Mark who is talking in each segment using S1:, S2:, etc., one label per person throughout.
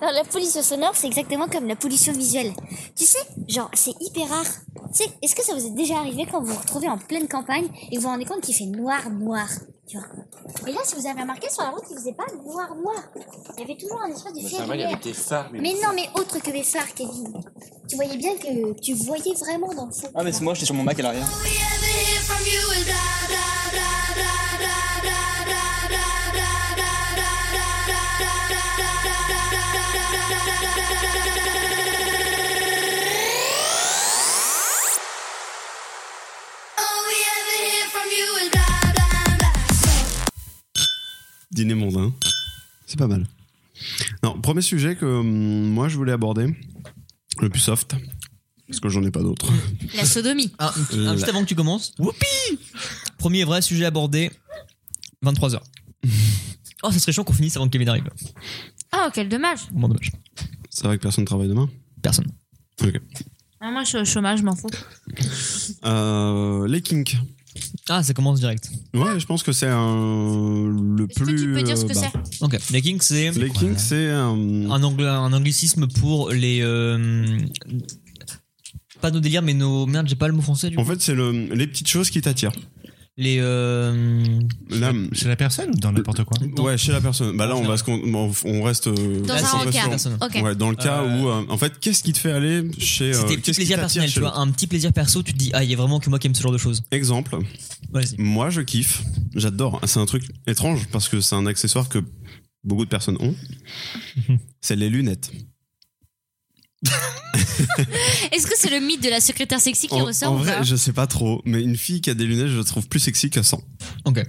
S1: Alors, la pollution sonore, c'est exactement comme la pollution visuelle. Tu sais, genre, c'est hyper rare. Tu sais, est-ce que ça vous est déjà arrivé quand vous vous retrouvez en pleine campagne et vous vous rendez compte qu'il fait noir, noir tu vois Mais là, si vous avez remarqué, sur la route, il faisait pas noir, noir. Il y avait toujours un espèce de
S2: Mais
S1: fait
S2: ça va, Bah, il y avait des phares.
S1: Mais non, mais autre que les phares, Kevin. Tu voyais bien que tu voyais vraiment dans le fond.
S3: Ah mais c'est moi, j'étais sur mon Mac à l'arrière.
S4: Dîner mondain. C'est pas mal. Non, premier sujet que hum, moi je voulais aborder, le plus soft, parce que j'en ai pas d'autres.
S5: La sodomie.
S6: Ah,
S4: Euh,
S6: ah, juste avant que tu commences. Whoopi Premier vrai sujet abordé 23h. Oh, ce serait chiant qu'on finisse avant que Kevin arrive.
S5: Oh, quel dommage.
S6: Vraiment dommage.
S4: C'est vrai que personne travaille demain.
S6: Personne.
S5: Ah, moi, je suis au chômage, je m'en fous.
S4: Euh, les kinks.
S6: Ah, ça commence direct.
S4: Ouais, je pense que c'est un le
S5: Est-ce que
S4: plus.
S5: tu peux dire ce
S4: euh,
S5: que
S4: bah,
S5: c'est
S6: Ok. Les kinks, c'est Ah,
S4: Les kinks, c'est hum, un-
S6: un, angla- un anglicisme pour les. euh, pas nos délires, mais nos. Merde, j'ai pas le mot français du
S4: En
S6: coup.
S4: fait, c'est le- les petites choses qui t'attirent.
S6: Les. euh,
S4: Là,
S7: Chez la personne ou dans n'importe quoi
S4: ouais, chez la personne. Bah là,
S6: En
S4: on va se, con- on on reste. euh,
S5: Dans
S6: Là,
S5: un
S6: c'est-
S5: rencard.
S6: personne.
S5: Ok.
S4: Ouais, dans le cas
S6: Euh,
S4: où, euh, en fait, qu'est-ce qui te fait aller chez. euh,
S6: c'est des petits
S4: qu'est-ce qui
S6: plaisirs
S4: t'attire
S6: personnels,
S4: chez
S6: tu vois. Un petit plaisir perso, tu te dis, ah, il y a vraiment que moi qui aime ce genre de choses.
S4: le- Exemple,
S6: Vas-y.
S4: moi je kiffe, j'adore. C'est un truc étrange parce que c'est un accessoire que beaucoup de personnes ont. c'est les lunettes.
S5: Est-ce que c'est le mythe de la secrétaire sexy qui
S4: En,
S5: ressort
S4: en
S5: ou
S4: vrai,
S5: pas
S4: je sais pas trop, mais une fille qui a des lunettes, je la trouve plus sexy que sans.
S5: Ok.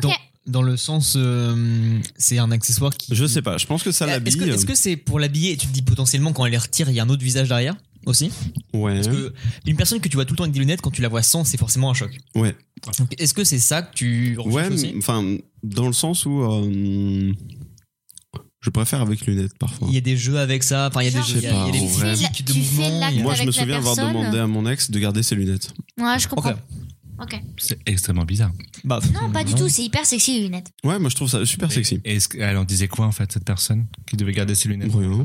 S6: Dans, dans le sens. euh, c'est un accessoire qui.
S4: Je sais pas, je pense que ça l'habille.
S6: Est-ce que est-ce que c'est pour l'habiller et tu te dis potentiellement quand elle les retire, il y a un autre visage derrière aussi
S4: Ouais.
S6: Parce que une personne que tu vois tout le temps avec des lunettes, quand tu la vois sans, c'est forcément un choc.
S4: Ouais.
S6: Donc, est-ce que c'est ça que tu recherches
S4: Ouais,
S6: aussi
S4: mais, enfin, dans le sens où. euh, je préfère avec lunettes parfois.
S6: Il y a des jeux avec ça, enfin, il y a des
S5: Genre,
S6: jeux, il y a,
S4: je sais
S6: il y a des
S4: pas, en
S6: petites
S4: vrai.
S6: musiques de
S1: Tu fais
S6: mouvement.
S1: l'acte
S6: il y a-
S4: Moi, je me
S1: avec la
S4: souviens avoir
S1: personne.
S4: demandé à mon ex de garder ses lunettes.
S5: Ouais, je comprends.
S6: Ok.
S5: Ok.
S7: C'est extrêmement bizarre.
S6: Bah,
S5: Non, pas du tout, c'est hyper sexy les lunettes.
S4: Ouais, moi je trouve ça super sexy.
S7: Et est-ce que- elle en disait quoi en fait, cette personne qui devait garder ses lunettes
S4: Rien.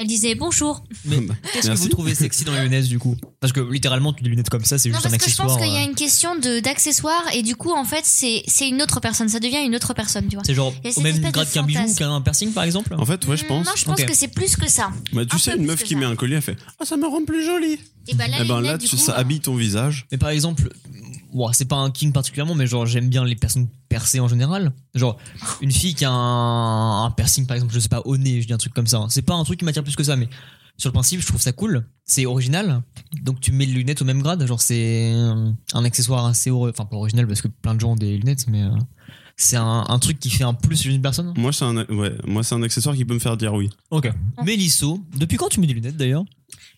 S5: Elle disait bonjour.
S6: Mais
S4: Bah,
S6: qu'est-ce que
S4: merci.
S6: vous trouvez sexy dans les lunettes du coup Parce que littéralement, tu des lunettes comme ça, c'est
S5: Non,
S6: juste un
S5: parce que je
S6: accessoire.
S5: pense qu'il y a
S6: euh,
S5: une question de- d'accessoires et du coup, en fait, c'est c'est une autre personne. Ça devient une autre personne, tu vois.
S6: C'est genre
S5: y a
S6: au
S5: cette
S6: même
S5: espèce de
S6: grade qu'un bijou ou
S5: fantasme.
S6: qu'un piercing par exemple
S4: En fait, ouais, je pense.
S5: Mm, Non, je pense
S6: Ok.
S5: que c'est plus que ça.
S4: Bah, tu
S5: un
S4: sais,
S5: peu
S4: une
S5: plus
S4: meuf
S5: que
S4: qui
S5: Ah, ça.
S4: met un collier, elle fait Ah, ça me rend plus jolie.
S5: Et bah là,
S4: Eh
S5: les
S4: ben
S5: lunettes,
S4: là,
S5: du
S4: tu-
S5: coup,
S4: ça habille ton visage.
S6: Mais par exemple, ouah, c'est pas un king particulièrement, mais genre j'aime bien les personnes percées en général. Genre une fille qui a un, un piercing par exemple, je sais pas, au nez, je dis un truc comme ça. hein. C'est pas un truc qui m'attire plus que ça, mais sur le principe, je trouve ça cool. C'est original. Donc tu mets les lunettes au même grade. Genre c'est euh, un accessoire assez heureux. Enfin, pas original parce que plein de gens ont des lunettes, mais euh, c'est un, un truc qui fait un plus chez une personne.
S4: Moi, c'est un, ouais, moi, c'est un accessoire qui peut me faire dire oui.
S6: Ok. Mélisso, depuis quand tu mets des lunettes d'ailleurs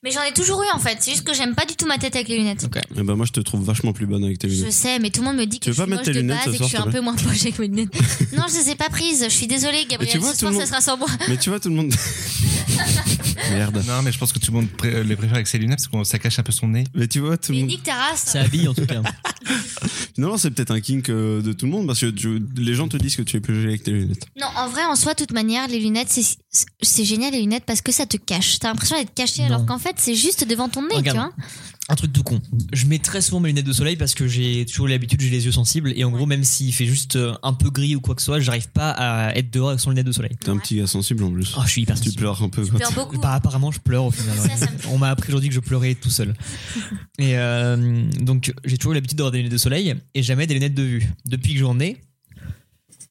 S5: Mais j'en ai toujours eu en fait. C'est juste que j'aime pas du tout ma tête avec les lunettes.
S4: Et ben, moi, je te trouve vachement plus bonne avec tes
S5: Je
S4: lunettes.
S5: sais, mais tout le monde me dit que
S4: Tu veux
S5: je
S4: pas
S5: suis
S4: mettre
S5: moche
S4: tes
S5: de
S4: lunettes
S5: base
S4: ce
S5: et que je suis
S4: soir,
S5: un peu moins poche avec mes lunettes. non, je les ai pas prises. Je suis désolée, Gabriel.
S4: tu vois,
S5: ce
S4: tout le
S5: soir,
S4: monde-
S5: ça sera sans moi.
S4: Mais tu vois, tout le monde. Merde.
S7: Non, mais je pense que tout le monde pré- les préfère avec ses lunettes parce que ça cache un peu son nez.
S4: Mais tu vois, tout le
S5: Mais
S4: monde.
S5: nique ta race.
S6: Ça habille en tout cas.
S4: Non, c'est peut-être un kink euh, de tout le monde parce que tu- les gens te disent que tu es plus jolie avec tes lunettes.
S5: Non, en vrai, en soi, de toute manière, les lunettes, c'est- c'est génial les lunettes parce que ça te cache. T'as l'impression d'être caché
S6: Non.
S5: alors qu'en fait, c'est juste devant ton nez,
S6: Regarde.
S5: tu vois.
S6: un truc tout con. Je mets très souvent mes lunettes de soleil parce que j'ai toujours l'habitude, j'ai les yeux sensibles et en gros, même s'il fait juste euh, un peu gris ou quoi que ce soit, j'arrive pas à être dehors avec sans lunettes de soleil.
S4: T'es un petit gars sensible en plus.
S6: Oh, je suis hyper
S4: tu
S6: sensible.
S4: pleures un peu.
S5: Tu
S4: quand-
S5: pleures beaucoup.
S6: Bah, apparemment, je pleure au final. ouais.
S5: Ça, ça me-
S6: On m'a appris aujourd'hui que je pleurais tout seul. Et euh, donc, j'ai toujours l'habitude d'avoir des lunettes de soleil et jamais des lunettes de vue. Depuis que j'en ai,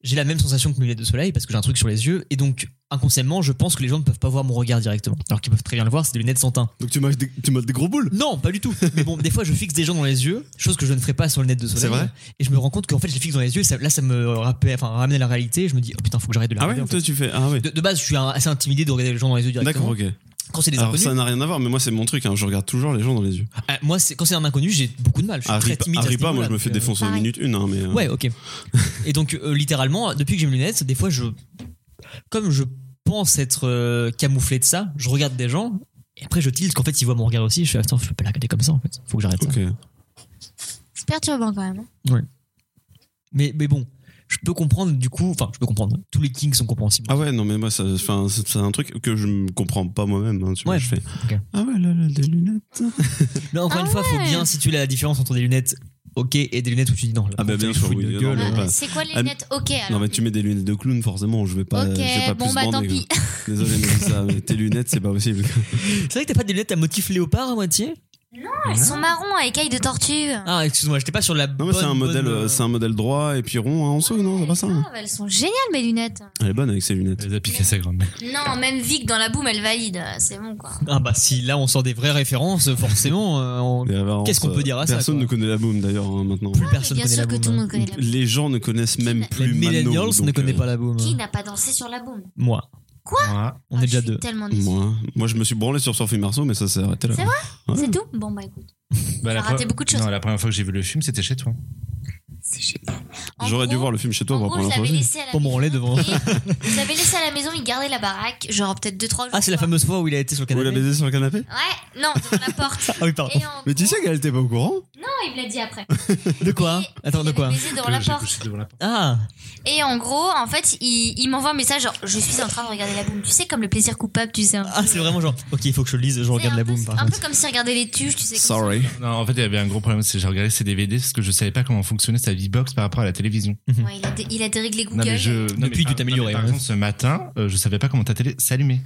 S6: j'ai la même sensation que mes lunettes de soleil parce que j'ai un truc sur les yeux et donc inconsciemment, je pense que les gens ne peuvent pas voir mon regard directement. Alors qu'ils peuvent très bien le voir, c'est des lunettes sans teint.
S4: Donc tu m'as des, tu m'as des gros boules.
S6: Non, pas du tout. Mais bon, des fois, je fixe des gens dans les yeux, chose que je ne ferais pas sur le net de soleil.
S4: C'est vrai
S6: Et je me rends compte qu'en fait, je les fixe dans les yeux. et ça- là, ça me rappelle, enfin, ramène à la réalité. Je me dis, oh putain, faut que j'arrête de la
S4: Ah ouais,
S6: regarder, en
S4: toi
S6: fait.
S4: tu fais. Ah ouais.
S6: de, de base, je suis un- assez intimidé de regarder les gens dans les yeux directement.
S4: D'accord, ok.
S6: Quand c'est des
S4: Alors
S6: inconnus,
S4: ça n'a rien à voir, mais moi c'est mon truc. hein, Je regarde toujours les gens dans les yeux.
S6: euh, moi, c'est- quand c'est un inconnu, j'ai beaucoup de mal. Je suis
S4: Harry
S6: très timide. à ce
S4: Harry pas, ah, moi
S6: niveau-là,
S4: je me fais
S6: donc, euh,
S4: défoncer en
S5: pareil.
S4: minute une, hein, mais. euh,
S6: Ouais, ok. Et donc, euh, littéralement, depuis que j'ai mes lunettes, des fois, je. Comme je pense être euh, camouflé de ça, je regarde des gens. Et après, je tilte qu'en fait, ils voient mon regard aussi. Je fais, attends, je peux pas la regarder comme ça, en fait. Faut que j'arrête ça.
S4: Ok.
S5: C'est perturbant quand même.
S6: Mais, mais bon, je peux comprendre du coup, enfin, je peux comprendre. Tous les kinks sont compréhensibles.
S4: Ah ouais, non, mais moi, ça- enfin, c'est c'est un truc que je ne comprends pas moi-même. hein, tu vois,
S6: Ouais.
S4: je fais.
S6: Ok.
S4: Ah ouais, là, là, des lunettes.
S6: Mais encore
S5: Ah
S6: une fois, faut
S5: ouais.
S6: bien situer la différence entre des lunettes ok et des lunettes où tu dis non. là,
S4: Ah bah,
S6: on te
S4: bien
S6: les
S4: sûr,
S6: fout
S4: oui,
S6: de
S4: non,
S6: gueule.
S4: mais-
S5: Ah,
S4: pas.
S5: C'est quoi les
S4: Ah,
S5: lunettes Ok,
S4: Non,
S5: alors.
S4: mais tu mets des lunettes de clown, forcément. Je vais pas.
S5: Ok,
S4: je vais pas
S5: bon,
S4: plus
S5: bah,
S4: bander,
S5: tant
S4: quoi.
S5: pis.
S4: Désolé, mais ça, mais tes lunettes, c'est pas possible.
S6: C'est vrai que t'as pas des lunettes à motif léopard à moitié
S5: Elles sont marrons avec écailles de tortue.
S6: Ah, excuse-moi, j'étais pas sur la.
S4: Non, mais c'est un, modèle, euh, c'est un modèle droit et puis rond hein, en dessous, non C'est pas ça. hein.
S5: Ah, bah, elles sont géniales mes lunettes.
S4: Elle est bonne avec ses lunettes.
S7: Elle les a piquées sa grand-mère.
S5: Non, même Vic dans la boum, elle valide. C'est bon quoi.
S6: Ah bah si là on sort des vraies références, forcément, euh, on-
S4: Les révérences,
S6: Qu'est-ce qu'on peut dire à ça,
S4: Personne
S6: quoi
S4: ne connaît la boom d'ailleurs hein, maintenant.
S6: plus personne
S5: Bien
S6: connaît la
S5: sûr que
S6: boum,
S5: tout le
S6: hein.
S5: monde connaît la boum.
S4: Les gens ne connaissent même
S5: Qui-
S4: plus
S6: Les
S4: Mano,
S6: millennials ne
S4: donc,
S6: connaissent
S4: euh,
S6: pas la boum.
S5: Qui n'a pas dansé sur la boum
S6: Moi,
S7: Moi,
S6: on est
S5: Ah, je
S6: déjà
S5: suis
S6: deux.
S5: tellement déçue.
S4: Moi, moi, je me suis branlé sur Sophie Marceau, mais ça s'est arrêté là.
S5: C'est
S4: Ouais.
S5: C'est tout Bon bah écoute,
S7: bah,
S5: raté
S7: pre-
S5: beaucoup de choses.
S7: Non, la première fois que j'ai vu le film, c'était chez toi.
S5: c'est génial. En
S4: J'aurais dû
S5: gros,
S4: voir le film chez toi
S5: En
S4: pour la
S5: gros, je
S4: première fois.
S5: l'avais
S4: aussi.
S5: laissé à la
S6: bah, Pour me
S5: maison.
S6: branler devant.
S5: et Je l'avais laissé à la maison, il gardait la baraque, genre peut-être 2-3 jours.
S6: Ah, c'est la
S5: quoi.
S6: fameuse fois où il a été sur le
S4: Vous la
S6: canapé.
S4: baisé sur le canapé
S5: Ouais, non, devant la porte.
S6: Ah oui, pardon.
S5: Et en
S4: Mais tu
S5: gros-
S4: sais qu'elle était pas au courant
S5: Non, il me l'a dit après.
S6: De quoi
S5: Et-
S6: Hein Attends,
S5: il
S6: de
S5: avait
S6: quoi
S5: baisé devant
S7: Que
S5: la
S7: j'ai
S5: porte.
S7: couché devant la porte.
S6: Ah
S5: Et en gros, en fait, il, il m'envoie un message genre je suis en train de regarder la boum. Tu sais comme le plaisir coupable, tu sais. un
S6: Ah,
S5: peu.
S6: c'est vraiment genre, ok, il faut que je lise, je
S5: C'est
S6: regarde
S5: un
S6: la
S5: peu-
S6: boum par
S5: Un
S6: contre.
S5: peu comme si regarder les tuches, tu sais. comme
S4: Sorry.
S7: Non, en fait, il y avait un gros problème, c'est que j'ai regardé ses DVD parce que je savais pas comment fonctionnait sa V-Box par rapport à la télévision.
S6: Mhm.
S5: ça. Ouais, il, a dé- il a déréglé Google.
S6: Depuis,
S7: par-
S6: tu hein. t'améliorais,
S7: non, mais Par
S6: ouais.
S7: exemple, ce matin, euh, je savais pas comment ta télé s'allumait.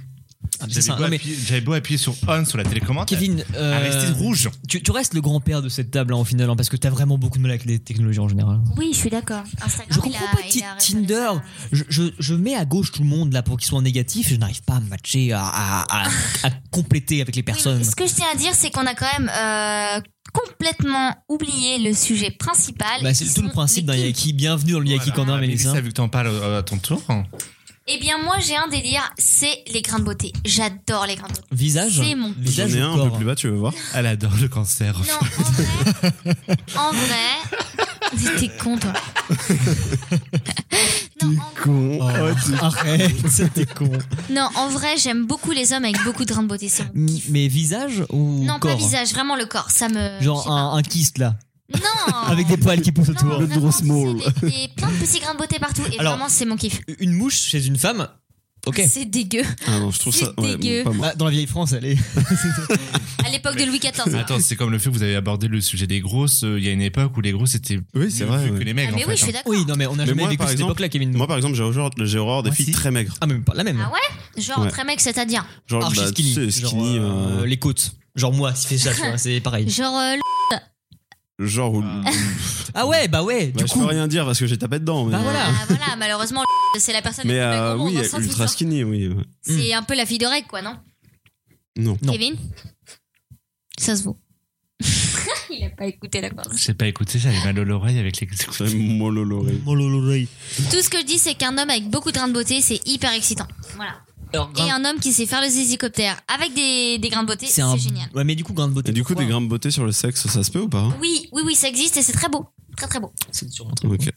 S6: Ah, mais c'est
S7: J'avais
S6: ça.
S7: beau,
S6: Ouais, mais
S7: appuyer- j'avais beau appuyer sur on sur la télécommande.
S6: Kevin,
S7: elle
S6: euh,
S7: restait rouge.
S6: tu, tu restes le grand-père de cette table hein, au final, hein, parce que t'as vraiment beaucoup de mal avec les technologies en général.
S5: Oui, je suis d'accord. Instagram,
S6: Je
S5: Ah, il
S6: comprends
S5: a-
S6: pas
S5: il
S6: Ti-
S5: a réparé
S6: Tinder.
S5: ça.
S6: Je, je- je mets à gauche tout le monde là pour qu'ils soient en négatif. Je n'arrive pas à me matcher, à, à- à- à compléter avec les personnes.
S5: Oui, mais ce que je tiens à dire, c'est qu'on a quand même euh, complètement oublié le sujet principal.
S6: Bah, c'est
S5: qui
S6: tout le
S5: sont
S6: principe
S5: les
S6: d'un
S5: kinks.
S6: yaki. Bienvenue dans le yaki
S7: Voilà. Ah,
S4: Ah,
S6: corner,
S7: Mais Mélissa,
S6: Mélissa.
S7: vu que t'en parles euh, à ton tour.
S5: Eh bien, moi, j'ai un délire, c'est les grains de beauté. J'adore les grains de beauté.
S6: Visage
S5: C'est mon-
S4: J'en
S6: Visage
S4: ai
S6: ou
S4: un un
S6: corps
S4: peu plus bas, tu veux voir
S7: Elle adore le cancer.
S5: Non, en vrai, en vrai, t'es con, toi. Non, en-
S4: Con.
S6: Oh, Arrête, c'était con.
S5: non, en vrai, j'aime beaucoup les hommes avec beaucoup de grains de beauté. c'est mon kiff.
S6: Mais visage ou
S5: Non,
S6: corps
S5: pas visage, vraiment le corps. Ça me. je sais
S6: Genre
S5: pas.
S6: un, un kyste là,
S5: Non
S6: avec des poils qui poussent
S5: Non,
S6: autour.
S5: vraiment, c'est des- des- plein de petits grains de beauté partout. Et
S6: Alors,
S5: vraiment, c'est mon kiff.
S6: Une mouche chez une femme, ok.
S5: C'est dégueu.
S4: Ah non, je trouve
S5: C'est
S4: ça. ouais,
S5: dégueu.
S4: pas moi.
S6: Bah, dans la vieille France, elle est.
S5: À l'époque de Louis hein. XIV. voilà.
S7: Attends, c'est comme le fait que vous avez abordé le sujet des grosses. euh, Il y a une époque où les grosses étaient
S4: Oui, c'est
S7: mieux
S4: vrai,
S7: vues
S4: ouais.
S7: que les
S5: Ah,
S7: mecs. en
S5: mais
S7: fait,
S5: oui, je suis
S7: hein.
S5: d'accord.
S6: Oui, non, mais on n'a
S4: Mais
S6: jamais
S4: moi,
S6: vécu
S4: par
S6: cette
S4: exemple-
S6: époque-là, Kevin.
S4: Moi, par exemple, j'ai horreur, j'ai horreur des
S7: Moi
S4: filles
S7: aussi.
S4: très maigres.
S6: Ah, mais pas la même.
S5: Ah ouais Genre
S4: Ouais.
S5: très mec, c'est-à-dire
S4: Genre,
S6: Archi
S4: bah,
S6: skinny.
S4: tu sais,
S6: Genre,
S4: skinny,
S6: euh,
S4: euh,
S6: les côtes. Genre moi, si fait ça, tu vois, c'est pareil.
S5: Genre euh,
S4: Genre où.
S7: Ah.
S4: Bah,
S6: Ah ouais, bah ouais, du
S4: je
S6: coup.
S4: peux rien dire parce que j'ai tapé dedans. Mais, euh,
S6: Bah voilà.
S5: ah, voilà, malheureusement, c'est la personne
S4: mais
S5: la plus
S4: euh,
S5: maigre au
S4: oui,
S5: monde, on s'en fout,
S4: ultra
S5: ça.
S4: skinny, oui. ouais.
S5: C'est un peu la fille de Reg, quoi, non,
S4: Non.
S6: Non.
S5: Kevin Ça se vaut. Il a pas écouté la conversation.
S7: J'ai pas écouté, j'avais mal à l'oreille avec les.
S4: C'est mololoré.
S5: Tout ce que je dis, c'est qu'un homme avec beaucoup de grains de beauté, c'est hyper excitant. Voilà.
S6: Alors,
S5: Et
S6: grain-
S5: un homme qui sait faire le zizicoptère avec des, des grains de beauté, c'est
S6: un-
S5: génial.
S6: Ouais, mais du coup, grain de beauté.
S4: Et du coup, des
S6: pourquoi
S4: grammes de beauté sur le sexe, ça se peut ou pas hein
S5: Oui, oui, oui, ça existe et c'est très beau. Très très beau.
S6: C'est sûrement très-
S4: Ok.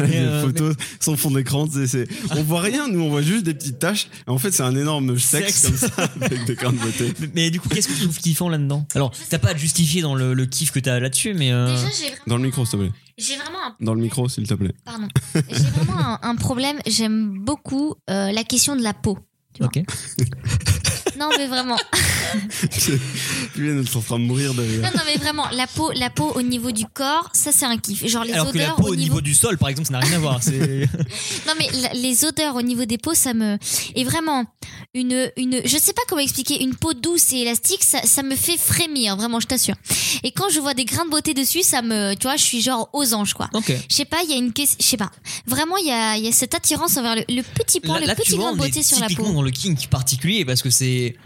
S6: Mais,
S4: les
S6: euh,
S4: photos sans fond d'écran, c'est, c'est- on voit rien, nous on voit juste des petites taches. Et en fait, c'est un énorme sexe,
S6: Sexe.
S4: comme ça, avec des grains de beauté.
S6: Mais, mais du coup, qu'est-ce que tu trouves kiffant là-dedans Alors, t'as pas à te justifier dans le, le kiff que t'as là-dessus, mais. euh,
S5: Déjà, j'ai vraiment.
S4: Dans le micro, s'il te plaît.
S5: J'ai vraiment un.
S4: Dans le micro, s'il te plaît.
S5: Pardon. J'ai vraiment un, un problème. J'aime beaucoup euh, la question de la peau.
S6: Ok.
S5: Non, mais vraiment.
S4: Lui, il est en train de mourir
S5: Non,
S4: derrière.
S5: non, mais vraiment, la peau, la peau au niveau du corps, ça c'est un kiff. Genre les
S6: Alors que la
S5: odeurs
S6: peau
S5: au niveau.
S6: du sol, par exemple, ça n'a rien à voir. C'est.
S5: Non, mais la- les odeurs au niveau des peaux, ça me. Et vraiment, une, une. Je sais pas comment expliquer, une peau douce et élastique, ça, ça me fait frémir, vraiment, je t'assure. Et quand je vois des grains de beauté dessus, ça me. Tu vois, je suis genre aux anges, quoi.
S6: ok.
S5: Je sais pas, il y a une question. Je sais pas. Vraiment, il y a, il y a cette attirance envers le, le petit point,
S6: Là,
S5: le
S6: là,
S5: petit
S6: tu vois,
S5: grain de
S6: on
S5: beauté
S6: est
S5: sur la
S6: typiquement
S5: peau.
S6: dans le kink particulier parce que c'est.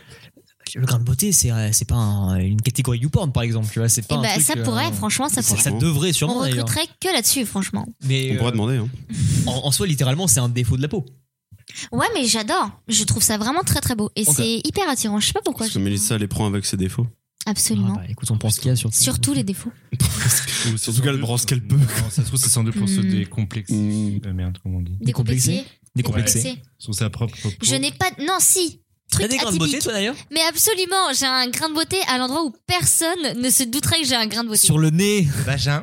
S6: Le grain de beauté, c'est euh, c'est pas un- une catégorie YouPorn, par exemple, tu vois. C'est pas.
S5: Et
S6: un
S5: bah,
S6: truc,
S5: ça
S6: euh,
S5: pourrait, franchement, ça
S4: c'est-
S5: pourrait.
S6: Ça devrait sûrement
S5: On
S6: d'ailleurs.
S5: recruterait que là-dessus, franchement.
S6: Mais
S4: On pourrait
S6: euh,
S4: demander. Hein.
S6: en, en soi, littéralement, c'est un défaut de la peau.
S5: Ouais, mais j'adore. Je trouve ça vraiment très très beau. Et
S6: Ok.
S5: c'est hyper attirant. Je sais pas pourquoi.
S4: Parce que Mélissa les prend avec ses défauts.
S5: Absolument.
S6: Ah bah, écoute, on pense qu'il y a sur.
S5: Surtout les défauts.
S4: Surtout qu'elle prend ce qu'elle peut.
S7: Non, ça se trouve, c'est sans doute pour se
S5: Hmm.
S7: décomplexer.
S4: Mmh.
S7: Euh, merde, comment on dit
S6: Décomplexé. Décomplexé.
S5: Décomplexé.
S7: Sur sa propre peau.
S5: Je n'ai pas. Non, si. Truc
S6: T'as des grains de
S5: atypique.
S6: beauté, toi d'ailleurs
S5: Mais absolument, j'ai un grain de beauté à l'endroit où personne ne se douterait que j'ai un grain de beauté.
S6: Sur le nez.
S7: Le vagin.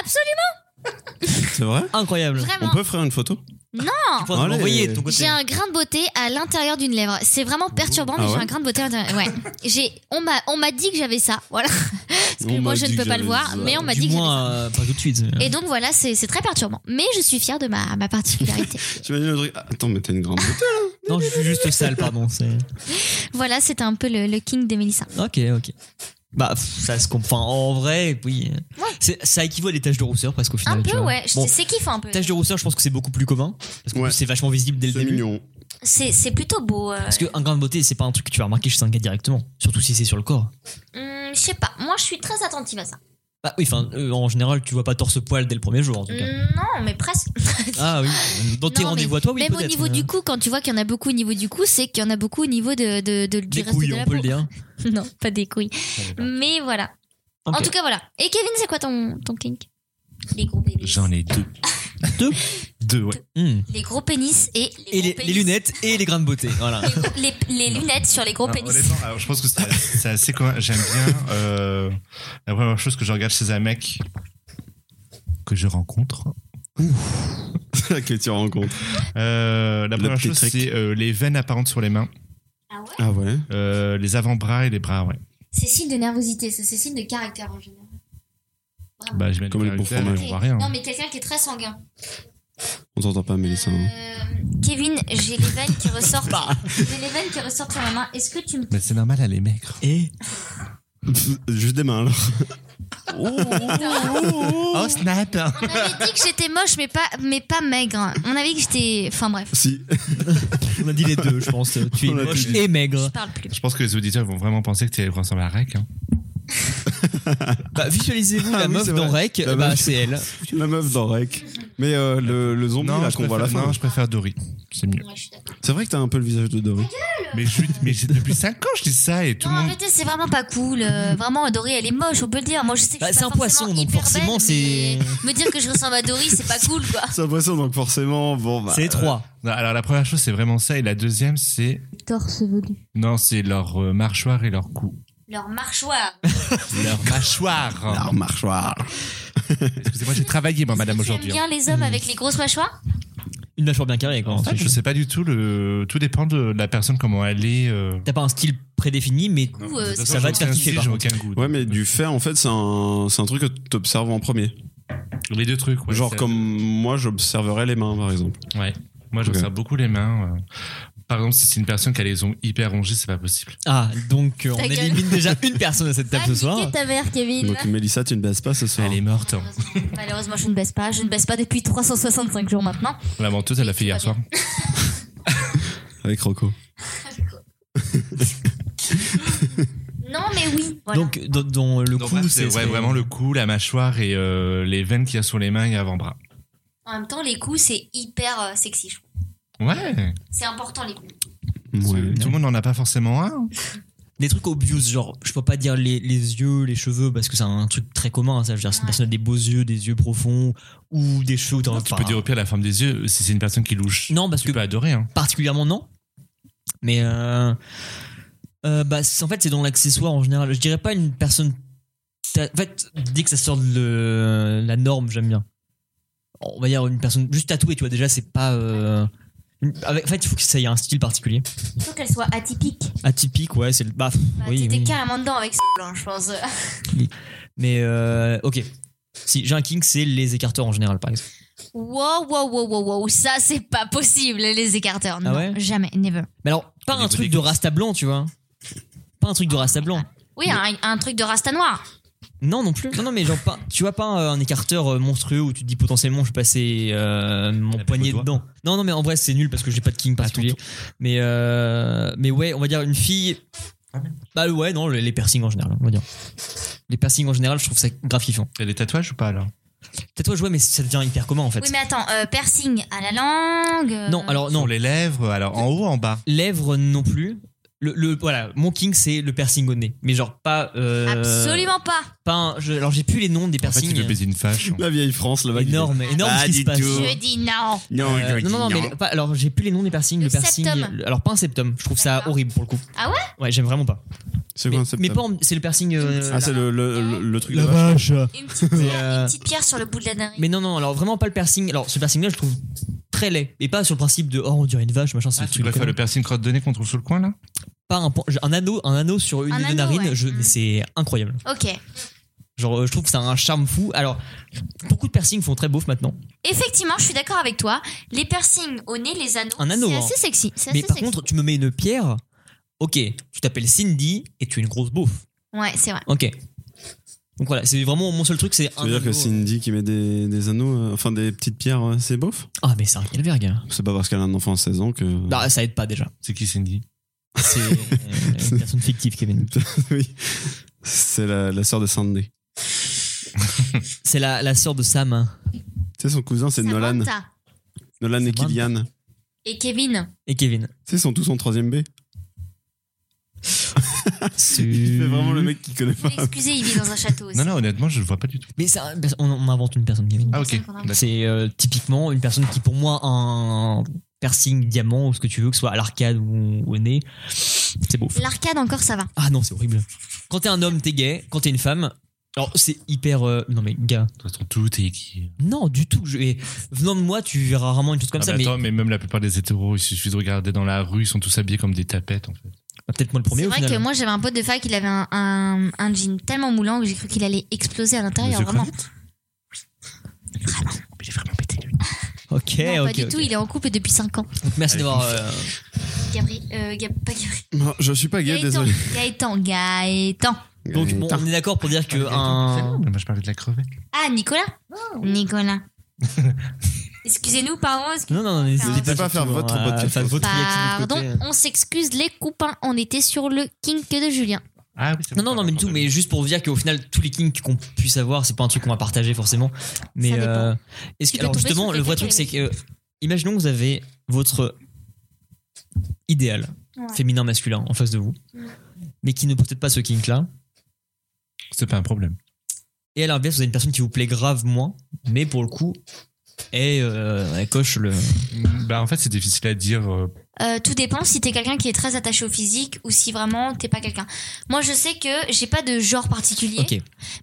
S5: Absolument
S4: C'est vrai
S6: Incroyable.
S4: On
S5: Vraiment.
S4: peut faire une photo
S6: Tu pourras
S4: Allez.
S6: l'envoyer de ton côté.
S5: J'ai un grain de beauté à l'intérieur d'une lèvre. C'est vraiment perturbant, mais
S4: Ah
S5: j'ai
S4: ouais
S5: un grain de beauté à l'intérieur. Ouais. J'ai, on m'a, on m'a dit que j'avais ça. Voilà. Parce que
S4: On
S5: moi,
S4: m'a
S5: je
S4: dit
S5: ne peux
S4: que
S5: pas le
S4: j'avais
S5: voir,
S4: ça.
S5: mais on m'a
S6: Du
S5: dit que j'avais ça.
S6: moins, euh, pas tout de suite. mais-
S5: Et donc voilà, c'est c'est très perturbant. Mais je suis fière de ma, ma particularité.
S4: J'imagine le truc. Ah, Attends, mais t'as une grande beauté.
S6: Non, je suis juste sale, pardon. c'est-
S5: voilà, c'était un peu le, le king de Mélissa.
S6: Ok, ok. Bah, pff, ça se comprend. En vrai, oui. C'est- Ça équivaut à des taches de rousseur presque au final.
S5: Un
S6: tu
S5: peu,
S6: vois.
S5: ouais. Je-
S6: Bon,
S5: C'est kiffant un peu.
S6: taches de rousseur, je pense que c'est beaucoup plus commun. Parce que
S4: Ouais.
S6: c'est vachement visible dès le
S4: C'est
S6: début.
S4: mignon.
S5: C'est c'est plutôt beau. euh.
S6: Parce qu'un grain de beauté, c'est pas un truc que tu vas remarquer chez un gars directement. Surtout si c'est sur le corps.
S5: Hum, je sais pas. Moi, je suis très attentive à ça.
S6: Bah oui, enfin, euh, en général, tu vois pas torse-poil dès le premier jour, en tout cas.
S5: Hmm, Non, mais presque.
S6: Ah oui, dans tes
S5: Mm. Non,
S6: rendez-vous
S5: mais
S6: à toi, oui,
S5: Même au
S6: peut-être, euh, hein.
S5: niveau
S6: mais-
S5: du cou, quand tu vois qu'il y en a beaucoup au niveau du cou, c'est qu'il y en a beaucoup au niveau de, de, de- du
S6: Des
S5: reste
S6: couilles,
S5: de la
S6: on
S5: peau.
S6: peut le dire.
S5: Non, pas des couilles. Mais voilà. En
S6: Ok.
S5: tout cas, voilà. Et Kevin, c'est quoi ton, ton kink Les gros pénis.
S7: J'en ai deux.
S6: Deux
S7: Deux, ouais.
S6: Hmm.
S5: Les gros pénis et les,
S6: Et
S5: gros
S6: les,
S5: pénis.
S6: les lunettes et les grains de beauté, voilà.
S5: Les, gros- les- les lunettes sur les gros
S7: Non,
S5: pénis.
S7: honnêtement, alors, je pense que c'est c'est assez commun. J'aime bien euh, la première chose que je regarde chez un mec que je rencontre.
S4: que tu rencontres.
S7: Euh, la première
S4: petit
S7: chose,
S4: trick.
S7: c'est euh, les veines apparentes sur les mains,
S5: Ah ouais
S4: Ah ouais
S7: euh, les avant-bras et les bras. Ouais.
S5: C'est signe de nervosité, ça. C'est signe de caractère en général. Vraiment.
S7: Bah, je mets
S4: Comme
S7: le
S4: les beaux
S7: caractère,
S4: fromages.
S7: On voit rien. hein.
S5: Non, mais quelqu'un qui est très sanguin.
S4: On t'entend pas, Mélissa. hein.
S5: Euh, Kevin, j'ai les veines qui ressortent.
S6: Bah.
S5: j'ai les veines qui ressortent sur ma main. Est-ce que tu me.
S7: Mais c'est normal, elle est maigre.
S6: Et.
S4: Euh, Pff, Juste des mains, alors.
S6: Ah
S7: Oh, snap
S5: On avait dit que j'étais moche, mais pas, mais pas maigre. On avait dit que j'étais. Enfin bref,
S4: Si.
S6: On a dit les deux, je pense. Tu es
S4: On a
S6: moche
S4: tout dit.
S6: et
S5: je
S6: maigre.
S5: parle plus.
S7: Je pense que les auditeurs vont vraiment penser que tu ressembles à Rec. Hein.
S6: Bah, visualisez-vous
S4: Ah
S6: la
S4: oui,
S6: meuf
S4: c'est
S6: dans
S4: vrai.
S6: Rec,
S4: La
S6: bah,
S4: meuf.
S6: c'est elle.
S4: La meuf dans Rec. Mais euh, le, le zombie, là,
S7: je
S4: qu'on voit à la
S7: préfère-
S4: fin.
S7: non, je préfère Dory. C'est mieux.
S5: Ouais, je suis d'accord.
S4: C'est vrai que t'as un peu le visage de Dory.
S7: Mais, je, mais c'est depuis 5 ans, je dis ça et tout
S5: Non,
S7: le monde.
S5: arrêtez, c'est vraiment pas cool. Euh, vraiment, Dory, elle est moche, on peut le dire. Moi, je sais que
S6: Bah,
S5: je suis
S6: c'est
S5: pas
S6: un poisson,
S5: forcément
S6: donc
S5: hyper
S6: forcément,
S5: belle,
S6: c'est-
S5: mais Me dire que je ressemble à Dory, c'est pas cool, quoi.
S4: C'est l'impression, donc forcément, bon, bah.
S6: C'est les trois.
S7: Non, alors, la première chose, c'est vraiment ça. Et la deuxième, c'est.
S5: Torse velu.
S7: Non, c'est leur euh, mâchoire et leur cou.
S5: Leur mâchoire.
S7: Eh Leur mâchoire
S4: L'art marchoir.
S7: Excusez-moi, j'ai travaillé, moi, madame,
S5: J'aime
S7: aujourd'hui. hein.
S5: bien les hommes avec les grosses mâchoires
S6: Une mâchoire bien carrée,
S4: Ah,
S6: quoi.
S7: En fait, je sais pas du tout. Le... Tout dépend de la personne, comment elle est. euh.
S6: T'as pas un style prédéfini, mais
S5: Ou, euh,
S7: De toute façon,
S6: ça va
S7: j'ai
S6: te faire
S7: aucun
S6: kiffer,
S7: style,
S6: par
S7: J'ai
S6: contre.
S7: aucun goût.
S4: Ouais, mais du fait, en fait, c'est un, c'est un truc que t'observes en premier.
S7: Les deux trucs. ouais,
S4: Genre,
S7: c'est-
S4: comme moi, j'observerais les mains, par exemple.
S7: Ouais. Moi, je
S4: Ok.
S7: ressens beaucoup les mains. euh. Par exemple, si c'est une personne qui a les ongles hyper rongés, c'est pas possible.
S6: Ah, donc euh, on
S5: Ta gueule. Ah,
S6: élimine déjà une personne à cette table ce soir.
S5: ta mère, Kevin.
S4: Donc, Mélissa, tu ne baisses pas ce soir.
S7: Elle est morte. hein.
S5: Malheureusement, Malheureusement, je ne baisse pas. Je ne baisse pas depuis 365 jours maintenant.
S7: La menteuse, elle l'a fait hier
S5: C'est pas
S7: soir.
S4: Avec Rocco.
S5: Non, mais oui. Voilà.
S6: Donc, dans, dans le
S7: Donc,
S6: coup,
S7: bref,
S6: c'est
S7: c'est ouais,
S6: serait-
S7: vraiment le cou, la mâchoire et euh, les veines qu'il y a sur les mains et avant-bras.
S5: En même temps, les coups, c'est hyper euh, sexy, je trouve.
S7: Ouais.
S5: C'est important, les coups.
S4: Ouais.
S7: Tout le monde n'en a pas forcément un.
S6: Des trucs obvious, genre, je peux pas dire les, les yeux, les cheveux, parce que c'est un truc très commun, hein, ça. Je veux dire, si une
S5: Ouais.
S6: personne a des beaux yeux, des yeux profonds, ou des cheveux,
S7: Non, tu peux dire au pire la forme des yeux si c'est une personne qui louche.
S6: Non, parce
S7: tu
S6: que
S7: peux adorer. Hein.
S6: particulièrement non. Mais euh, euh, bah, c'est- en fait, c'est dans l'accessoire en général. Je dirais pas une personne. ta- En fait, dès que ça sort de le- la norme, j'aime bien. On va dire une personne juste tatouée, tu vois. Déjà, c'est pas. euh, une- avec- en fait, il faut que ça ait un style particulier.
S5: Il faut qu'elle soit atypique.
S6: Atypique, ouais, c'est le. Bah,
S5: Bah,
S6: oui,
S5: T'étais
S6: oui.
S5: carrément dedans avec ce plan, je pense.
S6: Mais euh, ok. Si j'ai un king, c'est les écarteurs en général, par exemple.
S5: Wow, wow, wow, wow, wow, ça c'est pas possible, les écarteurs. non,
S6: Ah ouais
S5: jamais, never.
S6: Mais alors, pas
S7: Au
S6: un
S7: niveau
S6: truc
S7: des
S6: de
S7: courses.
S6: rasta blanc, tu vois. Pas un truc de rasta blanc.
S5: Oui, un, un truc de rasta noir.
S6: Non, non plus. Non, non, mais genre, pas, tu vois pas euh, un écarteur euh, monstrueux où tu te dis potentiellement je vais passer euh, mon
S7: La
S6: poignet
S7: pipe au doigt.
S6: dedans. Non, non, mais en vrai, c'est nul parce que j'ai pas de king particulier. Mais, euh, mais ouais, on va dire une fille.
S7: Ah,
S6: Bah ouais, non, les les piercings en général, on va dire. Les piercings en général, je trouve ça grave kiffant.
S7: T'as des tatouages ou pas alors
S6: Tatouage, ouais, mais ça devient hyper commun en fait.
S5: Oui, mais attends, euh, piercing à la langue. euh,
S6: Non, alors Oh, non,
S7: Sur les lèvres, alors en haut, en bas.
S6: lèvres non plus. Le, le- voilà, mon king c'est le piercing au nez, mais genre pas. euh,
S5: Absolument pas.
S6: Pas. un- je- alors j'ai plus les noms des
S7: En fait,
S6: piercings.
S7: il veut baiser une fâche.
S6: Ah,
S4: La vieille France, la vague.
S6: énorme, énorme
S4: Ah,
S6: ce qui se
S4: dis
S6: passe.
S4: tout.
S5: Je dis non.
S4: Non,
S6: Euh, non, non, mais pas- alors j'ai plus les noms des piercings.
S5: Le
S6: le piercing,
S5: septum.
S6: le- alors pas un septum, je trouve ça
S5: D'accord.
S6: horrible pour le coup.
S5: Ah
S6: Ouais, j'aime vraiment pas.
S4: C'est
S6: Mais,
S4: quoi un septum
S6: mais pas en- c'est le piercing. euh,
S4: Ah, c'est le, le, le- le truc de vache.
S6: vache.
S5: Une petite,
S6: Mais,
S5: pierre,
S6: euh,
S5: une petite pierre sur le bout de la narine.
S6: Mais non, non, alors vraiment pas le piercing. Alors ce piercing là, je trouve très laid. Et pas sur le principe de oh, on dirait une vache, machin, c'est
S7: Ah,
S6: le
S7: tu
S6: truc de
S7: préfères
S6: con.
S7: le piercing crotte de nez qu'on trouve sous le coin là
S6: Pas un, pan- un anneau, un anneau sur une
S5: Un
S6: des deux
S5: anneau,
S6: narines,
S5: ouais.
S6: je, mais
S5: Mm.
S6: c'est incroyable.
S5: Ok.
S6: Genre, euh, je trouve que ça a un charme fou. Alors, beaucoup de piercings font très beauf maintenant.
S5: Effectivement, je suis d'accord avec toi. Les piercings au nez, les anneaux.
S6: Un anneau,
S5: C'est
S6: hein.
S5: assez sexy. C'est
S6: Mais
S5: assez
S6: par
S5: sexy.
S6: contre, tu me mets une pierre. Ok, tu t'appelles Cindy et tu es une grosse beauf.
S5: Ouais, c'est vrai.
S6: Ok. Donc voilà, c'est vraiment mon seul truc, c'est.
S4: Ça veut dire que
S6: anneau.
S4: Cindy qui met des, des anneaux, euh, enfin des petites pierres, euh, c'est bof
S6: Ah, mais c'est un calvaire, gars.
S4: C'est pas parce qu'elle a un enfant à 16 ans que.
S6: Bah, ça aide pas déjà.
S7: C'est qui Cindy
S6: C'est euh, une personne fictive, Kevin.
S4: oui. C'est la, la sœur de Sandy.
S6: C'est la, la sœur de Sam. hein,
S4: Tu sais, son cousin, c'est Nolan.
S5: Samantha
S4: Nolan et
S6: Samantha.
S4: Kylian.
S5: Et Kevin.
S6: Et Kevin.
S4: Tu sais, ils sont tous en 3ème
S6: Mmh.
S4: B. Il fait vraiment le mec qui connaît pas.
S5: Excusez, il vit dans un château aussi.
S7: Non, non, honnêtement, je le vois pas du tout.
S6: Mais c'est un- on, on invente une personne, Kevin.
S7: Ah, ok.
S5: C'est qu'on a-
S7: D'accord.
S6: C'est euh, typiquement une personne qui, pour moi, a un piercing, diamant ou ce que tu veux, que ce soit à l'arcade ou au nez. C'est beau.
S5: L'arcade encore, ça va.
S6: Ah non, c'est horrible. Quand t'es un homme, t'es gay. Quand t'es une femme, alors c'est hyper. euh, non mais gars,
S7: De toute façon, tout est Ah, qui
S6: non du tout. Je, et venant de moi, tu verras rarement une chose
S4: Ah,
S6: comme ça. mais
S7: bah, Attends, mais même la plupart des hétéros, il suffit de regarder dans la rue, ils sont tous habillés comme des tapettes en fait.
S6: Bah, peut-être moi le premier
S5: C'est
S6: au
S5: vrai
S6: final.
S5: que moi j'avais un pote de fac, il avait un, un, un jean tellement moulant que j'ai cru qu'il allait exploser à l'intérieur.
S7: Monsieur
S5: Vraiment.
S7: Oh, J'ai vraiment pété lui.
S6: Ok,
S5: Non,
S6: Eh, ok.
S5: pas du
S6: ok.
S5: tout, il est en couple depuis 5 ans.
S6: Donc, merci
S7: Allez,
S6: d'avoir. euh,
S5: Gabriel, euh, Gab- pas Gabriel.
S4: Non, je suis pas gay,
S5: Gaëtan,
S4: désolé.
S5: Gaëtan, Gaëtan.
S6: donc bon,
S4: Attends.
S6: on est d'accord pour dire que
S7: Attends,
S6: un.
S7: mais Moi, je parlais de la crevette.
S5: Ah, Nicolas Nicolas. Excusez-nous, pardon. excuse-
S6: Non, non, non,
S5: N'hésitez
S4: pas à faire
S6: surtout,
S4: votre
S6: hein,
S4: podcast.
S6: enfin, votre réaction de
S5: Bah, Pardon,
S6: côté. hein.
S5: on s'excuse les copains, on était sur le kink de Julien.
S7: Ah oui, c'est
S6: Non,
S7: bon,
S6: non, non,
S7: pardon,
S6: mais du tout,
S7: pardon.
S6: mais juste pour vous dire qu'au final, tous les kinks qu'on puisse avoir, c'est pas un truc qu'on va partager forcément. Mais
S5: Ça dépend.
S6: euh, est-ce
S5: Tu
S6: que,
S5: peux
S6: alors
S5: tomber
S6: justement,
S5: sur
S6: le vrai
S5: quelqu'un
S6: truc, c'est
S5: qui
S6: que, euh, imaginons que vous avez votre idéal
S5: Ouais.
S6: féminin masculin en face de vous,
S5: Mm.
S6: mais qui ne peut peut-être pas ce kink là.
S7: C'est pas un problème.
S6: Et à l'inverse, vous avez une personne qui vous plaît grave moins, mais pour le coup, est, euh, elle coche le.
S7: Bah, en fait, c'est difficile à dire. euh,
S5: Euh, tout dépend si t'es quelqu'un qui est très attaché au physique ou si vraiment t'es pas quelqu'un. Moi, je sais que j'ai pas de genre particulier,
S6: Ok,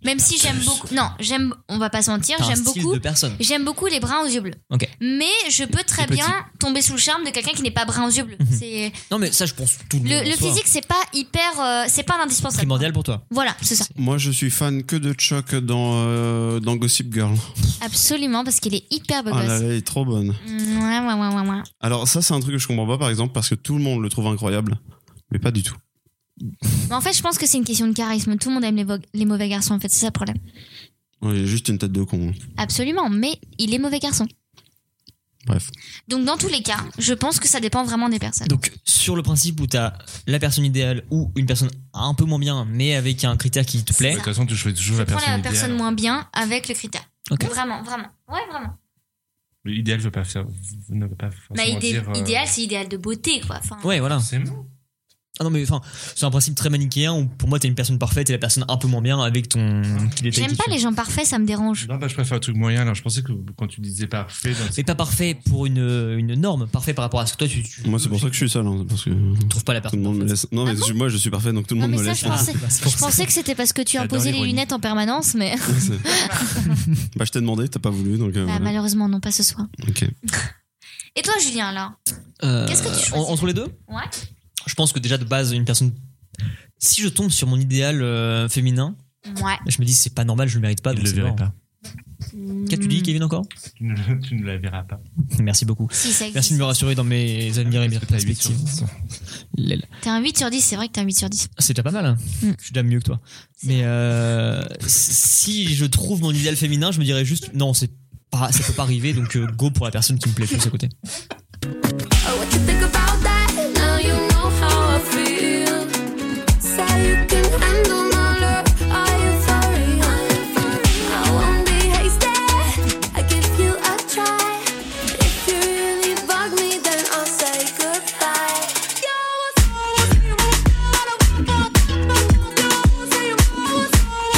S5: même si j'aime beaucoup. Non, j'aime. On va pas se mentir,
S6: t'as un
S5: j'aime
S6: style
S5: beaucoup.
S6: de personne.
S5: J'aime beaucoup les bruns aux yeux bleus.
S6: Ok.
S5: Mais je peux très
S7: Les petits.
S5: bien tomber sous le charme de quelqu'un qui n'est pas brun aux yeux bleus.
S6: Mhm.
S5: C'est
S6: Non, mais ça, je pense tout le monde.
S5: le,
S6: en soi.
S5: le
S6: hein.
S5: physique, c'est pas hyper, euh, c'est pas l'indispensable.
S6: primordial pour toi.
S5: Voilà, c'est ça.
S4: Moi, je suis fan que de Chuck dans, euh, dans Gossip Girl.
S5: Absolument, parce qu'il est hyper beau
S4: Ah là
S5: gosse.
S4: là, elle est trop bonne.
S5: Mm, Ouais, ouais, ouais, ouais, ouais.
S4: Alors, ça, c'est un truc que je comprends pas, par exemple, parce que tout le monde le trouve incroyable. Mais pas du tout.
S5: Mais en fait, je pense que c'est une question de charisme. Tout le monde aime les, vo- les mauvais garçons. En fait, c'est ça le problème.
S4: Ouais, Il a juste une tête de con. hein.
S5: Absolument, mais il est mauvais garçon.
S4: Bref.
S5: Donc, dans tous les cas, je pense que ça dépend vraiment des personnes.
S6: Donc, sur le principe où t'as la personne idéale ou une personne un peu moins bien, mais avec un critère qui te
S7: De
S6: plaît,
S7: toute façon, tu choisis toujours
S5: je
S7: la
S5: prends
S7: personne
S5: la personne
S7: idéale.
S5: moins bien avec le critère.
S6: Ok.
S5: Vraiment, vraiment. Ouais, vraiment.
S7: L'idéal veut pas faire, ne veut pas forcément
S5: Mais Bah, idé-
S7: dire. euh,
S5: idéal, c'est idéal de beauté, quoi. Enfin,
S6: ouais, voilà.
S7: forcément.
S6: Ah non, mais enfin, c'est un principe très manichéen où pour moi, t'es une personne parfaite et la personne un peu moins bien avec
S7: Hmm,
S6: ton. qui détaille
S5: J'aime
S6: qui
S5: pas
S6: tu es.
S5: les gens parfaits, ça me dérange.
S7: Non, bah, je préfère un truc moyen. Alors, je pensais que quand tu disais parfait, dans-
S6: Mais pas parfait pour une, une norme, parfait par rapport à ce que toi tu, tu
S4: Moi, c'est pour ça que je suis seul, hein, parce que tout
S6: trouves pas la
S4: le
S6: personne.
S4: monde me laisse. Non, mais je- moi, je suis parfait, donc tout le
S5: Ah Non,
S4: monde
S5: mais
S4: me
S5: ça,
S4: laisse.
S5: je pensais,
S6: Ah, bah, c'est pour
S5: je pensais que c'était parce que tu
S7: J'adore
S5: imposais les
S7: l'ironie.
S5: lunetes en permanence, mais
S4: C'est- bah, je t'ai demandé, t'as pas voulu, donc. euh,
S5: Bah,
S4: voilà.
S5: malheureusement, non, pas ce soir.
S4: Ok.
S5: Et toi, Julien, alors
S6: Euh,
S5: Qu'est-ce que tu choisis
S6: en- Entre les deux
S5: Ouais.
S6: Je pense que déjà de base, une personne. Si je tombe sur mon idéal euh, féminin,
S5: Ouais.
S6: je me dis c'est pas normal, je le mérite pas.
S7: tu
S6: donc
S7: ne le
S6: c'est
S7: verras
S6: mort.
S7: pas.
S6: Qu'as-tu
S5: Hmm.
S6: dit, Kevin, encore
S7: Tu ne, tu ne la verras pas.
S6: Merci beaucoup.
S5: Si, ça
S6: Merci de
S5: existe.
S6: me rassurer dans mes admirables
S7: Parce que t'as huit sur
S6: perspectives.
S7: dix.
S6: Lel.
S5: T'es un 8 sur 10, c'est vrai que t'es un 8 sur 10.
S6: C'est déjà pas mal. hein.
S5: Mm.
S6: Je suis déjà mieux que toi.
S5: C'est
S6: Mais euh, si je trouve mon idéal féminin, je me dirais juste non, c'est pas, ça peut pas arriver. Donc euh, go pour la personne qui me plaît plus à côté.
S2: Oh, what you think about that? Now you know how I feel. Say you can handle my love. Are you sorry? I won't be hasty. I give you a try. If you really bug me, then I'll say goodbye. Yo, what's up? What's up? What's up? What's up?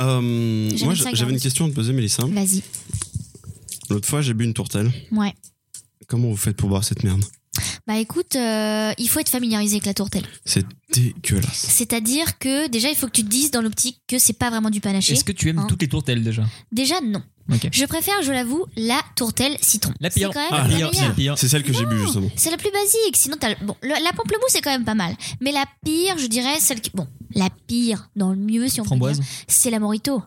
S4: Euh,
S5: J'aime
S4: moi,
S5: ça,
S4: j'avais une
S5: Garance.
S4: question à te poser, Mélissa.
S5: Vas-y.
S4: L'autre fois, j'ai bu une tourtelle.
S5: Ouais.
S4: Comment vous faites pour boire cette merde
S5: Bah écoute, euh, il faut être familiarisé avec la tourtelle.
S4: C'est dégueulasse.
S5: C'est-à-dire que déjà, il faut que tu te dises dans l'optique que c'est pas vraiment du panaché.
S6: Est-ce que tu aimes
S5: Hein.
S6: toutes les tourtelles déjà
S5: Déjà, non.
S6: Ok.
S5: Je préfère, je l'avoue, la tourtelle citron.
S6: La
S5: C'est
S6: pire.
S5: quand même
S4: Ah,
S5: la
S4: pire,
S5: meilleure.
S6: pire.
S4: C'est celle que j'ai bu justement.
S5: C'est la plus basique. Sinon, t'as le- bon, le- la pamplemousse c'est quand même pas mal. Mais la pire, je dirais, celle qui, bon, la pire dans le mieux si on
S6: Framboise.
S5: peut dire, c'est la Morito.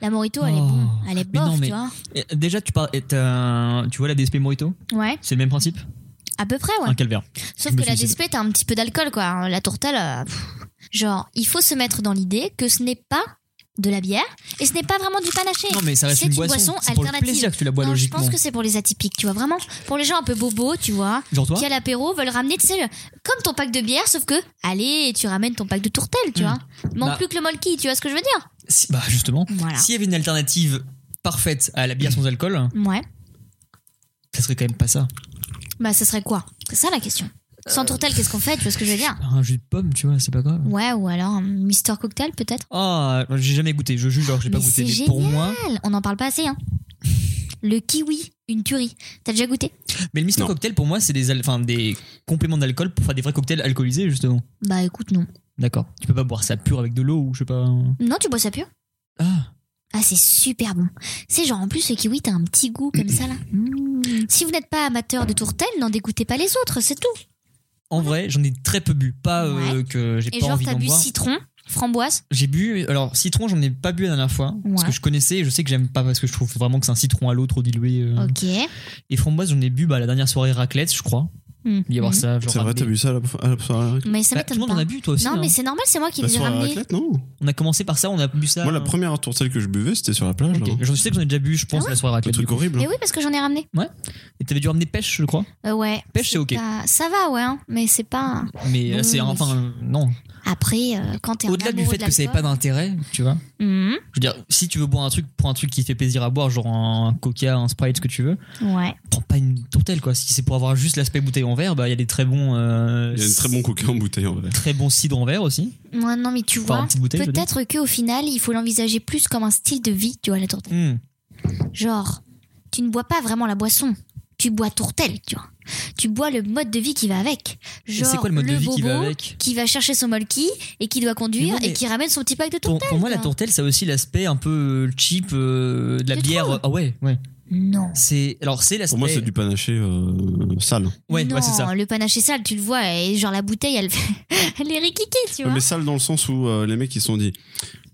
S5: La Morito, elle est
S6: Oh.
S5: bon, elle est
S6: Mais non,
S5: bof,
S6: mais-
S5: tu vois.
S6: Et Déjà, tu parles. et t'as- Tu vois la DSP Morito
S5: Ouais,
S6: C'est le même principe
S5: à peu près, ouais.
S6: Un calvaire.
S5: Sauf
S6: je me
S5: que la
S6: suicide.
S5: DSP, t'as un petit peu d'alcool, quoi. La tourtelle, euh, pff. genre, il faut se mettre dans l'idée que ce n'est pas de la bière et ce n'est pas vraiment du panaché.
S6: Non, mais ça reste
S5: Eh, C'est
S6: une
S5: une
S6: boisson.
S5: boisson
S6: C'est pour le
S5: alternative.
S6: plaisir que tu la bois
S5: Non, je
S6: logiquement.
S5: pense que c'est pour les atypiques, tu vois, vraiment. Pour les gens un peu bobos, tu vois,
S6: Genre toi
S5: qui à l'apéro veulent ramener, tu sais, le- comme ton pack de bière, sauf que, allez, tu ramènes ton pack de tourtelle, tu
S6: Mm.
S5: vois. Manque
S6: Bah.
S5: plus que le molki, tu vois ce que je veux dire
S6: Si- Bah justement.
S5: Voilà.
S6: S'il y avait une alternative parfaite à la bière sans alcool,
S5: Ouais.
S6: ça serait quand même pas ça.
S5: Bah, ça serait quoi C'est ça la question.
S6: Euh.
S5: Sans tourtelle, qu'est-ce qu'on fait Tu vois ce que je veux dire
S6: Un jus de pomme, tu vois, c'est pas grave.
S5: Ouais, ou alors un Mister Cocktail, peut-être
S6: Ah, j'ai jamais goûté, je juge alors que j'ai pas
S5: Mais
S6: goûté.
S5: c'est
S6: mais pour
S5: génial.
S6: moi,
S5: On n'en parle pas assez, hein. Le kiwi, une tuerie. T'as déjà goûté
S6: mais le Mister
S4: Non.
S6: Cocktail pour moi, c'est des, al- enfin, des compléments d'alcool pour faire des vrais cocktails alcoolisés justement.
S5: Bah écoute, non.
S6: D'accord. Tu peux pas boire ça pur avec de l'eau ou je sais pas. hein.
S5: Non, tu bois ça pur
S6: Ah,
S5: Ah, c'est super bon. C'est genre, en plus, le kiwi, t'as un petit goût comme ça, là. Mm. Si vous n'êtes pas amateur de tourtelle, n'en dégoûtez pas les autres, c'est tout.
S6: en vrai, j'en ai très peu bu, pas euh, que j'ai
S5: Et
S6: pas
S5: genre,
S6: envie
S5: t'as
S6: d'en
S5: bu
S6: boire.
S5: citron, framboise.
S6: J'ai bu, alors citron, j'en ai pas bu la dernière fois parce
S5: Ouais.
S6: que je connaissais. et Je sais que j'aime pas parce que je trouve vraiment que c'est un citron à l'eau trop dilué. euh.
S5: Ok.
S6: Et framboise, j'en ai bu bah, la dernière soirée raclette, je crois.
S5: Mm.
S6: Il y avoir ça. genre
S4: C'est vrai,
S6: ramené.
S4: t'as vu ça à la, à la soirée
S5: Mais ça
S6: Bah, tout le
S5: m'étonne
S6: monde
S5: pas.
S6: en a bu, toi aussi.
S5: non,
S6: hein. euh,
S5: mais c'est normal, c'est moi qui
S4: La
S5: les ai
S4: soirée à
S5: ramenés.
S4: raclette, non
S6: On a commencé par ça, on a bu ça.
S4: Moi, la
S6: euh,
S4: première tourtelle que je buvais, c'était sur la plage.
S6: Ok.
S4: là-bas.
S6: Je sais que j'en ai déjà bu, je pense,
S5: Ah ouais
S6: la soirée
S4: Le
S6: raclette.
S4: truc
S6: du coup.
S4: horrible.
S5: Mais oui, parce que j'en ai ramené.
S6: Et t'avais dû ramener pêche, je crois.
S5: Euh, ouais.
S6: Pêche, c'est ok.
S5: Bah, ça va, ouais, hein, mais c'est pas.
S6: Mais là,
S5: Bon,
S6: c'est
S5: mais
S6: enfin euh, non.
S5: Après, euh, quand t'es un
S6: Au-delà du
S5: amoureux
S6: fait
S5: de
S6: que ça n'avait pas
S5: l'alcool-
S6: d'intérêt, tu vois.
S5: Mhm.
S6: Je veux dire, si tu veux boire un truc, prends un truc qui fait plaisir à boire, genre un coca, un sprite, ce que tu veux.
S5: Ouais.
S6: Prends pas une tourtelle, quoi. Si c'est pour avoir juste l'aspect bouteille en verre, bah il y a des très bons. euh,
S4: Il y a un très bon coca en bouteille en vrai.
S6: très bons cidres en verre aussi.
S5: Ouais, non, mais tu
S6: Enfin,
S5: vois.
S6: en petite bouteille. je veux dire.
S5: Peut-être qu'au final, il faut l'envisager plus comme un style de vie, tu vois, la tourtelle.
S6: Hmm.
S5: Genre, tu ne bois pas vraiment la boisson, tu bois tourtelle, tu vois. Tu bois le mode de vie qui va avec.
S6: Et
S5: Genre,
S6: C'est quoi le mode de vie
S5: bobo
S6: qui va avec
S5: qui va chercher son molki et qui doit conduire
S6: Mais ouais, mais-
S5: et qui ramène son petit pack de
S6: pour,
S5: tourtelle.
S6: pour moi, la
S5: quoi.
S6: tourtelle, ça a aussi l'aspect un peu cheap euh, de la
S5: Tu
S6: bière.
S5: trouves
S6: Ah ouais, ouais.
S5: Non.
S6: C'est alors c'est l'aspect.
S4: Pour moi, c'est du panaché euh, sale.
S6: Ouais,
S5: non,
S6: ouais, c'est ça.
S5: le panaché sale, tu le vois, et genre la bouteille, elle, elle est riquiquée, tu vois.
S4: Mais sale dans le sens où euh, les mecs ils se sont dit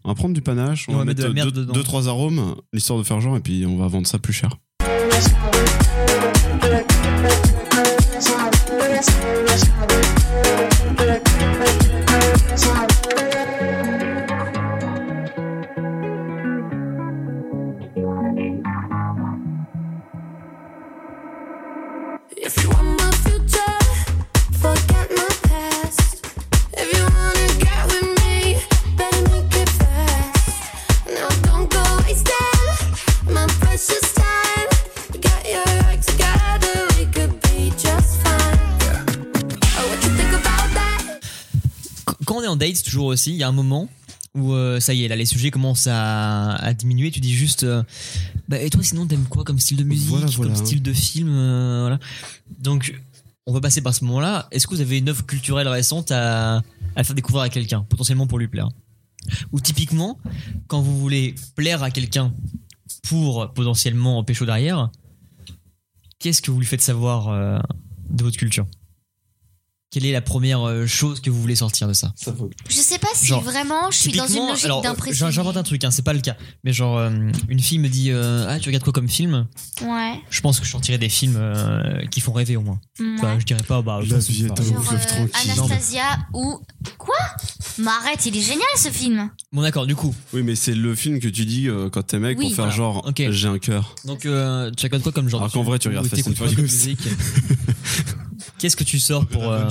S4: on va prendre du panache, on, va mettre
S6: de la merde
S4: deux,
S6: dedans.
S4: deux, trois arômes, l'histoire de faire genre, et puis on va vendre ça plus cher.
S2: If you want my future, forget my past. If you wanna get with me, better make it fast. Now don't go wasting my precious time. Get your act together, we could be just fine. Oh, what you think about that?
S6: Qu- quand on est en date, toujours aussi, il y a un moment où euh, ça y est, là, les sujets commencent à, à diminuer. Tu dis juste, euh, bah, et toi, sinon, t'aimes quoi comme style de musique,
S4: Voilà, voilà. hein.
S6: comme style de film, euh, voilà. Donc, on va passer par ce moment-là. Est-ce que vous avez une œuvre culturelle récente à, à faire découvrir à quelqu'un, potentiellement pour lui plaire Ou typiquement, quand vous voulez plaire à quelqu'un pour potentiellement en pécho derrière, qu'est-ce que vous lui faites savoir euh, de votre culture Quelle est la première euh, chose que vous voulez sortir de ça
S5: Je sais pas si
S6: Genre,
S5: vraiment je suis dans une
S6: Typiquement,
S5: logique
S6: alors, euh,
S5: d'impression.
S6: j'in- J'invente un truc, hein, c'est pas le cas. Mais genre, euh, une fille me dit euh, Ah, tu regardes quoi comme film
S5: Ouais.
S6: Je pense que je sortirais des films euh, qui font rêver au moins.
S5: ouais.
S6: Bah, je dirais pas, bah.
S4: La
S6: je sais
S4: vie
S6: pas.
S4: est un-
S5: Genre
S4: Vous êtes
S5: euh,
S4: tranquille.
S5: Anastasia ou quoi Mais arrête, il est génial ce film.
S6: Bon, d'accord, du coup.
S4: Oui, mais c'est le film que tu dis euh, quand t'es mec
S5: Oui,
S4: pour faire
S6: voilà.
S4: genre
S6: Ok.
S4: j'ai un cœur.
S6: Donc, euh, tu regardes quoi comme genre
S4: Alors qu'en vrai, tu regardes
S6: Ou
S4: Fast
S6: t'écoutes
S4: and
S6: quoi comme
S4: Furious.
S6: musique Qu'est-ce que tu sors pour. euh,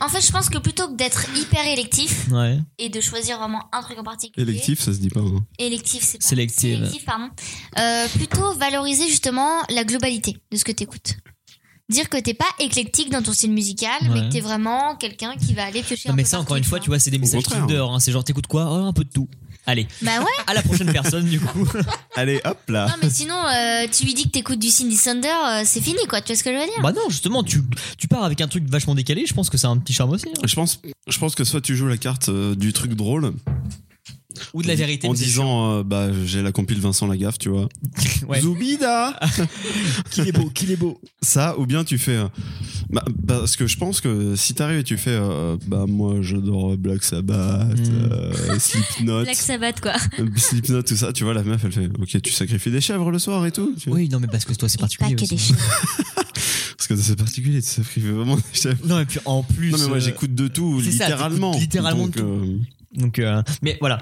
S5: En fait, je pense que plutôt que d'être hyper électif
S6: Ouais.
S5: et de choisir vraiment un truc en particulier.
S4: Électif, ça se dit pas. hein.
S5: Électif, c'est pas.
S6: Sélective.
S5: Sélectif, pardon. Euh, plutôt valoriser justement la globalité de ce que t'écoutes. Dire que t'es pas éclectique dans ton style musical, mais
S6: Ouais.
S5: que t'es vraiment quelqu'un qui va aller piocher
S6: Non,
S5: un
S6: mais
S5: peu
S6: ça,
S5: partout,
S6: encore une fois, tu vois, c'est des messages
S4: contraire.
S6: Tinder. hein, c'est genre, t'écoutes quoi Oh, un peu de tout. Allez,
S5: Bah ouais.
S6: à la prochaine personne du coup.
S4: Allez, hop là.
S5: Non, mais sinon, euh, tu lui dis que t'écoutes du Cindy Sander, euh, c'est fini, quoi. Tu vois ce que je veux dire
S6: Bah non, justement, tu, tu pars avec un truc vachement décalé, je pense que c'est un petit charme aussi. hein.
S4: Je pense, je pense que soit tu joues la carte euh, du truc drôle
S6: Ou de la vérité.
S4: en
S6: mais c'est
S4: disant euh, bah j'ai la compile Vincent Lagaffe, tu vois.
S6: chiant. Ouais.
S4: Zoubida
S6: Qu'il est beau, qu'il est beau.
S4: Ça, ou bien tu fais. euh, bah, parce que je pense que si t'arrives et tu fais. euh, bah, moi, j'adore Black Sabbath,
S6: Mm.
S4: euh, Slipknot,
S5: Black Sabbath, quoi.
S4: euh, Slipknot, tout ça. Tu vois, la meuf, elle fait Ok, tu sacrifies des chèvres le soir et tout. tu vois.
S6: Oui, non, mais parce que toi, c'est
S5: Et pas
S6: particulier.
S5: que des
S6: aussi.
S5: choses.
S4: Parce que c'est particulier, tu sacrifies vraiment des chèvres.
S6: Non, et puis en plus.
S4: Non, mais moi,
S6: euh,
S4: j'écoute de tout,
S6: c'est ça,
S4: littéralement.
S6: t'écoutes littéralement
S4: Donc,
S6: de tout.
S4: euh,
S6: Donc, euh, mais voilà.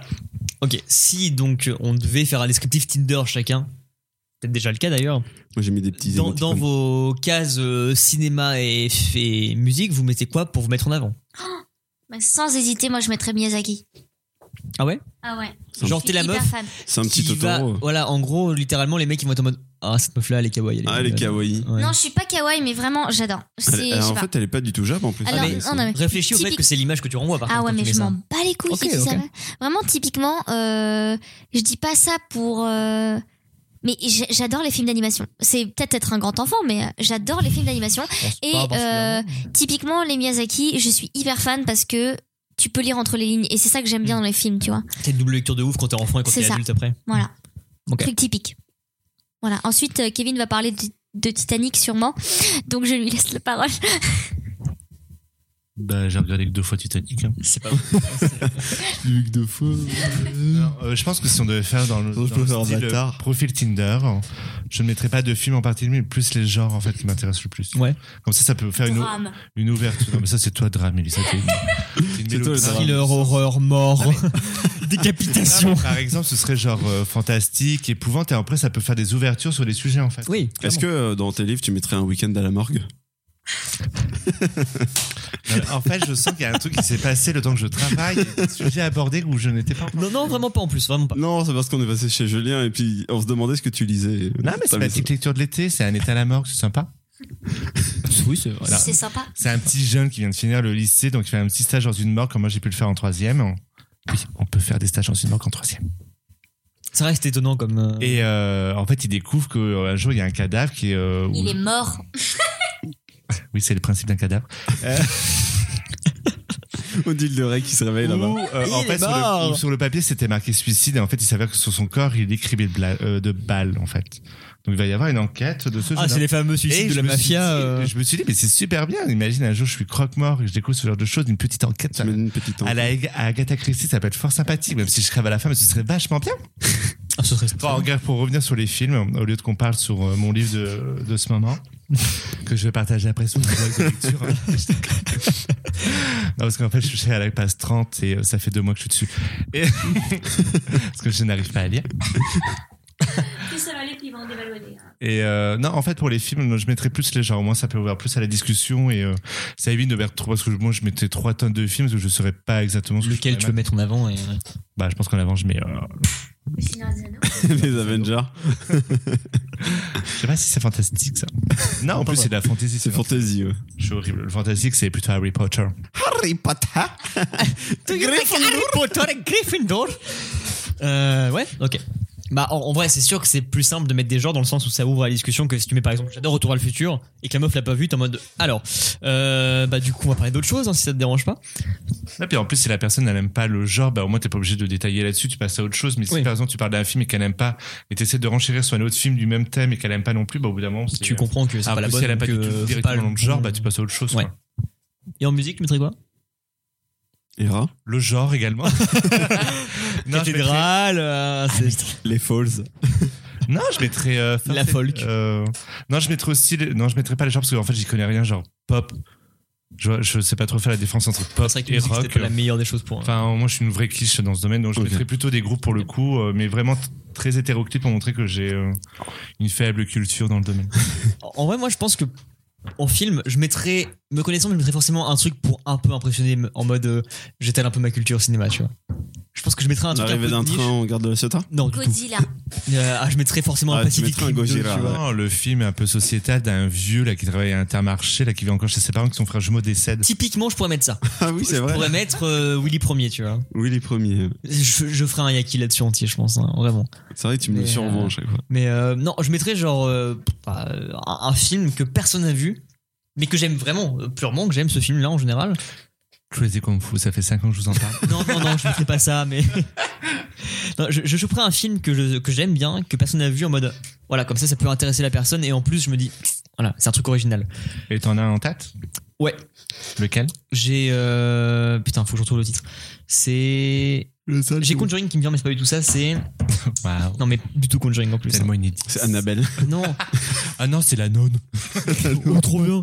S6: Ok, si donc euh, on devait faire un descriptif Tinder chacun, peut-être déjà le cas d'ailleurs,
S4: moi, j'ai mis des petits.
S6: dans,
S4: émoticônes.
S6: dans vos cases euh, cinéma et, et musique, vous mettez quoi pour vous mettre en avant
S5: Bah, sans hésiter, moi, je mettrais Miyazaki.
S6: Ah ouais
S5: Ah ouais.
S4: C'est un
S6: Genre,
S5: Je
S6: t'es
S5: suis
S6: la
S5: hyper
S6: meuf
S5: fan.
S4: C'est un petit
S6: qui va-
S4: Totoro.
S6: Voilà, en gros, littéralement, les mecs ils vont être en mode Ah, cette meuf là, elle est kawaii. Elle est
S4: Ah, les
S6: mignonne.
S4: kawaii.
S6: Ouais.
S5: Non, je suis pas kawaii, mais vraiment, j'adore.
S4: Elle-
S5: C'est,
S4: elle-
S5: je sais
S4: en
S5: pas.
S4: fait, elle est pas du tout jap en plus.
S6: Ah,
S5: Alors,
S4: Mais
S5: non, non, mais-
S6: Réfléchis au fait
S5: Typique-
S6: que c'est l'image que tu renvoies par
S5: Ah
S6: contre,
S5: ouais,
S6: quand
S5: mais
S6: tu mets
S5: je
S6: ça.
S5: m'en bats les couilles.
S6: Ok,
S5: qu'ils disent
S6: ok.
S5: ça. Vraiment, typiquement, euh, je dis pas ça pour. euh, mais j'a- j'adore les films d'animation. C'est peut-être être un grand enfant, mais euh, j'adore les films d'animation.
S6: Je pense
S5: Et, euh,
S6: pas particulièrement.
S5: Typiquement, les Miyazaki, je suis hyper fan parce que tu peux lire entre les lignes. Et c'est ça que j'aime bien
S6: Mm.
S5: dans les films, tu vois.
S6: T'as une double lecture de ouf quand t'es enfant et quand
S5: C'est
S6: t'es
S5: ça.
S6: adulte après.
S5: Voilà.
S6: Ok.
S5: Truc typique. Voilà. Ensuite, euh, Kevin va parler de, de Titanic sûrement. Donc, je lui laisse la parole.
S7: Bah, j'ai regardé que deux fois Titanic. hein.
S6: C'est pas
S4: Luc de feu.
S7: Non, euh, je pense que si on devait faire dans le,
S4: Je
S7: dans le
S4: préfère
S7: style euh,
S4: Avatar.
S7: profil Tinder, je ne mettrais pas de film en particulier, mais plus les genres en fait qui m'intéressent le plus.
S6: Ouais.
S7: Comme ça, ça peut faire une,
S5: Drame.
S7: une ouverture. Non, mais ça, c'est toi, drame, Elisa. t'es une- t'es une
S4: C'est toi, le drame.
S7: mélodie.
S6: thriller, horreur, mort,
S7: Ah, mais
S6: décapitation.
S7: Par exemple, ce serait genre euh, fantastique, épouvante, et après, ça peut faire des ouvertures sur les sujets en fait.
S6: Oui,
S4: Est-ce que euh, dans tes livres, tu mettrais un week-end à la morgue
S7: Euh, en fait, je sens qu'il y a un truc qui s'est passé le temps que je travaille, et des sujets abordés où je n'étais pas encore.
S6: Non, non, vraiment pas en plus, vraiment pas.
S4: Non, c'est parce qu'on est passé chez Julien et puis on se demandait ce que tu lisais.
S7: Non, mais c'est
S4: T'as
S7: ma
S4: vu ça
S7: petite lecture de l'été, c'est un état à la mort, c'est sympa.
S6: Oui, c'est vrai.
S7: Voilà.
S5: C'est sympa.
S7: C'est un petit jeune qui vient de finir le lycée, donc il fait un petit stage dans une morgue, comme moi j'ai pu le faire en troisième. Oui, on peut faire des stages dans une morgue en troisième.
S6: Ça reste étonnant comme. euh,
S7: Et euh, en fait, il découvre qu'un jour, il y a un cadavre qui est... euh, où-
S5: Il est mort.
S7: Oui, c'est le principe d'un cadavre.
S4: Odile de Ray qui se réveille là-bas.
S7: Où, euh, en
S6: Il
S7: fait,
S6: est
S7: sur le,
S6: mort
S7: où sur le papier, c'était marqué suicide, et en fait, il s'avère que sur son corps, il est criblé de, bla- euh, de balles, en fait. Donc il va y avoir une enquête de ce
S6: Ah,
S7: jeune
S6: c'est les fameux
S7: Et
S6: suicides de
S7: je
S6: la
S7: me suis
S6: mafia.
S7: dit-
S6: euh,
S7: Je me suis dit, mais c'est super bien. Imagine un jour, je suis croque-mort et que je découvre ce genre de choses, une petite enquête.
S4: Tu mets une petite
S7: À,
S4: enquête.
S7: la, à Agatha Christie, ça peut être fort sympathique, même si je crève à la fin, mais ce serait vachement bien.
S6: Ah, ce serait
S7: Bon, en gaffe, pour revenir sur les films, au lieu de qu'on parle sur euh, mon livre de, de ce moment, que je vais partager après sur le blog de lecture. hein. non, parce qu'en fait, je suis chez à la passe 30 et euh, ça fait deux mois que je suis dessus. Et- parce que je n'arrive pas à lire. Et euh, non, en fait, pour les films, je mettrais plus les genres. Au moins, ça peut ouvrir plus à la discussion et euh, ça évite de perdre trop. Parce que moi, je mettais trois tonnes de films parce que je ne saurais pas exactement ce
S6: Lequel
S7: que je
S6: tu
S7: pourrais
S6: veux mettre en avant et...
S7: mettre. Bah, je pense qu'en avant, je mets. euh,
S4: les Avengers.
S7: je sais pas si c'est fantastique ça. Non, en
S6: Pas
S7: plus,
S6: vrai.
S7: c'est de la fantasy.
S4: C'est
S7: C'est
S4: fantaisie. ouais.
S7: Je suis horrible. Le fantastique, c'est plutôt Harry Potter.
S4: Harry Potter.
S6: Harry Potter et euh, Gryffindor euh, Ouais, ok. Bah, en, en vrai, c'est sûr que c'est plus simple de mettre des genres dans le sens où ça ouvre à la discussion que si tu mets par exemple J'adore Retour à le futur et que la meuf l'a pas vu, t'es en mode alors, euh, bah du coup on va parler d'autre chose hein, si ça te dérange pas.
S7: Et puis en plus, si la personne elle n'aime pas le genre, bah au moins t'es pas obligé de détailler là-dessus, tu passes à autre chose. Mais si
S6: Oui.
S7: par exemple tu parles d'un film et qu'elle n'aime pas, et t'essaies de renchérir sur un autre film du même thème et qu'elle n'aime pas non plus, bah au bout d'un moment, c'est-
S6: Tu comprends que c'est
S7: Ah,
S6: pas la
S7: plus,
S6: bonne.
S7: Si elle n'aime pas
S6: donc,
S7: du tout
S6: euh, faut
S7: directement
S6: pas
S7: dans le genre, bah tu passes à autre chose.
S6: Ouais.
S7: quoi.
S6: Et en musique, tu mettrais quoi
S4: Hera.
S7: Le genre également. Non, je Ah, mettrais-
S6: Cathédrale, euh, c'est-
S4: Les Falls.
S7: Non, je mettrais euh, Fun
S6: La
S7: Fest-
S6: folk.
S7: euh, Non, je mettrais aussi. les- Non, je mettrais pas les genres parce qu'en fait, j'y connais rien. Genre pop. Je, je sais pas trop faire la différence entre pop
S6: c'est vrai que
S7: et
S6: musique,
S7: rock.
S6: c'est pas la meilleure des choses pour.
S7: Enfin, moi, je suis une vraie quiche dans ce domaine, donc je
S4: Ok.
S7: mettrais plutôt des groupes pour le coup, euh, mais vraiment t- très hétéroclites pour montrer que j'ai euh, une faible culture dans le domaine.
S6: En vrai, moi, je pense que en film, je mettrais, me connaissant, je mettrais forcément un truc pour un peu impressionner, en mode euh, j'étale un peu ma culture au cinéma, tu vois. Je pense que je mettrais un truc un
S4: L'arrivée
S6: peu
S4: d'un
S6: niche.
S4: train en gare de la Ciotat
S6: Non, du tout.
S5: Godzilla.
S6: Euh, ah, je mettrais forcément
S4: Ah,
S6: un
S4: tu
S6: Pacific
S4: mettrais un
S6: Rim 2,
S4: Godzilla,
S6: tu vois.
S4: ouais.
S7: Non, le film un peu sociétal d'un vieux là qui travaille à Intermarché, là qui vit encore chez ses parents, que son frère jumeau décède.
S6: Typiquement, je pourrais mettre ça.
S4: Ah oui, c'est
S6: je pourrais
S4: vrai.
S6: mettre euh, Willy Premier, tu vois.
S4: Oui, les premiers.
S6: Je, je ferai un yaki là-dessus entier, je pense, hein, vraiment.
S4: C'est vrai que tu me le
S6: Mais,
S4: survends
S6: euh,
S4: à chaque fois.
S6: Mais euh, non, je mettrais genre euh, euh, un, un film que personne n'a vu, mais que j'aime vraiment, euh, purement que j'aime ce film-là en général.
S7: Crazy Kung Fu, ça fait 5 ans que je vous en parle.
S6: Non, non, non, je mettrais pas ça, mais. non, je, je ferais un film que, je- que j'aime bien, que personne n'a vu en mode. Voilà, comme ça, ça peut intéresser la personne, et en plus, je me dis, voilà, c'est un truc original.
S7: Et t'en as un en tête
S6: Ouais.
S7: Lequel
S6: J'ai. euh, Putain, faut que je retrouve le titre. C'est. J'ai Conjuring qui me vient, mais c'est pas du tout ça, c'est.
S7: Waouh.
S6: Non, mais du tout Conjuring en plus.
S7: Tellement inédit.
S4: C'est Annabelle.
S6: Non,
S7: Ah non, c'est la nonne.
S6: oh, trop bien.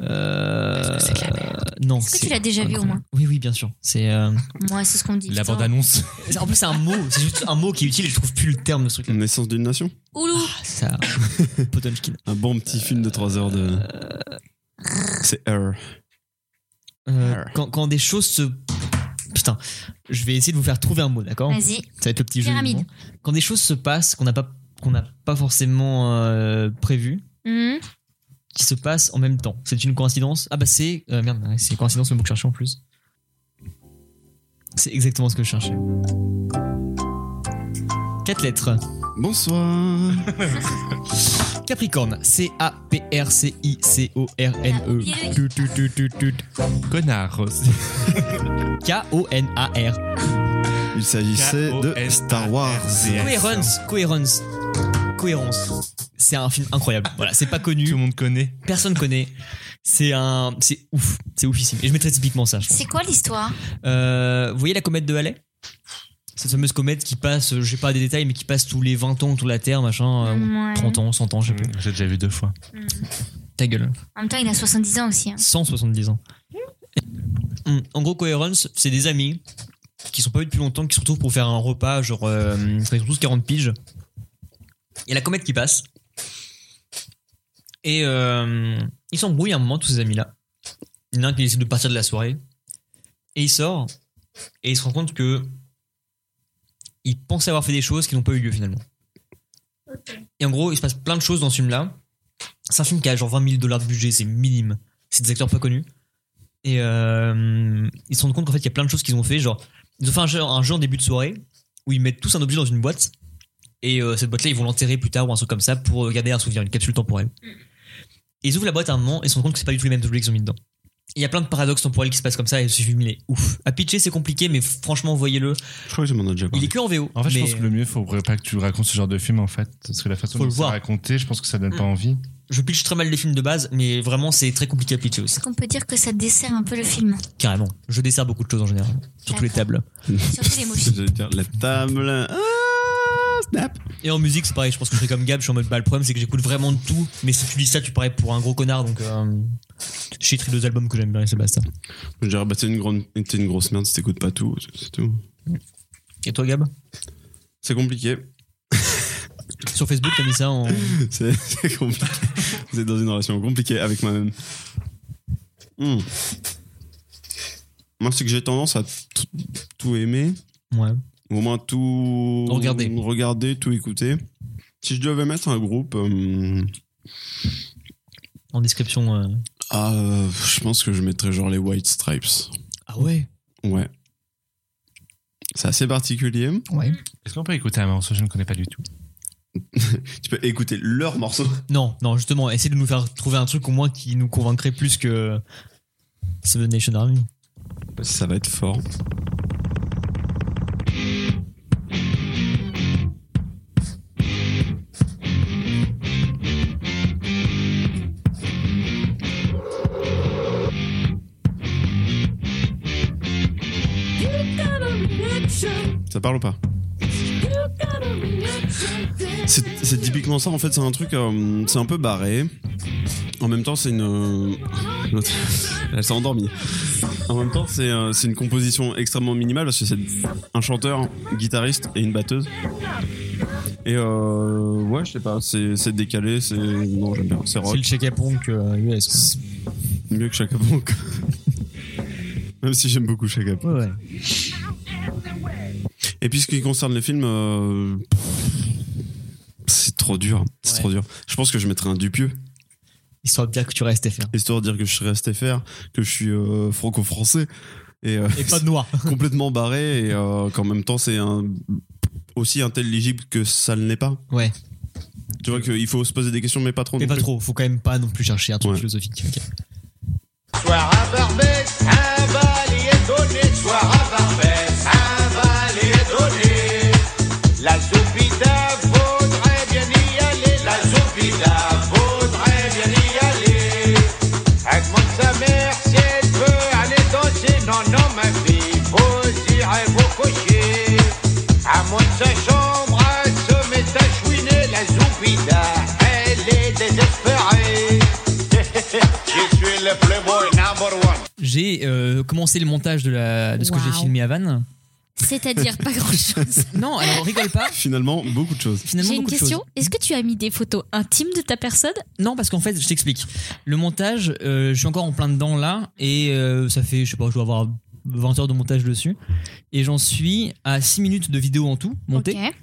S6: Euh,
S5: Parce que c'est de la
S6: non.
S5: Est-ce que
S6: c'est-
S5: tu l'as déjà vu au moins
S6: Oui, oui, bien sûr. C'est. euh,
S5: Moi, c'est ce qu'on me dit.
S7: La
S5: putain.
S7: bande-annonce.
S6: c'est- En plus, c'est un mot. C'est juste un mot qui est utile et je trouve plus le terme de ce
S5: Mm.
S6: truc-là. Ah,
S4: Naissance d'une nation.
S5: Oulou.
S6: Ça. Potemkin.
S4: Un bon petit film de 3 heures de. C'est Her.
S6: Euh, quand, quand des choses se. Putain, je vais essayer de vous faire trouver un mot, d'accord
S5: Vas-y.
S6: Ça va être le petit jeu. du
S5: Pyramide.
S6: moment. Quand des choses se passent qu'on n'a pas qu'on n'a pas forcément euh, prévu,
S5: Mhm.
S6: qui se passent en même temps. C'est une coïncidence. Ah bah c'est euh, merde, ouais, c'est coïncidence le mot que je cherchais en plus. C'est exactement ce que je cherchais. Quatre lettres.
S4: Bonsoir.
S6: Capricorne. C A P R C I C O R N
S5: Ah,
S6: E.
S5: oubliez le i.
S6: Tut, tut, tut, tut, tut.
S7: Connard.
S6: K O N A R.
S4: Il s'agissait
S7: E
S4: de Star Wars.
S6: Coherence. Coherence. Cohérence. C'est un film incroyable. Voilà, c'est pas
S7: Tout
S6: connu,
S7: le monde connaît.
S6: personne connaît. C'est un, c'est ouf, c'est oufissime. Et je mettrais typiquement ça. Je pense.
S5: C'est quoi l'histoire
S6: Euh, vous voyez la comète de Halley Cette fameuse comète qui passe, euh, j'ai pas des détails, mais qui passe tous les 20 ans autour de la Terre, machin, euh, ou
S5: Hmm, Ouais.
S6: 30 ans, 100 ans, je sais plus.
S7: J'ai déjà vu deux fois.
S6: Ta gueule.
S5: En même temps, il a 70 ans aussi. hein.
S6: 170 ans. Mm. En gros, Coherence, c'est des amis qui sont pas vus depuis longtemps, qui se retrouvent pour faire un repas, genre, euh, ils sont tous 40 piges. Il y a la comète qui passe. Et euh, ils s'embrouillent à un moment, tous ces amis-là. Il y en a un qui décide de partir de la soirée. Et il sort. Et il se rend compte que. Il pensait avoir fait des choses qui n'ont pas eu lieu finalement. Et en gros, il se passe plein de choses dans ce film-là. C'est un film qui a genre 20 000 dollars de budget, c'est minime. C'est des acteurs pas connus. Et euh, ils se rendent compte qu'en fait, il y a plein de choses qu'ils ont fait. Genre, ils ont fait un jeu, un jeu en début de soirée où ils mettent tous un objet dans une boîte. Et euh, cette boîte-là, ils vont l'enterrer plus tard ou un truc comme ça pour garder un souvenir, une capsule temporelle. Et ils ouvrent la boîte à un moment et ils se rendent compte que c'est pas du tout les mêmes objets qu'ils ont mis dedans. Il y a plein de paradoxes temporels qui se passent comme ça et ce film il est ouf. À pitcher c'est compliqué mais franchement voyez-le.
S4: Je crois que je m'en ai déjà
S6: Il
S4: parlé.
S6: est que en VO.
S7: En fait, je
S6: mais
S7: pense que le mieux, faudrait pas que tu racontes ce genre de film, en fait. Parce que la façon
S6: Faut
S7: dont
S6: le
S7: c'est
S6: voir.
S7: raconté, je pense que ça donne pas
S6: Mm.
S7: envie.
S6: je pitch très mal les films de base mais vraiment c'est très compliqué à pitcher aussi.
S5: Est-ce qu'on peut dire que ça dessert un peu le film
S6: Carrément. Je dessert beaucoup de choses en général. Sur tous les tables.
S5: Surtout les mots
S4: Je veux dire, la table. Ah, snap.
S6: Et en musique, c'est pareil, je pense que je fais comme Gab, je suis en mode bah le problème c'est que j'écoute vraiment de tout, mais si tu dis ça, tu parais pour un gros connard donc euh, j'ai écrit deux albums que j'aime bien et c'est basta.
S4: Je dirais, bah, t'es une, grande- t'es une grosse merde si t'écoutes pas tout. c'est- C'est tout.
S6: Et toi Gab
S4: C'est compliqué.
S6: Sur Facebook, t'as mis ça en.
S4: C'est c'est compliqué. Vous êtes dans une relation compliquée avec moi-même. Hmm. Moi, c'est que j'ai tendance à tout- tout aimer.
S6: Ouais.
S4: Ou au moins tout
S6: Regarder.
S4: regarder, tout écouter. Si je devais mettre un groupe, euh,
S6: En description. euh.
S4: ah, euh, je pense que je mettrais genre les White Stripes.
S6: Ah ouais
S4: Ouais. C'est assez particulier.
S6: Ouais.
S7: Est-ce qu'on peut écouter un morceau Je ne connais pas du tout.
S4: Tu peux écouter leur morceau.
S6: Non, non, justement, essaye de nous faire trouver un truc au moins qui nous convaincrait plus que. Seven Nation Army.
S4: Ça va être fort. Ça parle ou pas C'est c'est typiquement ça, en fait, c'est un truc, euh, c'est un peu barré. En même temps, c'est une. euh, l'autre- Elle s'est endormie. En même temps, c'est euh, c'est une composition extrêmement minimale parce que c'est un chanteur, un guitariste et une batteuse. Et euh, ouais, je sais pas, c'est c'est décalé, c'est. Non, j'aime bien, c'est
S6: C'est
S4: rock.
S6: le check punk euh, US.
S4: Mieux que Chaka Ponk. Même si j'aime beaucoup Chaka Ponk.
S6: quoi. Ouais, ouais.
S4: Et puis ce qui concerne les films, euh, c'est trop dur. C'est
S6: Ouais.
S4: trop dur. Je pense que je mettrais un Dupieux,
S6: Histoire de dire que tu restes FR.
S4: histoire de dire que je serais STFR, que je suis euh, franco-français et, euh,
S6: Et pas de noir.
S4: complètement barré et euh, qu'en même temps c'est un- aussi intelligible que ça ne l'est pas.
S6: Ouais.
S4: Tu vois qu'il faut se poser des questions, mais pas trop.
S6: Mais
S4: non
S6: pas
S4: plus.
S6: trop. Faut quand même pas non plus chercher un truc
S4: Ouais.
S6: philosophique. ok.
S3: Soir à Barbès, un valet est donné. Soir à Barbès, un valet est donné. La Zoupida vaudrait bien y aller. La Zoupida vaudrait bien y aller. Elle demande sa mère si elle veut aller danser. Non, non, ma fille, vous irez vous coucher. À moins de sa chambre, elle se met à chouiner. La Zoupida, elle est désespérée. Je suis le playboy number one.
S6: J'ai euh, commencé le montage de, la, de ce que j'ai
S5: Waouh.
S6: filmé à Vannes.
S5: C'est-à-dire pas grand-chose.
S6: Non, alors rigole pas.
S4: Finalement, beaucoup de choses.
S6: Finalement,
S5: J'ai une
S6: beaucoup de
S5: question.
S6: choses.
S5: Est-ce que tu as mis des photos intimes de ta personne
S6: Non, parce qu'en fait, je t'explique. Le montage, euh, je suis encore en plein dedans là, et euh, ça fait, je sais pas, je dois avoir 20 heures de montage dessus. Et j'en suis à 6 minutes de vidéo en tout, montée.
S5: Ok.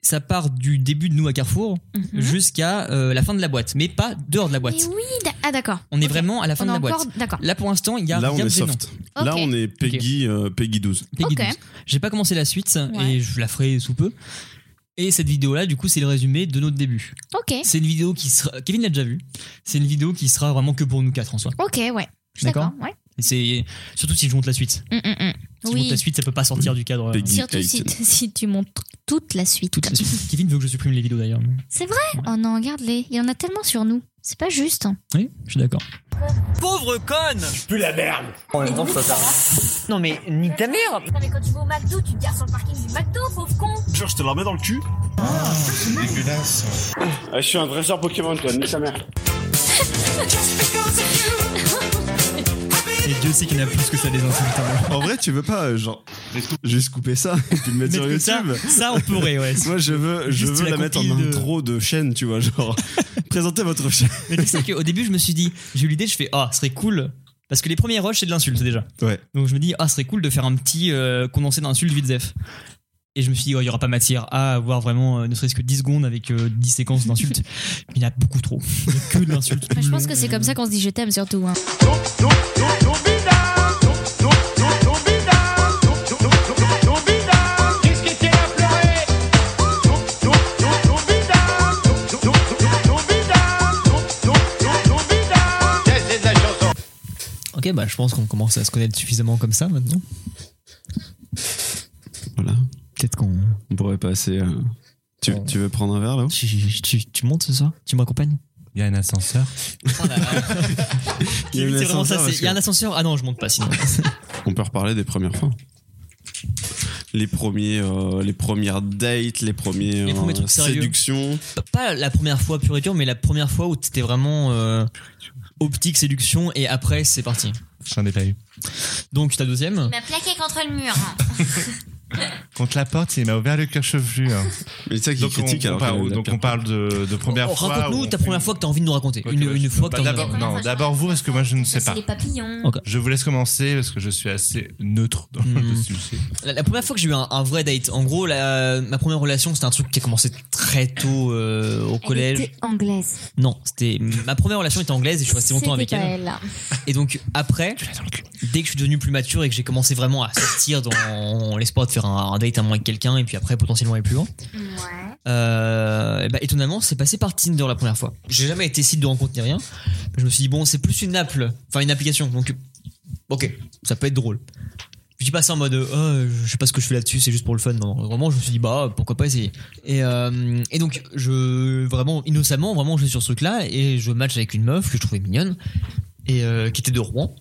S6: Ça part du début de nous à Carrefour
S5: Mhm.
S6: jusqu'à euh, la fin de la boîte, mais pas dehors de la boîte.
S5: Mais oui, d'a- ah d'accord.
S6: On est
S5: Ok.
S6: vraiment à la fin
S5: On
S6: de
S5: est
S6: la boîte.
S5: encore- D'accord.
S6: Là, pour l'instant, il y a
S4: Là, on
S6: rien
S4: est
S6: de gênant.
S4: soft.
S5: Ok.
S4: Là, on est Peggy, euh, Peggy 12.
S6: Peggy
S5: Ok.
S6: 12. J'ai pas commencé la suite
S5: Ouais.
S6: et je la ferai sous peu. Et cette vidéo-là, du coup, c'est le résumé de notre début.
S5: Ok.
S6: C'est une vidéo qui sera. Kevin l'a déjà vue. C'est une vidéo qui sera vraiment que pour nous quatre en soi.
S5: Ok, ouais. Je suis
S6: D'accord.
S5: D'accord. Ouais.
S6: Et C'est surtout si je monte la suite.
S5: Mm, mm, mm.
S6: Si je monte
S5: Oui.
S6: la suite, ça peut pas sortir du cadre. euh,
S4: Peggy.
S5: Surtout si, tu- si tu montes toute la suite.
S6: Toute la suite. Kevin veut que je supprime les vidéos d'ailleurs.
S5: C'est vrai Oh non, regarde-les. Il y en a tellement sur nous. C'est pas juste. hein.
S6: Oui, je suis d'accord. Pauvre conne
S8: Non mais ni ta mère
S1: mais quand tu vas au McDo, tu te gares sur le parking du McDo, pauvre con
S9: Genre, je te la remets dans le cul.
S7: Dégueulasse.
S9: Ah, je suis un vrai joueur Pokémon, toi, ni sa mère.
S6: Euh, Et Dieu sait qu'il y en a plus que ça des insultes. hein.
S4: En vrai, tu veux pas, euh, genre, juste couper ça et puis le mettre sur
S6: Mettre ça,
S4: YouTube
S6: ça, on pourrait, ouais.
S4: Moi, je veux, je
S6: Juste
S4: veux
S6: la
S4: la, mettre en
S6: compile de-
S4: intro de chaîne, tu vois, genre, présentez votre chaîne.
S6: Mais tu sais qu'au début, je me suis dit, j'ai eu l'idée, je fais, ah, ce serait cool. Parce que les premiers rushs, c'est de l'insulte déjà.
S4: Ouais.
S6: Donc je me dis, ah, ce serait cool de faire un petit euh, condensé d'insultes vite zef. Et je me suis dit, oh, il n'y aura pas matière à avoir vraiment, euh, ne serait-ce que 10 secondes avec euh, 10 séquences d'insultes. Mais il y en a beaucoup trop. Il n'y a que de l'insulte.
S5: Enfin, je pense que
S6: Hmm.
S5: c'est comme ça qu'on se dit je t'aime surtout. hein.
S3: Qu'est-ce qui t'est à pleurer Ça, c'est de la chanson.
S6: Ok, bah je pense qu'on commence à se connaître suffisamment comme ça maintenant.
S4: Voilà,
S6: Peut-être qu'on.
S4: on pourrait passer. euh, Tu,
S6: Bon.
S4: tu veux prendre un verre là-haut
S6: Tu, tu- tu montes ce soir Tu m'accompagnes
S7: Il y a un ascenseur.
S6: C'est
S4: un
S6: vraiment ça.
S4: ascenseur,
S6: c'est-
S4: parce
S6: Il y a un ascenseur Ah non, je monte pas sinon.
S4: On peut reparler des premières fois. Les premiers, euh, les premières dates, les premiers,
S6: Les premiers
S4: euh,
S6: trucs sérieux.
S4: séductions.
S6: P- pas la première fois pure et dure, mais la première fois où t'étais vraiment euh, optique, séduction, et après c'est parti.
S7: J'en ai pas eu.
S6: Donc ta deuxième
S5: Il m'a plaqué contre le mur. hein.
S7: Contre la porte, il m'a ouvert le cœur chevelu. hein.
S4: Mais c'est ça qui
S7: Donc, on,
S4: critique
S7: on
S4: alors.
S7: parle-
S4: qu'elle a eu la
S7: donc
S4: pire.
S7: on parle de, de première
S6: Oh,
S7: fois. où
S6: Raconte-nous
S7: on
S6: ta
S7: fait-
S6: première fois que t'as envie de nous raconter.
S7: Ok,
S6: une,
S7: bah,
S6: une
S7: je-
S6: fois
S7: bah,
S6: que t'as envie de
S7: d'abord-
S6: raconter.
S7: Non, d'abord vous, parce que moi je ne sais
S5: C'est
S7: pas.
S5: les papillons.
S6: Ok.
S7: Je vous laisse commencer parce que je suis assez neutre dans
S6: Hmm.
S7: le sujet.
S6: La, la première fois que j'ai eu un, un vrai date, en gros, la- ma première relation, c'était un truc qui a commencé très tôt euh, au collège.
S1: Elle était anglaise.
S6: Non, c'était ma première relation était anglaise et je suis resté longtemps avec
S1: C'était
S6: elle.
S1: pas elle.
S6: Et donc après, dès que je suis devenu plus mature et que j'ai commencé vraiment à sortir dans l'espoir de faire un, un date à moi avec quelqu'un et puis après potentiellement aller plus loin, euh, et bah, étonnamment c'est passé par Tinder la première fois. J'ai jamais été site de rencontre ni rien. Je me suis dit bon c'est plus une app, enfin une application donc ok ça peut être drôle. Je dis pas ça en mode euh, oh, je sais pas ce que je fais là-dessus, c'est juste pour le fun. Non, vraiment, je me suis dit bah pourquoi pas essayer. Et, euh, et donc je vraiment innocemment vraiment je suis sur ce truc-là et je match avec une meuf que je trouvais mignonne et euh, qui était de Rouen.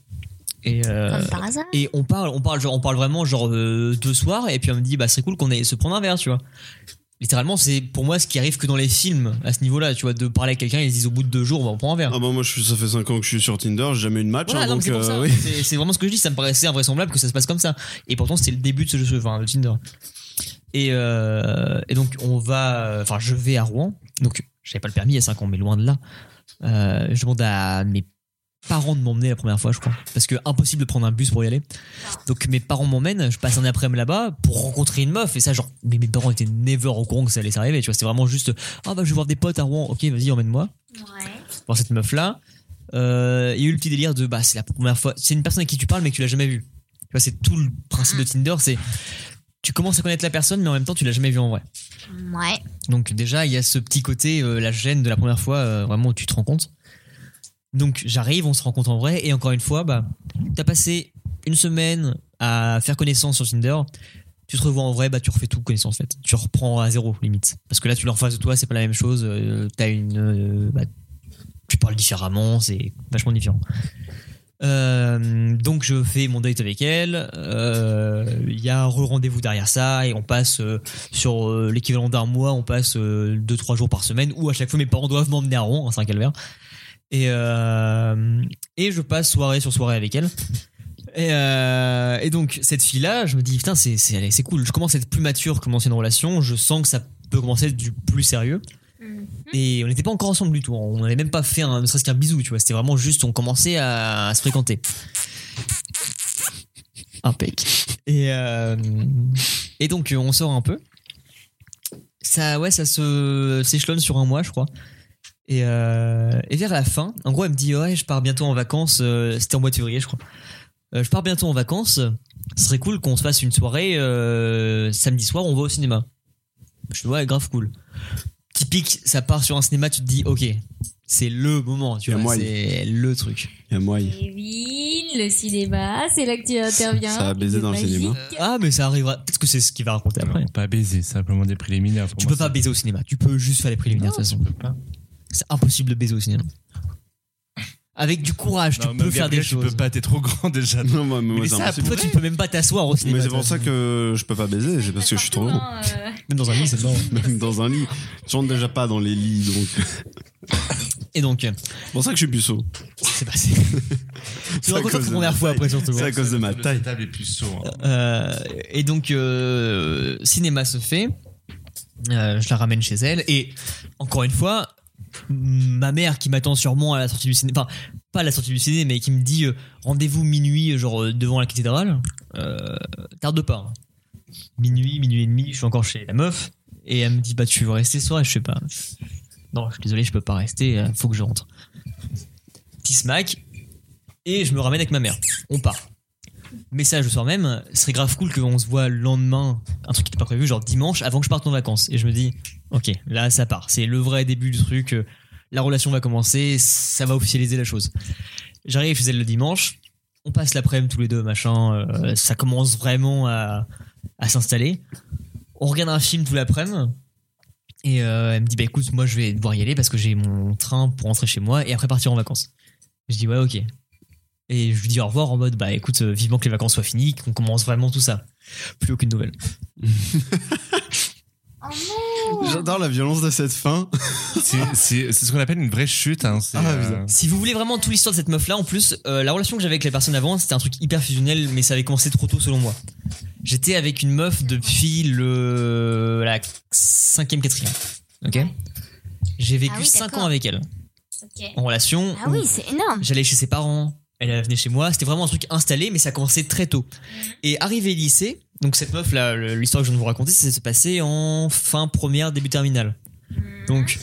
S6: Et, euh,
S1: Comme par hasard.
S6: et on parle, on parle, genre, on parle vraiment genre euh, deux soirs et puis on me dit bah c'est cool qu'on aille se prendre un verre, tu vois. Littéralement, c'est pour moi ce qui arrive que dans les films à ce niveau-là, tu vois, de parler à quelqu'un, ils se disent au bout de deux jours, on va en prendre un verre.
S4: Ah bah moi, je suis- ça fait 5 ans que je suis sur Tinder, j'ai jamais eu de match.
S6: Voilà,
S4: hein,
S6: non, mais
S4: donc
S6: c'est pour
S4: euh,
S6: ça.
S4: oui.
S6: C'est- C'est vraiment ce que je dis, ça me paraissait invraisemblable que ça se passe comme ça. Et pourtant, c'est le début de ce jeu, enfin, de Tinder. Et, euh, et donc, on va. Enfin, je vais à Rouen. Donc, j'avais pas le permis il y a 5 ans, mais loin de là. Euh, je demande à mes parents parents de m'emmener la première fois, je crois. Parce que impossible de prendre un bus pour y aller. Donc mes parents m'emmènent, je passe un après-midi là-bas pour rencontrer une meuf. Et ça, genre, mais mes parents étaient never au courant que ça allait s'arriver. Tu vois, c'était vraiment juste, ah bah je vais voir des potes à Rouen, ok, vas-y, emmène-moi. Voir cette meuf-là. Euh, Il y a eu le petit délire de, bah c'est la première fois, c'est une personne à qui tu parles mais que tu l'as jamais vue. Tu vois, c'est tout le principe de Tinder, c'est tu commences à connaître la personne mais en même temps tu l'as jamais vue en vrai.
S5: Ouais.
S6: Donc déjà, il y a ce petit côté, euh, la gêne de la première fois, euh, vraiment, où tu te rends compte. Donc j'arrive, on se rencontre en vrai, et encore une fois, bah, t'as passé une semaine à faire connaissance sur Tinder, tu te revois en vrai, bah tu refais tout connaissance en fait. Tu reprends à zéro, limite. Parce que là, tu l'as en face de toi, c'est pas la même chose, euh, t'as une... euh, bah, tu parles différemment, c'est vachement différent. Euh, donc je fais mon date avec elle, euh, il y a un rendez-vous derrière ça, et on passe... euh, sur euh, l'équivalent d'un mois, on passe 2-3 jours par semaine où à chaque fois mes parents doivent m'emmener à Rouen, hein, c'est un calvaire. Et, euh, et je passe soirée sur soirée avec elle. Et, euh, et donc, cette fille-là, je me dis, putain, c'est, c'est, elle est- c'est cool. Je commence à être plus mature que mon ancienne relation. Je sens que ça peut commencer à être du plus sérieux. Et on n'était pas encore ensemble du tout. On n'avait même pas fait un, ne serait-ce qu'un bisou, tu vois. C'était vraiment juste, on commençait à, à se fréquenter. Impec. Et, euh, et donc, euh, on sort un peu. Ça, ouais, ça se s'échelonne sur un mois, je crois. Et, euh, et vers la fin, en gros, elle me dit Ouais, je pars bientôt en vacances. euh, C'était en mois de février, je crois. Euh, je pars bientôt en vacances. Ce serait cool qu'on se fasse une soirée euh, samedi soir, on va au cinéma. Je dis Ouais, grave cool. Typique, ça part sur un cinéma, tu te dis Ok, c'est le moment, tu
S4: Y a
S6: vois,
S4: moyen.
S6: c'est le truc.
S4: Et moi, il-
S10: Kevin, le cinéma, c'est là que tu interviens.
S4: Ça a baisé dans le
S10: Magique.
S4: cinéma.
S6: Ah, mais ça arrivera. Peut-être que c'est ce qu'il va raconter après.
S7: Pas baiser, simplement des préliminaires. pour
S6: Tu
S7: moi,
S6: peux pas
S7: ça-
S6: baiser au cinéma, tu peux juste faire les préliminaires de toute façon.
S7: Tu peux pas.
S6: C'est impossible de baiser au cinéma. Avec du courage,
S7: Non,
S6: tu
S7: mais
S6: peux faire
S7: Gabriel,
S6: des
S7: tu
S6: choses.
S7: peux pas, t'es trop grand déjà.
S4: Non, moi, moi,
S6: Mais
S4: c'est
S6: ça,
S4: impossible.
S6: pourquoi tu peux même pas t'asseoir au cinéma
S4: Mais c'est pour ça que je peux pas baiser, c'est parce que je suis trop grand.
S5: euh,
S6: Même dans un lit, c'est bon.
S4: Même dans un lit. Je rentre déjà pas dans les lits, donc.
S6: Et donc, euh,
S4: C'est pour ça que je suis puceau.
S6: c'est passé. tu
S4: à
S6: rencontres
S4: cause
S6: la
S4: de
S6: première
S4: ma
S6: fois
S4: taille.
S6: après, surtout. hein.
S4: C'est à cause de ma
S7: Le
S4: taille.
S7: table est plus sourd.
S6: Euh, et donc, euh, cinéma se fait. Euh, je la ramène chez elle. Et encore une fois, ma mère qui m'attend sûrement à la sortie du ciné, enfin, pas à la sortie du ciné, mais qui me dit euh, rendez-vous minuit, genre euh, devant la cathédrale, euh, tarde pas. hein. Minuit, minuit et demi, je suis encore chez la meuf. Et elle me dit, bah, tu veux rester ce soir Et je sais pas. Non, je suis désolé, je peux pas rester, euh, faut que je rentre. Petit smack. Et je me ramène avec ma mère. On part message le soir même, ce serait grave cool qu'on se voit le lendemain, un truc qui n'était pas prévu, genre dimanche, avant que je parte en vacances. Et je me dis, ok, là ça part, c'est le vrai début du truc, euh, la relation va commencer, ça va officialiser la chose. J'arrive chez elle le dimanche, on passe l'après-midi tous les deux, machin, euh, ça commence vraiment à, à s'installer. On regarde un film tout l'après-midi. Et euh, elle me dit, bah écoute, moi je vais devoir y aller parce que j'ai mon train pour rentrer chez moi et après partir en vacances. Je dis, ouais, ok. Et je lui dis au revoir en mode, bah écoute, euh, vivement que les vacances soient finies, qu'on commence vraiment tout ça. Plus aucune nouvelle.
S4: J'adore la violence de cette fin.
S7: C'est- C'est c'est ce qu'on appelle une vraie chute. Hein. c'est,
S4: Ah,
S7: euh,
S6: Si vous voulez vraiment toute l'histoire de cette meuf là, en plus, euh, la relation que j'avais avec la personne avant, c'était un truc hyper fusionnel, mais ça avait commencé trop tôt selon moi. J'étais avec une meuf depuis le. la 5ème, 4ème. Ok J'ai
S1: Ah
S6: vécu
S1: oui,
S6: 5
S1: d'accord.
S6: ans avec elle.
S1: Ok.
S6: En relation.
S1: Ah
S6: où
S1: oui, c'est énorme.
S6: J'allais chez ses parents, elle venait chez moi. C'était vraiment un truc installé, mais ça commençait très tôt. Et arrivé lycée, donc cette meuf là, le- l'histoire que je viens de vous raconter, ça s'est passé en fin première, début terminale. Donc,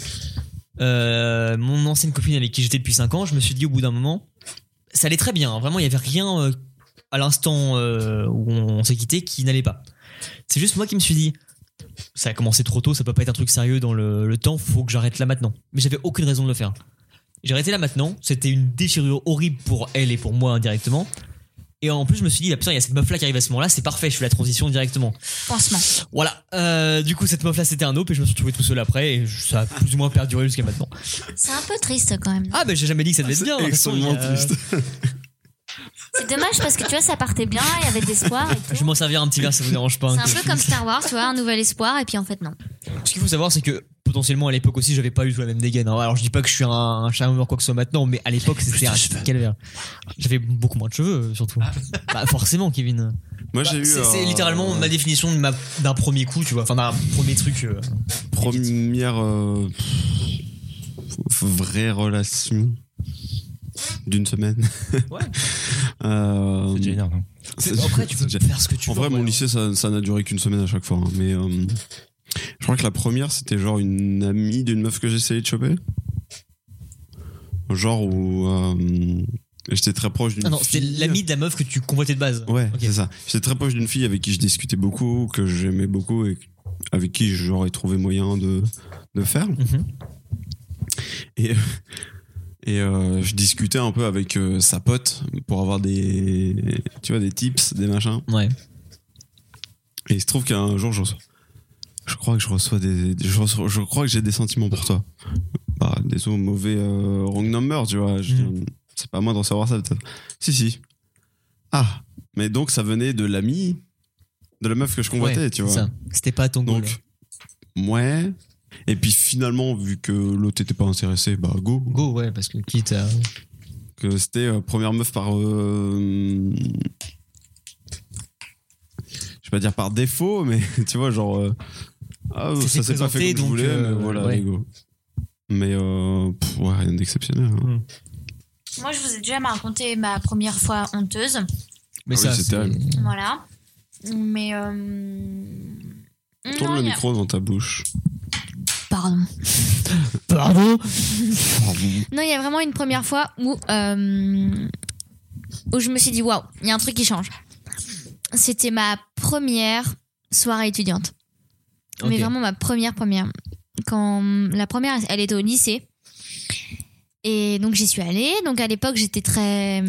S6: euh, mon ancienne copine avec qui j'étais depuis 5 ans, je me suis dit au bout d'un moment, ça allait très bien. hein. Vraiment, il n'y avait rien euh, à l'instant euh, où on, s'est quitté qui n'allait pas. C'est juste moi qui me suis dit, ça a commencé trop tôt, ça peut pas être un truc sérieux dans le, le temps, faut que j'arrête là maintenant. Mais j'avais aucune raison de le faire. J'ai arrêté là maintenant, c'était une déchirure horrible pour elle et pour moi indirectement. Et en plus, je me suis dit, ah, putain, il y a cette meuf là qui arrive à ce moment là, c'est parfait, je fais la transition directement.
S1: Pansement.
S6: Voilà. Euh, du coup, cette meuf là, c'était un op et je me suis retrouvé tout seul après et je- ça a plus ou moins perduré jusqu'à maintenant.
S5: C'est un peu triste quand même.
S6: Ah, ben j'ai jamais dit que ça devait être bien.
S4: C'est
S6: de toute façon,
S4: extrêmement
S6: il y a-
S4: triste.
S10: C'est dommage parce que tu vois, ça partait bien, il y avait de l'espoir et tout.
S6: Je vais m'en servir un petit verre, ça vous dérange pas. hein.
S5: C'est un peu comme Star Wars, tu vois, un nouvel espoir, et puis en fait, non.
S6: Ce qu'il faut savoir, c'est que potentiellement à l'époque aussi, j'avais pas eu tout la même dégaine. hein. Alors je dis pas que je suis un, un charmeur quoi que ce soit maintenant, mais à l'époque, c'était un calvaire. J'avais beaucoup moins de cheveux, surtout.
S4: Ah.
S6: Bah, forcément, Kevin.
S4: Moi, j'ai eu.
S6: Bah, C'est
S4: euh,
S6: c'est littéralement ma définition de ma- d'un premier coup, tu vois, enfin d'un premier truc. euh.
S4: Première. euh, pff, vraie relation. d'une semaine.
S6: Ouais.
S4: Euh,
S7: C'est déjà énorme. hein.
S4: c'est-
S6: Après, tu peux
S4: c'est déjà-
S6: faire ce que tu
S4: en
S6: veux.
S4: vrai, mon
S6: ouais.
S4: lycée, ça ça n'a duré qu'une semaine à chaque fois. hein, Mais euh, je crois que la première, c'était genre une amie d'une meuf que j'essayais de choper. Genre où euh, j'étais très proche d'une.
S6: Ah non, c'était
S4: fille.
S6: l'ami de la meuf que tu convoitais de base.
S4: Ouais,
S6: Ok.
S4: c'est ça. J'étais très proche d'une fille avec qui je discutais beaucoup, que j'aimais beaucoup et avec qui j'aurais trouvé moyen de, de faire.
S6: Mhm.
S4: Et, et euh, je discutais un peu avec euh, sa pote pour avoir des, tu vois, des tips, des machins.
S6: Ouais.
S4: Et il se trouve qu'un jour, je reçois- Je crois que je reçois des. des- Je, reçois- je crois que j'ai des sentiments pour toi. Bah, désolé, mauvais euh, wrong number, tu vois. Je-
S6: Mhm.
S4: C'est pas à moi d'en savoir ça, peut-être. Si, si. Ah, mais donc ça venait de l'ami, de la meuf que je convoitais,
S6: Ouais,
S4: tu
S6: c'est
S4: vois.
S6: ça. C'était pas ton goût.
S4: Donc, ouais. Et puis finalement, vu que l'autre était pas intéressé, bah go.
S6: Go, ouais, parce que quitte à.
S4: Ah Que c'était euh, première meuf par. euh, je vais pas dire par défaut, mais tu vois, genre. euh, ah,
S6: Ça s'est
S4: ça s'est pas fait
S6: présenté,
S4: comme je voulais,
S6: donc, euh,
S4: mais voilà,
S6: ouais.
S4: allez, go. Mais euh, pff, ouais, rien d'exceptionnel. hein.
S5: Mm.
S10: Moi, je vous ai déjà raconté ma première fois honteuse.
S6: Mais
S4: Ah oui,
S6: ça,
S4: c'est
S6: c'est-
S4: terrible.
S10: Voilà. Mais. euh,
S4: Tourne
S10: non,
S4: le
S10: il y a-
S4: micro dans ta bouche.
S10: Pardon.
S6: Pardon
S5: Non, il y a vraiment une première fois où, euh, où je me suis dit, waouh, il y a un truc qui change. C'était ma première soirée étudiante. Mais
S6: Ok.
S5: vraiment ma première première. Quand la première, elle était au lycée. Et donc j'y suis allée. Donc à l'époque, j'étais très euh,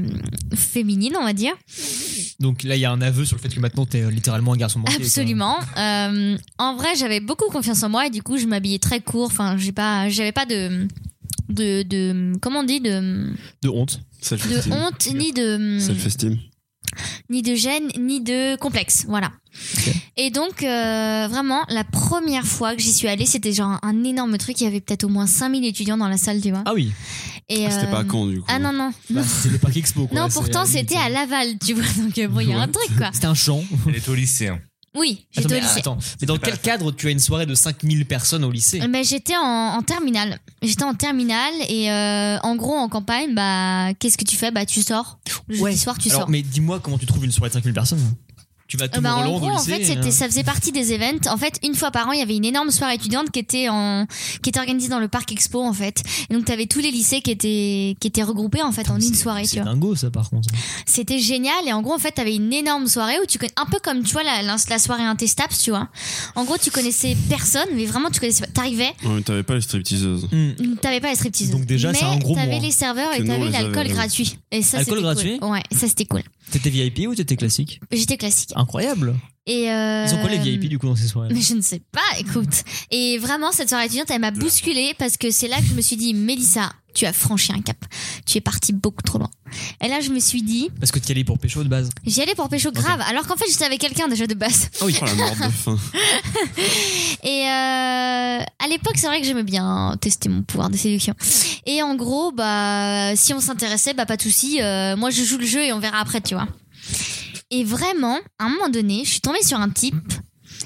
S5: féminine, on va dire.
S6: Donc là, il y a un aveu sur le fait que maintenant, t'es euh, littéralement un garçon manqué. quoi.
S5: Absolument. Euh, en vrai, j'avais beaucoup confiance en moi et du coup, je m'habillais très court. Enfin, j'ai pas, j'avais pas de, de, de, comment on dit, de,
S6: De honte.
S5: de
S4: Self-esteem.
S5: honte Mm. ni de,
S4: Self-esteem.
S5: ni de gêne, ni de complexe. Voilà.
S6: Ok.
S5: Et donc, euh, vraiment, la première fois que j'y suis allée, c'était genre un énorme truc. Il y avait peut-être au moins 5000 étudiants dans la salle, tu vois.
S6: Ah oui.
S5: Et,
S4: Ah, c'était
S5: euh,
S4: pas à Caen, du coup.
S5: Ah non, non.
S6: Bah, c'est le parc expo, quoi.
S5: non,
S6: C'est,
S5: pourtant,
S6: euh,
S5: c'était à Laval, tu vois. Donc, euh, bon, il y a un
S6: Ouais.
S5: truc, quoi.
S6: C'était un champ.
S7: Elle est au lycée. hein.
S5: Oui,
S6: Attends,
S5: j'étais au
S6: mais,
S5: lycée.
S6: attends, mais dans quel cadre tu as une soirée de 5000 personnes au lycée
S5: Mais j'étais en, en terminale. J'étais en terminale et euh, en gros en campagne, bah qu'est-ce que tu fais Bah tu sors. Le
S6: Ouais.
S5: jeudi soir tu
S6: Alors,
S5: sors.
S6: Mais dis-moi comment tu trouves une soirée de 5000 personnes Tu vas tout
S5: Euh, bah, en
S6: Hollande
S5: gros,
S6: au
S5: en
S6: lycée
S5: fait,
S6: et,
S5: c'était,
S6: euh,
S5: ça faisait partie des events. En fait, une fois par an, il y avait une énorme soirée étudiante qui était en, qui était organisée dans le parc expo, en fait. Et donc, t'avais tous les lycées qui étaient, qui étaient regroupés, en fait, en
S6: c'est-
S5: une soirée, tu
S6: C'est
S5: vois.
S6: dingo, ça, par contre.
S5: C'était génial. Et en gros, en fait, t'avais une énorme soirée où tu connais, un peu comme, tu vois, la, la, la soirée Intestables, tu vois. En gros, tu connaissais personne, mais vraiment, tu connaissais pas. T'arrivais,
S4: Ouais, mais t'avais pas les
S5: Oh,
S4: stripteaseuses.
S5: T'avais pas les striptease.
S6: Donc déjà,
S5: Mm. mais
S6: c'est un gros hein.
S5: T'avais
S6: moins.
S5: les serveurs
S4: Que
S5: et
S4: nous, on
S5: t'avais
S4: les
S5: l'alcool
S4: avait. euh,
S5: gratuit. Et ça,
S6: Alcool
S5: c'était
S6: gratuit
S5: cool. Ouais, ça c'était cool.
S6: T'étais VIP ou t'étais classique
S5: J'étais classique.
S6: Incroyable.
S5: Et euh...
S6: Ils sont quoi les VIP du coup dans ces soirées
S5: Mais je ne sais pas, écoute. Et vraiment, cette soirée étudiante, elle m'a bousculée parce que c'est là que je me suis dit, Mélissa, tu as franchi un cap. Tu es partie beaucoup trop loin. Et là, je me suis dit,
S6: Parce que t'y allais pour pécho de base.
S5: j'y allais pour pécho grave, alors qu'en fait, j'étais avec quelqu'un déjà de base.
S4: Oh, la mort de faim.
S5: Et euh, à l'époque, c'est vrai que j'aimais bien tester mon pouvoir de séduction. Et en gros, bah, si on s'intéressait, bah, pas de souci. euh, moi, je joue le jeu et on verra après, tu vois. Et vraiment, à un moment donné, je suis tombée sur un type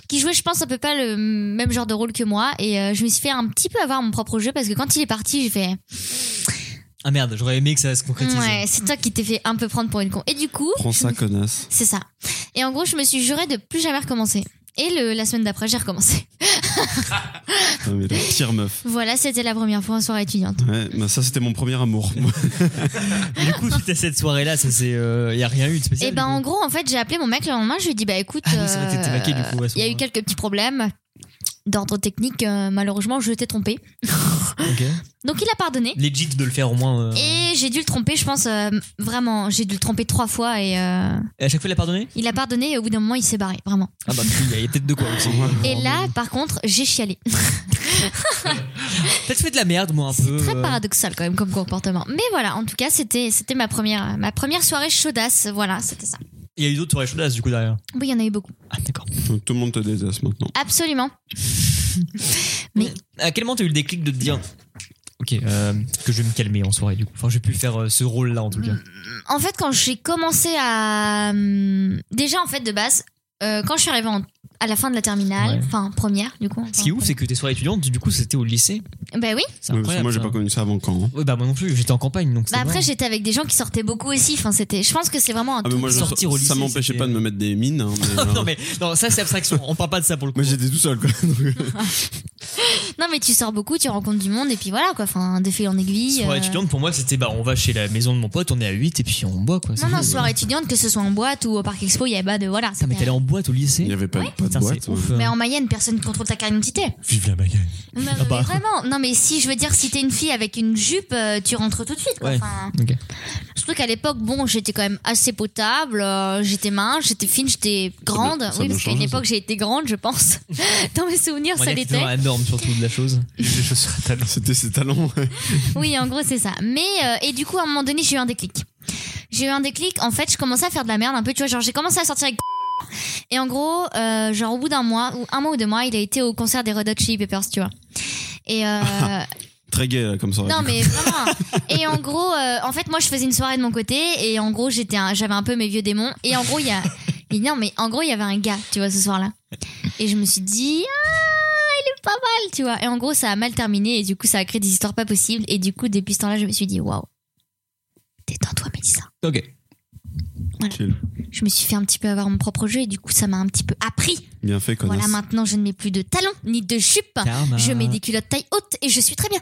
S5: qui jouait, je pense, un peu pas le même genre de rôle que moi. Et euh, je me suis fait un petit peu avoir mon propre jeu parce que quand il est parti, j'ai fait
S6: Ah merde, j'aurais aimé que ça se concrétise.
S5: Ouais, c'est toi qui t'es fait un peu prendre pour une con. Et du coup,
S4: Prends ça, connasse.
S5: c'est ça. Et en gros, je me suis juré de plus jamais recommencer. Et le- la semaine d'après, j'ai recommencé.
S4: Ah, mais la pire meuf.
S5: Voilà, c'était la première fois en soirée étudiante.
S4: Ouais, bah ça, c'était mon premier amour.
S6: Et du coup, suite à cette soirée-là, ça c'est, euh, y a rien eu de spécial.
S5: Et ben
S6: du coup.
S5: en gros en fait j'ai appelé mon mec le lendemain je lui ai dit bah écoute
S6: Ah oui, c'est vrai que t'étais maquée, du coup, à ce
S5: il y a eu
S6: moment-là.
S5: quelques petits problèmes d'ordre technique euh, malheureusement je t'ai trompé
S6: Ok.
S5: donc il a pardonné
S6: Legit de le faire au moins. euh,
S5: et j'ai dû le tromper je pense euh, vraiment j'ai dû le tromper trois fois et euh,
S6: et à chaque fois, il a pardonné
S5: il a pardonné et au bout d'un moment il s'est barré vraiment
S6: Ah bah, il y a- il y a peut-être de quoi aussi.
S5: et là par contre j'ai chialé
S6: Peut-être fait de la merde, moi, un
S5: c'est
S6: peu.
S5: très
S6: euh,
S5: paradoxal quand même comme comportement mais voilà en tout cas c'était c'était ma première ma première soirée chaudasse voilà c'était ça
S6: Il y a eu d'autres soirées chaudasses, du coup, derrière.
S5: oui il y en a eu beaucoup
S6: Ah, d'accord.
S4: Donc, tout le monde te déteste maintenant.
S5: absolument Mais-
S6: À quel moment t'as eu le déclic de te dire Ok, euh, que je vais me calmer en soirée du coup. Enfin, je vais plus faire euh, ce rôle-là en tout
S5: Mm.
S6: cas.
S5: en hum, fait, quand j'ai commencé à. Déjà, en fait, de base, euh, quand je suis arrivée en, à la fin de la terminale,
S6: Ouais.
S5: enfin première du coup.
S6: Ce qui est ouf, c'est que tes soirées étudiantes, du coup, c'était au lycée.
S5: Bah
S4: Ouais,
S6: C'est
S5: oui.
S4: parce que
S6: incroyable.
S4: moi, j'ai
S6: ça.
S4: pas connu ça avant quand. hein.
S6: Ouais, bah moi non plus, j'étais en campagne donc.
S5: Bah
S6: c'est
S5: après
S6: marrant.
S5: j'étais avec des gens qui sortaient beaucoup aussi. Enfin c'était, je pense que c'est vraiment un.
S4: Ah, mais
S5: tout-
S4: moi, je-
S6: sortir au lycée,
S4: ça m'empêchait
S6: c'était- euh,
S4: pas de me mettre des mines. hein, mais, euh,
S6: non mais non, ça c'est abstraction. On parle pas de ça pour le coup.
S4: Moi, j'étais tout seul, quoi.
S7: euh,
S4: Donc,
S5: Non mais tu sors beaucoup, tu rencontres du monde et puis voilà quoi. Enfin de fil en aiguille.
S6: Soirée
S5: euh,
S6: étudiante, pour moi, c'était bah on va chez la maison de mon pote, on est à 8 et puis on boit quoi. c'est
S5: Non non
S6: tout.
S5: soirée étudiante que ce soit en boîte ou au parc expo, il y avait pas de voilà.
S6: Putain, mais
S5: c'était-
S6: t'allais en boîte au lycée
S4: Il n'y avait pas, pas de
S6: Putain,
S4: boîte. hein. euh.
S6: c'est
S4: ouais.
S6: ouf. hein.
S5: mais en Mayenne, personne ne contrôle ta carte d'identité.
S7: Vive la Mayenne.
S5: Non, mais
S6: bah.
S5: vraiment. Non, mais si je veux dire, si t'es une fille avec une jupe, euh, tu rentres tout de suite. Quoi.
S6: Ouais.
S5: Enfin,
S6: Ok.
S5: Surtout qu'à l'époque, bon, j'étais quand même assez potable, euh, j'étais mince, j'étais fine, j'étais grande.
S4: doit- ça
S5: oui,
S4: doit
S5: parce qu'à une
S4: changer,
S5: époque, j'ai été grande, je pense. Dans mes souvenirs,
S6: On va
S5: ça
S6: dire que c'était
S5: l'était.
S6: dans la norme surtout de la chose.
S7: Il y a des chaussures à talons.
S4: C'était ses talents. ouais.
S5: Oui, en gros, c'est ça. Mais, euh, et du coup, à un moment donné, j'ai eu un déclic. J'ai eu un déclic, en fait, je commençais à faire de la merde un peu, tu vois, genre, j'ai commencé à sortir avec. Et en gros, euh, genre, au bout d'un mois, ou un mois ou deux mois, il a été au concert des Red Hot Chili Peppers, tu vois. Et euh,
S4: Très gay, là, comme ça.
S5: Non mais vraiment. hein. Et en gros, euh, en fait, moi, je faisais une soirée de mon côté et en gros, j'étais, un- j'avais un peu mes vieux démons. Et en gros, il y a, mais non, mais en gros, il y avait un gars, tu vois, ce soir-là. Et je me suis dit, ah, il est pas mal, tu vois. Et en gros, ça a mal terminé et du coup, ça a créé des histoires pas possibles. Et du coup, depuis ce temps-là, je me suis dit, waouh, détends-toi, Mélissa.
S6: Ok.
S4: Chill.
S5: Je me suis fait un petit peu avoir mon propre jeu et du coup, ça m'a un petit peu appris.
S4: Bien fait, connasse.
S5: Voilà, maintenant, je ne mets plus de talons ni de jupes.
S6: Karma.
S5: Je mets des culottes taille haute et je suis très bien.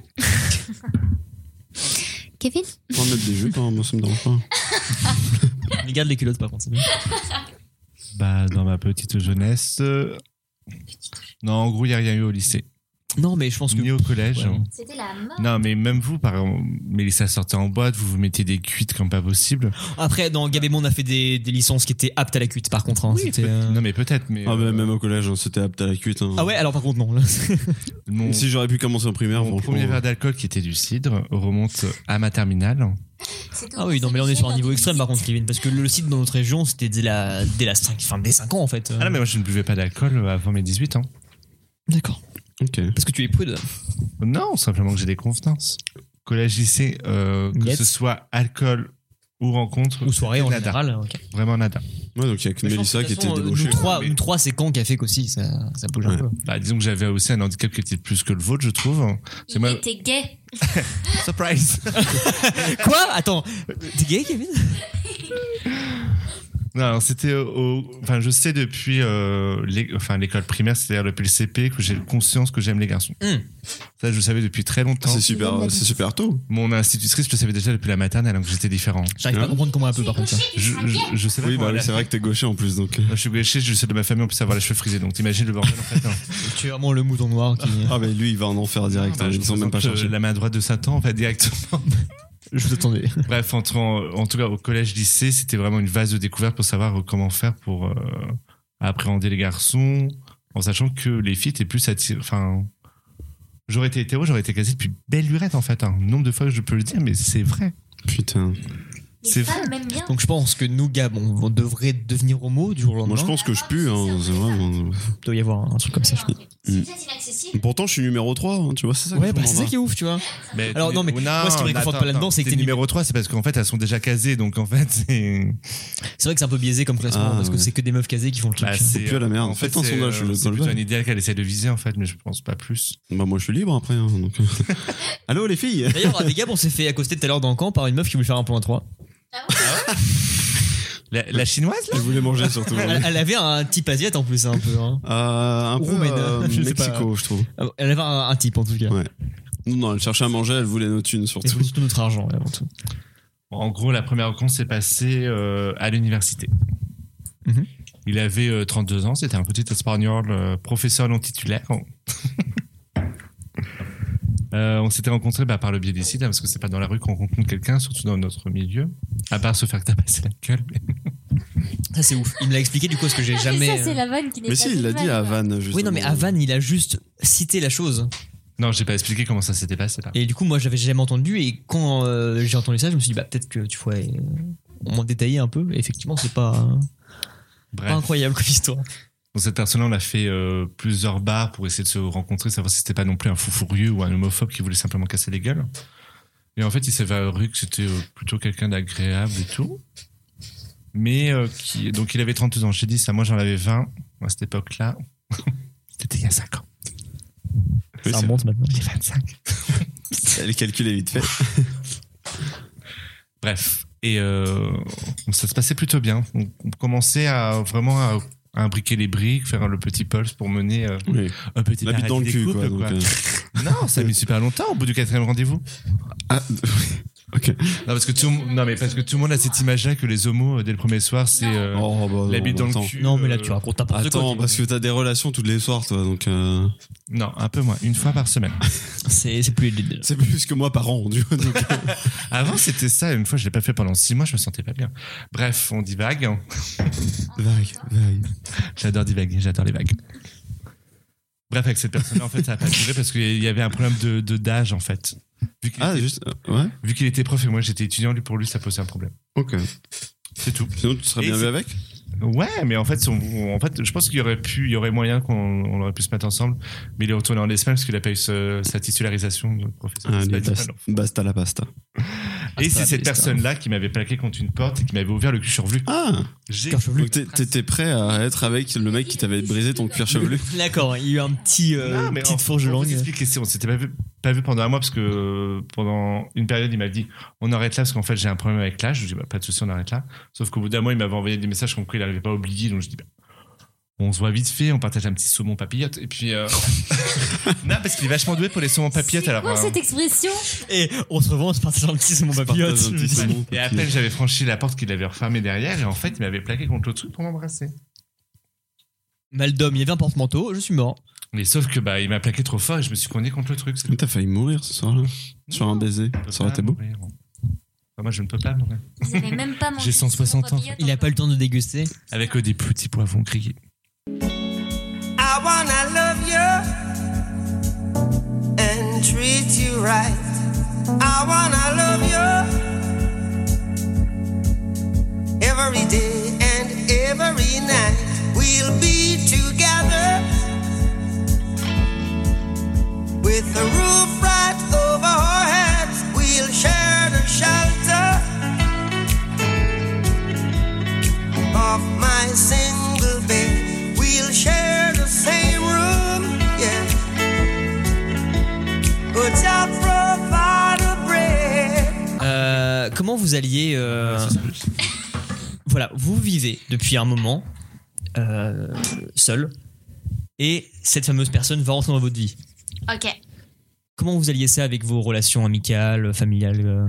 S5: Kevin
S4: On va mettre des jupes, hein, moi, ça me dérange pas.
S6: Mais Garde les culottes par contre. c'est bien.
S7: Bah, dans ma petite jeunesse. euh, Non, en gros, il n'y a rien eu au lycée.
S6: Non mais je pense que.
S7: Ni au collège.
S6: Ouais.
S5: C'était la mort.
S7: Non, mais même vous, par exemple, Mélissa sortait en boîte, vous vous mettez des cuites comme pas possible.
S6: Après dans Gabémon on a fait des, des licences qui étaient aptes à la cuite par contre. hein, c'était, euh,
S7: Non, mais peut-être, mais.
S4: Ah,
S7: euh,
S4: bah, même au collège, hein, c'était apte à la cuite. hein.
S6: Ah ouais alors par contre non. là.
S7: mon,
S4: Si j'aurais pu commencer en primaire,
S7: mon
S4: franchement.
S7: premier verre d'alcool qui était du cidre remonte à ma terminale.
S6: Ah oui non mais là, on est sur un niveau extrême par contre Kevin parce que le site dans notre région c'était dès la dès la 5 enfin dès 5 ans en fait. euh.
S7: Ah non, mais moi, je ne buvais pas d'alcool avant mes 18 ans.
S6: D'accord.
S4: hein. Ok.
S6: Parce que tu es prude.
S7: Non, simplement que j'ai des convenances. Collège, lycée, euh, que
S6: Yes.
S7: ce soit alcool ou rencontre,
S6: Ou soirée en
S7: nada.
S6: général. euh, ok.
S7: Vraiment nada.
S4: Ouais, donc il y a que
S6: Mais je pense
S4: Mélissa
S6: que
S4: qui
S6: de
S4: était
S6: toute façon, euh,
S4: débauchée.
S6: Nous trois,
S7: Mais-
S6: nous trois, c'est quand qui a fait qu'aussi ça, ça bouge
S4: Ouais.
S6: un peu.
S7: Bah, disons que j'avais aussi un handicap qui était plus que le vôtre, je trouve. C'est
S10: Il
S7: moi.
S10: était gay.
S7: Surprise!
S6: Quoi Attends, t'es gay, Kevin
S7: Non, alors, c'était au. au- Enfin, je sais depuis euh, l'é- enfin, l'école primaire, c'est-à-dire depuis le CP, que j'ai conscience que j'aime les garçons.
S6: Hmm.
S7: Ça, je le savais depuis très
S4: Ah,
S7: longtemps.
S4: C'est super, c'est super tôt.
S7: Mon institutrice, je le savais déjà depuis la maternelle, alors que j'étais différent.
S6: J'arrive pas
S4: Hein?
S6: à comprendre comment un peu par contre. ça.
S7: Je, je, je sais pas.
S4: Oui,
S7: comment
S4: bah
S7: elle
S4: oui,
S7: a
S4: c'est
S7: fait.
S4: vrai que t'es gaucher en plus, donc. euh.
S7: Moi, je suis gaucher, je suis le seul de ma famille en plus à avoir les cheveux frisés, donc t'imagines le bordel en fait. hein.
S6: Tu es vraiment le mouton noir qui.
S4: Ah, mais lui, il va en enfer direct. hein,
S7: Enfin, Ah, je
S4: Ils ont même pas
S7: représente,
S4: cherché.
S7: euh, La main droite de Satan, en fait, directement.
S6: Je vous attendais.
S7: Bref, entre en, en tout cas, au collège-lycée, c'était vraiment une vase de découverte pour savoir euh, comment faire pour euh, appréhender les garçons, en sachant que les filles étaient plus attirées. Enfin, j'aurais été hétéro, j'aurais été casé depuis belle lurette, en fait. Un nombre de fois que je peux le dire, mais c'est vrai.
S4: Putain.
S7: C'est vrai.
S10: même bien.
S6: Donc je pense que nous, Gab, on, on devrait devenir homo du jour au lendemain.
S4: Moi, je pense que je pue, hein. C'est vrai.
S6: qu'il doit y avoir un truc comme ça. je pense.
S4: Mm.
S10: êtes inaccessible,
S4: Pourtant, je suis numéro 3, hein, tu vois, c'est ça. que
S6: Ouais,
S4: je
S6: bah
S4: comprends
S6: c'est ça
S4: pas.
S6: qui est ouf, tu vois.
S7: Mais
S6: Alors, non, mais moi, ce qui me réconforte
S7: attends,
S6: pas là-dedans,
S7: attends,
S6: c'est que
S7: t'es
S6: t'es
S7: numéro 3, c'est parce qu'en fait, elles sont déjà casées, donc en fait, c'est.
S6: C'est vrai que c'est un peu biaisé comme classement
S4: Ah,
S6: parce que
S4: ouais.
S6: c'est que des meufs casées qui font le truc.
S7: bah,
S4: pue à la merde.
S7: En fait,
S4: Faites un
S7: c'est
S4: sondage
S7: euh,
S4: sur le
S7: c'est plutôt
S4: Golden.
S7: un idéal qu'elle essaie de viser, en fait, mais je pense pas plus.
S4: Bah, moi, je suis libre après. hein, donc. Allô, les filles
S6: D'ailleurs, avec Gab, on s'est fait accoster tout à l'heure dans le camp par une meuf qui voulait faire un plan 3.
S7: La, la chinoise, là
S4: Je voulais manger surtout.
S6: Elle, elle avait un type asiate en plus, hein, un peu. hein.
S4: Euh, un peu
S6: Roumaine,
S4: euh,
S6: je sais pas.
S4: Mexico, je trouve.
S6: Elle avait un, un type en tout cas.
S4: Ouais. Non, non, elle cherchait à manger, elle voulait nos thunes
S6: Et
S4: surtout.
S6: surtout notre argent, ouais, avant tout.
S7: En gros, la première rencontre s'est passée euh, à l'université.
S6: Mhm.
S7: Il avait euh, 32 ans, c'était un petit espagnol, euh, professeur non titulaire. Euh, on s'était rencontrés bah, par le biais des sites, hein, parce que c'est pas dans la rue qu'on rencontre quelqu'un, surtout dans notre milieu, à part se faire tabasser la gueule.
S6: Ça, c'est ouf. Il me l'a expliqué, du coup, parce que j'ai jamais.
S10: Ah,
S6: euh,
S10: ça, c'est la vanne qui n'est
S4: euh,
S10: pas
S4: Mais si, il l'a
S10: normale.
S4: dit à Van.
S6: Oui, non, mais à Van, il a juste cité la chose.
S7: Non, j'ai pas expliqué comment ça s'était passé. Là.
S6: Et du coup, moi, j'avais jamais entendu. Et quand euh, j'ai entendu ça, je me suis dit, bah, peut-être que tu pourrais euh, au moins détailler un peu. Et effectivement, c'est pas, pas
S7: Bref,
S6: incroyable comme histoire.
S7: donc cette personne-là, on a fait euh, plusieurs bars pour essayer de se rencontrer, savoir si c'était pas non plus un fou furieux ou un homophobe qui voulait simplement casser les gueules. Et en fait, il s'est avéré que c'était euh, plutôt quelqu'un d'agréable et tout. mais euh, qui, donc il avait 32 ans. J'ai dit ça, moi j'en avais 20 à cette époque-là. C'était il y a 5 ans.
S4: Oui,
S6: Ça
S4: c'est-
S6: remonte maintenant.
S7: J'ai 25.
S4: Le calcul est vite fait.
S7: Bref, et euh, ça se passait plutôt bien. On, on commençait à vraiment à, à imbriquer les briques, faire le petit pulse pour mener euh,
S4: Oui.
S7: un petit
S4: La
S7: paradis
S4: bite dans le
S7: des
S4: cul,
S7: couples,
S4: quoi. donc,
S7: quoi.
S4: euh,
S7: Non, ça a mis super longtemps au bout du quatrième rendez-vous.
S4: Ah, ok.
S7: Non, parce que tout, le monde- non, mais parce que tout le monde a cette image-là que les homos, euh, dès le premier soir, c'est euh,
S4: Oh, bah,
S7: la bite
S4: bah,
S7: dans
S4: attends.
S7: le cul.
S6: Non, mais là,
S7: euh,
S6: tu racontes n'importe quoi.
S4: Attends, parce que t'as des relations toutes les soirs, toi, donc. euh,
S7: Non, un peu moins, une fois par semaine.
S6: C'est c'est plus.
S4: bah, C'est plus que moi par an, du coup. donc,
S7: Avant, c'était ça. Une fois, je l'ai pas fait pendant six mois, je me sentais pas bien. Bref, on divague.
S4: vague, vague.
S7: J'adore divaguer, j'adore les vagues. Bref, avec cette personne-là, en fait, ça a pas duré parce qu'il y avait un problème de de- d'âge, en fait. Vu qu'il
S4: Ah,
S7: était-
S4: juste. euh, Ouais,
S7: vu qu'il était prof et moi j'étais étudiant, lui pour lui, ça posait un problème.
S4: ok.
S7: C'est tout.
S4: Sinon, tu serais
S7: Et
S4: bien
S7: c'est-
S4: vu avec
S7: Ouais, mais en fait, on- on- en fait, je pense qu'il y aurait pu, il y aurait moyen qu'on on aurait pu se mettre ensemble, mais il est retourné en Espagne parce qu'il a pas eu ce- sa titularisation de professeur
S4: Ah, allez,
S7: d'espagnol.
S4: basta, basta la pasta.
S7: Et c'est
S6: la
S7: cette
S6: pista.
S7: personne-là qui m'avait plaqué contre une porte et qui m'avait ouvert le cul chevelu.
S4: Ah
S7: J'ai
S6: Cœur chevelu.
S4: Donc t'es- t'étais prêt à être avec le mec qui t'avait brisé ton cuir chevelu
S6: D'accord, il y a eu un petit. euh,
S7: Non, Ah, mais
S6: petite
S7: en-
S6: fourche de
S7: on vous
S6: langue.
S7: explique, c'est- on s'était pas vu, pas vu pendant un mois parce que euh, pendant une période, il m'a dit on arrête là parce qu'en fait j'ai un problème avec l'âge. Je lui ai dit bah, pas de souci, on arrête là. Sauf qu'au bout d'un mois, il m'avait envoyé des messages comme quoi il n'arrivait pas à oublier. Donc je dis bah, on se voit vite fait, on partage un petit saumon papillote. Et puis. euh, non, parce qu'il est vachement doué pour les saumons papillotes. Alors,
S10: Quoi
S7: euh,
S10: cette expression
S6: Et on se revoit, on se partage un petit, c'est mon papillote.
S4: Partage un petit saumon.
S7: et à peine j'avais franchi la porte qu'il avait refermée derrière et en fait il m'avait plaqué contre le truc pour m'embrasser.
S6: Mal d'homme, il y avait un porte-manteau, je suis mort.
S7: Mais sauf que bah il m'a plaqué trop fort et je me suis cogné contre le truc. c'est tout.
S4: Mais T'as failli mourir ce soir-là Sur un baiser
S7: Je peux
S4: Ça aurait
S7: pas
S4: été beau
S7: mourir. Enfin, moi je ne peux pas mourir.
S10: Vous avez même pas mangé.
S7: J'ai 160 ans.
S6: Il a pas eu le temps de déguster.
S7: Avec euh, des petits poivrons grillés.
S2: I wanna love you and treat you right. I wanna love you every day and every night. We'll be together with a roof right over our heads. We'll share the shelter of my single bed. We'll share the same room, yeah. But I'll provide the bread.
S6: Euh, comment vous alliez. euh,
S7: Ah,
S6: voilà, vous vivez depuis un moment euh, seul et cette fameuse personne va rentrer dans votre vie.
S10: Ok.
S6: Comment vous alliez ça avec vos relations amicales, familiales euh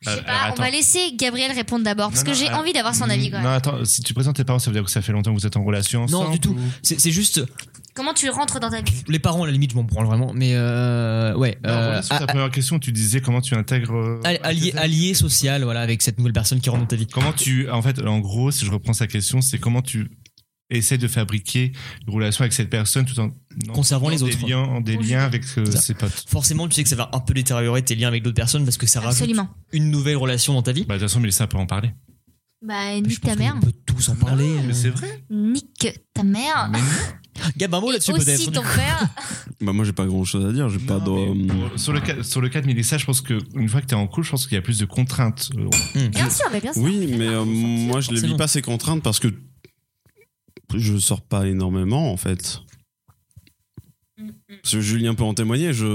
S10: Je sais pas, on va laisser Gabriel répondre d'abord parce
S7: Non,
S10: que
S7: non,
S10: j'ai
S7: alors-
S10: envie d'avoir son avis quand
S7: Non,
S10: même.
S7: attends, si tu présentes tes parents, ça veut dire que ça fait longtemps que vous êtes en relation ensemble
S6: Non, du tout.
S7: ou-
S6: C'est c'est juste
S10: Comment tu rentres dans ta vie
S6: les parents à la limite, je m'en branle vraiment, mais euh, ouais.
S7: Non,
S6: euh,
S7: voilà, sur ta
S6: a-
S7: première question, tu disais comment tu intègres. euh,
S6: a- allié, allié social, voilà, avec cette nouvelle personne qui rentre dans ta vie.
S7: Comment tu. En fait, en gros, si je reprends sa question, c'est comment tu essaies de fabriquer une relation avec cette personne tout en. en-
S6: Conservant
S7: en
S6: les
S7: des
S6: autres.
S7: Liens, en des liens avec euh,
S6: Ça.
S7: ses potes.
S6: Forcément, tu sais que ça va un peu détériorer tes liens avec d'autres personnes parce que ça rajoute
S10: Absolument.
S6: une nouvelle relation dans ta vie.
S7: Bah, de toute façon, mais ça peut en parler.
S10: Bah,
S6: Mais je
S10: nique
S6: pense
S10: ta mère.
S6: qu'on peut tous en parler. euh.
S7: vrai.
S10: Nique ta mère.
S6: Gab, un mot
S10: Et
S6: là-dessus
S10: aussi
S6: peut-être.
S10: ton père.
S4: Bah moi j'ai pas grand chose à dire, j'ai pas de... euh,
S7: Sur le cas, sur le cas de Mélissa, je pense que une fois que t'es en couple, je pense qu'il y a plus de contraintes. Euh,
S6: Hum.
S10: Bien sûr, mais bien sûr.
S4: Oui, mais euh, moi je les vis
S6: forcément.
S4: pas ces contraintes parce que je sors pas énormément en fait. Parce que Julien peut en témoigner, je...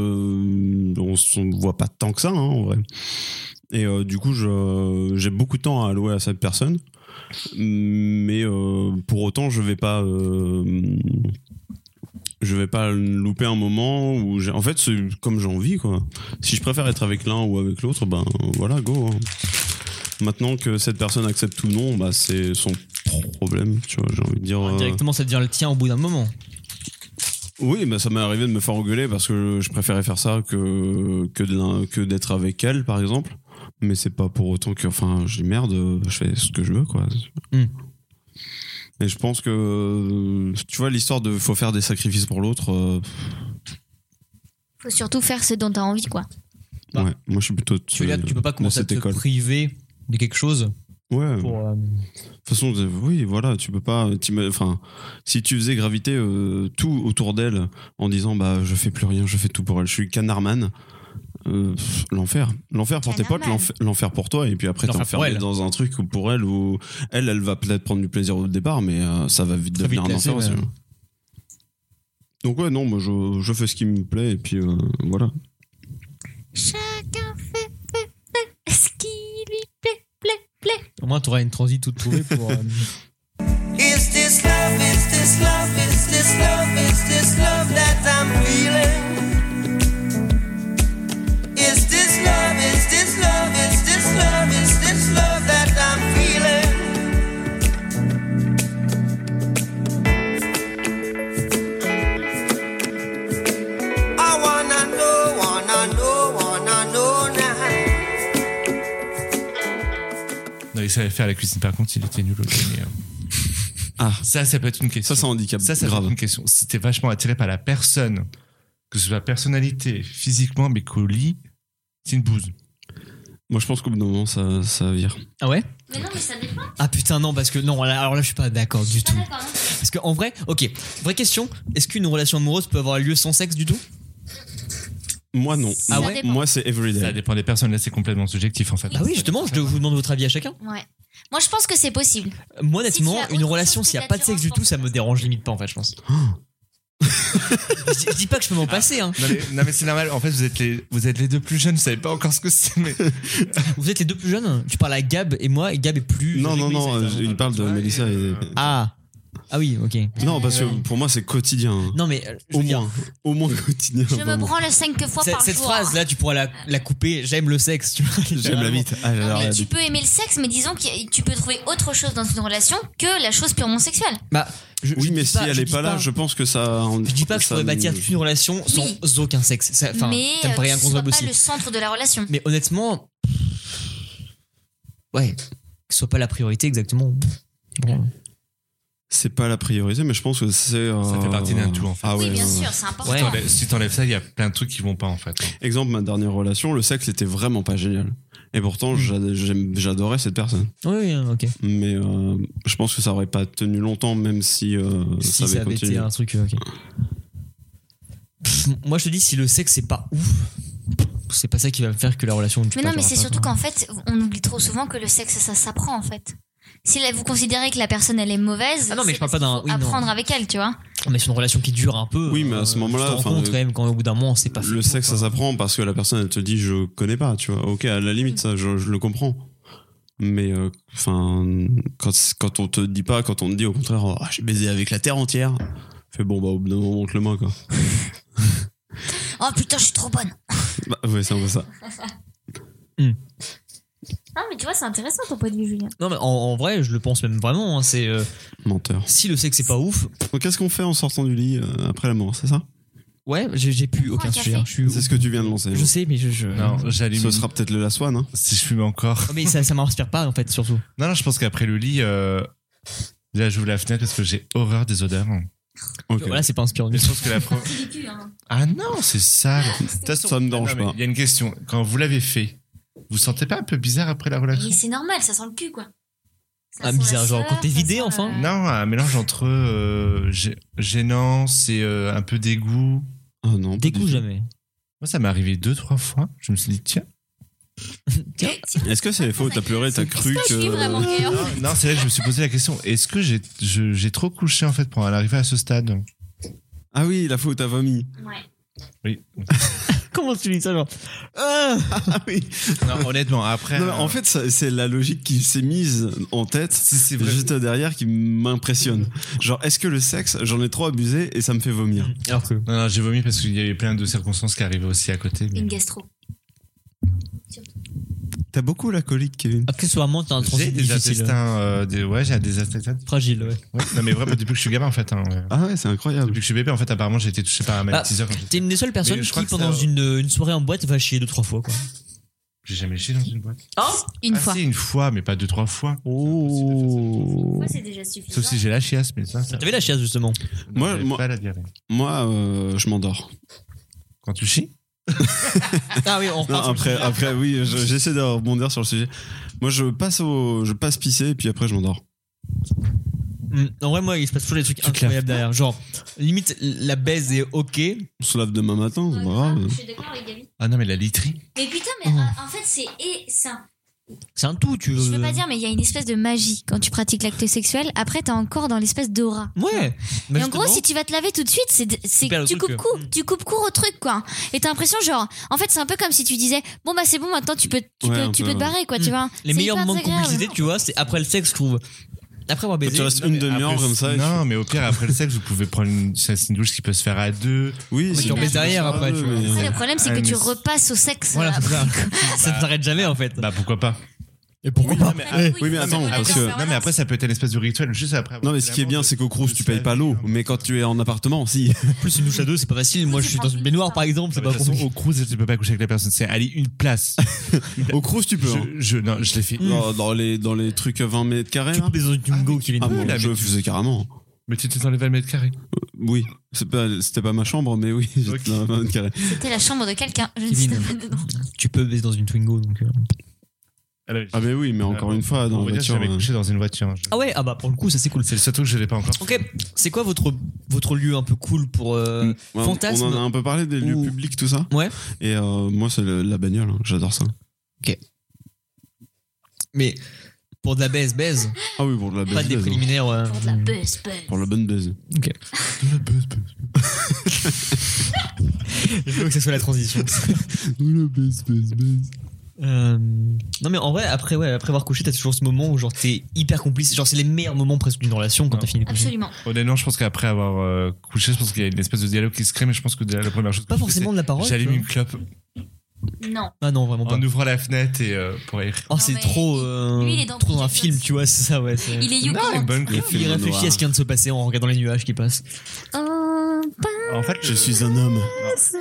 S4: on se on voit pas tant que ça hein, en vrai. Et euh, du coup, je- j'ai beaucoup de temps à allouer à cette personne, mais euh, pour autant, je vais pas, euh, je vais pas louper un moment où, j'ai- en fait, c'est comme j'ai envie quoi. Si je préfère être avec l'un ou avec l'autre, ben voilà, go. hein. Maintenant que cette personne accepte ou non, bah c'est son problème, tu vois, j'ai envie de dire. euh,
S6: Directement, ça devient le tien au bout d'un moment.
S4: oui, bah ça m'est arrivé de me faire engueuler parce que je préférais faire ça que, que, de l'in- que d'être avec elle, par exemple. Mais c'est pas pour autant que, enfin, je dis merde, euh, je fais ce que je veux, quoi.
S6: Hmm.
S4: Et je pense que, euh, tu vois, l'histoire de faut faire des sacrifices pour l'autre, euh,
S10: Faut surtout faire ce dont t'as envie, quoi.
S6: Bah,
S4: ouais, moi je suis plutôt. de-
S6: Tu, veux dire que tu peux pas
S4: de
S6: commencer à
S4: cette
S6: te
S4: école.
S6: priver de quelque chose
S4: Ouais.
S6: pour. euh,
S4: De toute façon, euh, oui, voilà, tu peux pas. t'ima- Enfin, si tu faisais graviter euh, tout autour d'elle en disant bah je fais plus rien, je fais tout pour elle, je suis canardman, euh, pff, l'enfer. L'enfer pour
S5: C'est
S4: tes potes,
S5: normal.
S4: l'enfer- l'enfer pour toi, et puis après
S6: L'enfer pour
S4: t'enfermer
S6: elle.
S4: dans un truc où pour elle, où elle, elle va peut-être prendre du plaisir au départ, mais euh, ça va vite
S6: Très
S4: devenir
S6: vite
S4: un enfer
S6: lassé,
S4: aussi.
S6: ouais.
S4: hein. Donc ouais, non, moi je, je fais ce qui me plaît, et puis euh, voilà.
S10: Chacun fait, fait, fait ce qui lui plaît, plaît, plaît.
S6: Au moins, t'auras une transit toute trouvée pour. euh,
S2: Is this love? Is this love? Is this love? Is this love that I'm feeling? Is this love? Is this love? Is this love? Is this love that I'm feeling? I wanna know, wanna know, wanna know now.
S7: Non, il savait faire la cuisine, par contre, il était nul au mais, euh,
S4: Ah.
S7: Ça, ça peut être une question.
S4: Ça, c'est un handicap
S7: Ça, ça peut
S4: grave.
S7: être une question. Si t'es vachement attiré par la personne, que ce soit personnalité, physiquement, mais qu'au lit, c'est une bouse.
S4: Moi je pense qu'au bout d'un moment, ça, ça vire.
S6: Ah ouais
S10: Mais non, mais ça dépend.
S6: Ah putain, non, parce que non, là- alors là, je suis pas d'accord du tout.
S10: d'accord. hein.
S6: Parce qu'en vrai, ok, vraie question, est-ce qu'une relation amoureuse peut avoir lieu sans sexe du tout
S4: Moi non.
S6: Ah
S4: Moi-
S6: ouais
S4: Moi c'est
S7: Ça
S4: everyday.
S7: dépend des personnes. Là, c'est complètement subjectif, en fait.
S4: Ah
S6: Bah oui, justement, je vous demande votre avis à chacun.
S10: Ouais. Moi, je pense que c'est possible.
S6: Moi, honnêtement,
S10: Si tu as
S6: une
S10: autre
S6: relation,
S10: chose que
S6: s'il n'y a
S10: de
S6: pas de sexe du
S10: l'attirance
S6: tout, ça me
S10: pour
S6: dérange limite pas, en fait, je pense.
S4: Oh.
S6: je, dis- je dis pas que je peux m'en passer, hein.
S7: Non, mais, non, mais c'est normal. En fait, vous êtes, les, vous êtes les deux plus jeunes, vous savez pas encore ce que c'est, mais.
S6: Vous êtes les deux plus jeunes Tu parles à Gab et moi, et Gab est plus.
S4: Non,
S6: âgé
S4: non,
S6: que
S4: non,
S6: Mélissa,
S4: euh, il parle de
S7: Ouais,
S4: Mélissa
S7: et,
S4: et...
S7: euh,
S6: Ah Ah oui, ok.
S4: Non, parce que pour moi c'est quotidien. hein.
S6: euh, Non, mais. euh, je
S4: Au
S6: veux dire,
S4: moins, au moins quotidien.
S10: Je me
S4: vraiment.
S10: branle 5 fois
S6: cette,
S10: par
S6: cette
S10: jour.
S6: phrase-là, tu pourras la, la couper. J'aime le sexe, tu vois.
S4: J'aime la
S6: littéralement.
S4: bite. Ah,
S10: Non,
S4: j'adore
S10: mais
S4: la
S10: tu
S4: bite.
S10: peux aimer le sexe, mais disons que tu peux trouver autre chose dans une relation que la chose purement sexuelle.
S6: Bah, je-
S4: Oui,
S6: je
S4: mais
S6: dis
S4: si elle
S6: je
S4: est
S6: dis
S4: pas là, je pense que ça.
S6: Je dis pas que je
S4: ça-
S6: pourrais bâtir toute une relation sans
S10: Oui.
S6: aucun sexe. Ça, enfin,
S10: mais
S6: ça me paraît
S10: euh, que ce soit
S6: inconcevable
S10: pas
S6: aussi.
S10: le centre de la relation.
S6: Mais honnêtement, ouais, que ce soit pas la priorité exactement. Bon.
S4: C'est pas la priorité, mais je pense que c'est. euh,
S7: Ça fait partie d'un tout, en fait.
S4: Ah ouais,
S10: oui, bien
S4: ouais, ouais.
S10: sûr, c'est important.
S6: Ouais.
S7: T'enlèves- Si t'enlèves ça, il y a plein de trucs qui vont pas, en fait.
S4: Exemple, ma dernière relation, le sexe était vraiment pas génial. Et
S6: Mm.
S4: pourtant, j'a- j'aime- j'adorais cette personne.
S6: Oui, oui, hein, ok.
S4: Mais euh, je pense que ça aurait pas tenu longtemps, même si, euh,
S6: Si ça avait été
S4: continué.
S6: un truc, euh, ok. Pff, moi, je te dis, si le sexe c'est pas ouf, c'est pas ça qui va faire que la relation.
S10: Mais non, mais c'est surtout qu'en fait, on oublie trop souvent que le sexe, ça s'apprend en fait. Si là, vous considérez que la personne, elle est mauvaise,
S6: Ah non, mais
S10: c'est
S6: je parle
S10: parce
S6: pas d'un-
S10: qu'il faut
S6: oui, non.
S10: apprendre avec elle, tu vois.
S6: On est sur une relation qui dure un peu. euh,
S4: Oui, mais à ce moment-là,
S6: on se
S4: enfin,
S6: rend compte
S4: le-
S6: quand même quand au bout d'un moment, c'est pas. fait
S4: Le
S6: pour,
S4: sexe,
S6: quoi.
S4: ça s'apprend parce que la personne, elle te dit, je connais pas, tu vois. Ok, à la limite, ça, je, je le comprends. Mais, euh, enfin, quand, quand on te dit pas, quand on te dit au contraire, oh, j'ai baisé avec la terre entière, fais bon, bah, au bout d'un moment, montre le moi, quoi.
S10: Oh putain, je suis trop bonne.
S4: Bah, ouais, c'est un peu ça.
S10: Ah, mais tu vois, c'est intéressant ton point de vue, Julien.
S6: Non, mais en, en vrai, je le pense même vraiment. hein, c'est euh,
S4: Menteur.
S6: si le sexe c'est pas ouf,
S4: Donc, qu'est-ce qu'on fait en sortant du lit euh, après la mort, c'est ça
S6: ouais, j'ai j'ai plus
S10: prend
S6: aucun
S10: un café.
S6: sujet. hein, je suis-
S4: C'est ce que tu viens de lancer.
S6: Je sais, mais je. je-
S7: Non, euh, j'allume.
S4: Ce sera peut-être le la swan, hein.
S7: Si je fume encore.
S6: Non, Mais ça, ça m'inspire pas en fait, surtout.
S7: Non, non, je pense qu'après le lit, euh, déjà, j'ouvre la fenêtre parce que j'ai horreur des odeurs.
S4: Ok.
S6: Voilà, c'est pas inspirant.
S7: Mais je pense que la pro-
S10: hein.
S7: Ah non, c'est sale. De toute façon,
S4: Ça me dérange
S7: non, mais
S4: pas.
S7: Il y a une question. Quand vous l'avez fait, vous sentez pas un peu bizarre après la relation
S10: Mais c'est normal, ça sent le cul, quoi. Ça
S6: Ah,
S10: sent la
S6: bizarre, genre,
S10: sueur,
S6: quand t'es
S10: ça
S6: vidé,
S10: sent,
S6: enfin.
S10: euh,
S7: Non, un mélange entre euh, gê- gênance et euh, un peu dégoût.
S4: Ah non. pas
S6: Des
S4: du
S6: coups,
S4: tout.
S6: jamais.
S7: Moi, ça m'est arrivé deux, trois fois. Je me suis dit, tiens.
S6: Tiens.
S4: Est-ce que c'est faux T'as pleuré, t'as cru
S10: Est-ce que
S4: que.
S10: je suis vraiment gay, hein
S7: Non, non, c'est là que je me suis posé la question. Est-ce que j'ai je- j'ai trop couché en fait pour en arriver à ce stade
S4: Ah oui, la faute à vomi.
S10: Ouais.
S7: Oui.
S6: Comment tu dis ça, genre Ah
S4: Ah oui.
S7: Non, honnêtement, après.
S4: Non, mais en
S7: euh,
S4: fait, ça- c'est la logique qui s'est mise en tête
S7: si c'est vrai.
S4: juste derrière qui m'impressionne. Genre, est-ce que le sexe, j'en ai trop abusé et ça me fait vomir
S6: Alors que.
S7: Non, non, j'ai vomi parce qu'il y avait plein de circonstances qui arrivaient aussi à côté. mais-
S10: Une gastro.
S4: T'as beaucoup la colique, Kevin.
S6: Accessoirement, t'as un
S7: J'ai
S6: transit
S7: des
S6: difficile.
S7: intestins. euh, des- Ouais, j'ai des intestins.
S6: Fragile, ouais.
S7: Ouais. Non, mais vraiment, depuis que je suis gamin, en fait. hein, ouais.
S4: Ah ouais, c'est incroyable.
S7: Depuis que je suis bébé, en fait, apparemment, j'ai été touché par un magnétiseur. quand
S6: Bah, T'es
S7: j'étais-
S6: une des seules personnes
S7: Mais je
S6: qui,
S7: crois que ça-
S6: pendant une, une soirée en boîte, va chier deux, trois fois, quoi.
S7: J'ai jamais chié dans une boîte.
S10: Une
S7: Ah,
S10: fois.
S7: si, une fois, mais pas deux, trois fois.
S6: Oh
S10: Une fois, c'est déjà suffisant.
S7: Sauf si j'ai la chiasse, mais ça. ça-
S6: T'avais la chiasse, justement.
S7: Non,
S4: Moi-
S7: j'avais
S4: moi-
S7: pas la diarrhée.
S4: Moi, euh, je m'endors.
S7: Quand tu chies
S6: Ah oui, on
S4: Non,
S6: repart.
S4: après, après, oui, je- j'essaie de rebondir sur le sujet. Moi, je passe au, je passe pisser et puis après, je m'endors.
S6: Mm. En vrai, moi, il se passe toujours des trucs
S7: Tu te
S6: incroyables derrière. Genre, limite, la baise est ok.
S4: On se lave demain matin, c'est pas grave.
S5: Euh, ah, Je suis d'accord avec Gabi.
S7: Ah non, mais la literie.
S5: Mais putain, mais euh, en fait, c'est et ça.
S6: C'est un tout, tu veux.
S5: Je veux pas dire, mais il y a une espèce de magie quand tu pratiques l'acte sexuel. Après, t'es encore dans l'espèce d'aura.
S6: Ouais.
S5: et en gros, si tu vas te laver tout de suite, c'est, c'est
S6: perds le
S5: tu
S6: truc, euh.
S5: coupes court, tu coupes court au truc, quoi. Et t'as l'impression, genre, en fait, c'est un peu comme si tu disais, bon bah c'est bon, maintenant tu peux, tu
S4: Ouais,
S5: peux,
S4: un
S5: tu
S4: peu,
S5: peux te
S4: ouais.
S5: barrer, quoi,
S6: Mm.
S5: tu vois.
S6: Les
S5: C'est
S6: meilleurs
S5: hyper
S6: moments de
S5: désagréable.
S6: complicité, tu vois, c'est après le sexe, je trouve. Après avoir baisé.
S4: Tu restes une demi-heure
S7: Après,
S4: comme ça. et tu-
S7: Non, mais au pire, après le sexe, vous pouvez prendre une, c'est une douche qui peut se faire à deux.
S4: Oui,
S6: Mais
S4: c'est
S6: tu en
S4: bien.
S6: mets derrière
S4: Ah,
S6: après, tu
S4: ouais,
S6: vois.
S4: mais-
S5: Après, Le problème, c'est
S7: Ah,
S5: que
S7: mais
S5: tu
S7: c'est-
S5: repasses au sexe.
S10: euh,
S6: Voilà,
S5: après.
S6: c'est ça. ça ne t'arrête jamais, en fait.
S7: Bah pourquoi pas
S6: Et pourquoi
S7: pas
S5: Après,
S4: Oui, mais
S5: il faut
S4: attends,
S5: faire
S4: parce
S5: la
S4: que-
S5: danse,
S7: Non, mais après, ça peut être une espèce de rituel juste après. avoir
S4: Non, mais
S7: fait
S4: ce qui est
S7: l'amour,
S4: bien,
S7: de-
S4: c'est qu'au Crous,
S7: de
S4: tu
S7: se
S4: payes pas
S7: laver,
S4: l'eau.
S7: hein.
S4: Mais quand tu es en appartement, si.
S6: En plus, une douche à deux, c'est pas facile. Moi, je suis dans une baignoire, par exemple, c'est
S7: Ah, De toute
S6: pas
S7: façon,
S6: compliqué.
S7: au cruise, tu peux pas coucher avec la personne. C'est aller une place.
S4: Au Crous, tu peux. hein.
S7: Je, je- non, je l'ai fait.
S4: Dans, dans les, dans les trucs 20 mètres carrés.
S6: Tu
S4: là.
S6: peux baiser dans une go qui vient
S4: Ah
S6: de
S4: bon,
S7: la
S4: je
S7: mètre-
S4: faisais carrément.
S7: Mais tu étais dans les 20 mètres carrés.
S4: Euh, Oui, c'est pas- c'était pas ma chambre, mais oui, j'étais
S7: Ok.
S4: dans 20 mètres carrés.
S5: C'était la chambre de quelqu'un. Je ne sais
S6: Kevin.
S5: pas dedans.
S6: Tu peux baiser dans une Twingo, donc. euh.
S7: Alors,
S4: Ah, mais oui, mais encore
S7: Ah,
S4: une fois, dans
S7: on va
S4: la
S7: dire que
S4: voiture.
S7: j'avais
S4: euh,
S7: couché dans une voiture. hein.
S10: Oh.
S7: Je-
S6: Ah ouais, ah bah pour le coup, ça c'est cool.
S7: C'est le seul truc que je l'ai pas encore.
S6: Ok, c'est quoi votre, votre lieu un peu cool pour. euh,
S4: ouais,
S6: fantasme.
S4: On en a un peu parlé des lieux
S6: Ou-
S4: publics, tout ça.
S6: Ouais.
S4: Et euh, moi, c'est le- la bagnole, hein, j'adore ça.
S6: Mais pour de la baise, baise.
S4: Ah oui, pour de la
S6: Pas
S4: baise.
S6: des
S4: baise, hein.
S6: préliminaires. euh,
S5: Pour de la buzz, buzz.
S4: Pour la bonne baise.
S6: Je veux que ce soit la transition. Euh, non mais en vrai après ouais après avoir couché t'as toujours ce moment où genre t'es hyper complice genre c'est les meilleurs moments presque d'une relation quand
S7: Non.
S6: t'as fini de coucher
S5: Absolument.
S7: Honnêtement, je pense qu'après avoir euh, couché, je pense qu'il y a une espèce de dialogue qui se crée, mais je pense que déjà, la première chose. que
S6: pas
S7: je fais,
S6: forcément de la
S7: c'est
S6: parole
S7: J'allume
S6: tu
S7: une
S6: vois.
S7: clope
S5: Non.
S6: ah non vraiment pas
S7: en ouvrant la fenêtre et euh, pour rire.
S6: oh c'est
S5: mais
S6: trop
S5: il-
S6: euh,
S5: lui, il est dans
S6: trop dans un
S5: Bridget
S6: film
S5: Jones.
S6: tu vois c'est ça ouais c'est-
S5: Il est
S7: Non,
S5: Yoko.
S7: une bonne
S4: Les
S7: clope.
S6: Euh, il
S4: films
S6: réfléchit à
S4: noirs.
S6: ce qui vient de se passer en regardant les nuages qui passent
S5: Oh, bah,
S7: En fait,
S4: Je suis un homme,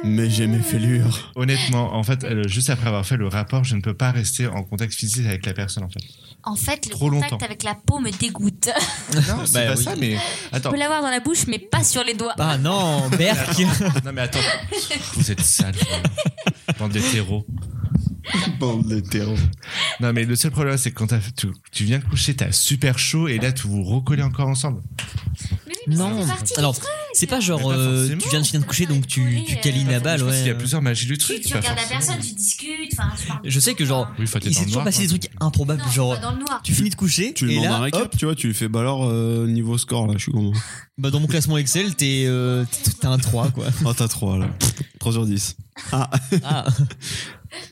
S4: mais j'ai mes fêlures.
S7: Honnêtement, en fait, euh, juste après avoir fait le rapport, je ne peux pas rester en contact physique avec la personne, en fait.
S5: En fait, le
S7: Trop
S5: contact
S7: longtemps.
S5: avec la peau me dégoûte.
S7: Non, c'est
S6: Bah
S7: pas
S6: oui.
S7: ça, mais
S5: Je
S7: attends.
S5: peux l'avoir dans la bouche, mais pas sur les doigts.
S6: ah non Berk
S7: Non, mais attends. Vous êtes sales, vraiment. bande de terreaux.
S4: Bande de terreaux.
S7: Non, mais le seul problème, c'est que quand t'as- tu, tu viens de coucher, t'as super chaud et là, tu vous recollez encore ensemble.
S5: Mais oui, mais ça
S6: non
S5: fait partie du
S6: alors
S5: truc.
S6: c'est pas genre
S7: Mais pas
S6: euh,
S7: forcément.
S6: tu viens de finir de coucher donc tu tu câlines la balle
S7: Je pense qu'il y
S6: ouais
S7: a plusieurs magies du
S5: Tu,
S7: truc.
S5: tu
S7: pas
S5: regardes la
S7: forcément.
S5: personne, tu discutes. enfin, tu parles.
S6: je sais que genre
S7: Oui, faut être
S6: il
S7: dans
S6: s'est
S7: le noir.
S6: toujours
S7: hein.
S6: passé des
S7: quoi.
S6: trucs improbables
S5: Non,
S6: genre
S5: pas dans le noir.
S6: tu finis de coucher
S4: Tu lui
S6: et
S4: demandes
S6: là
S4: un récap,
S6: hop,
S4: tu vois, tu lui fais bah alors euh, niveau score là, je suis comment
S6: Bah dans mon classement Excel, t'es euh, t'es un 3 quoi.
S4: Ah t'as 3 là. 3 sur 10.
S6: Ah.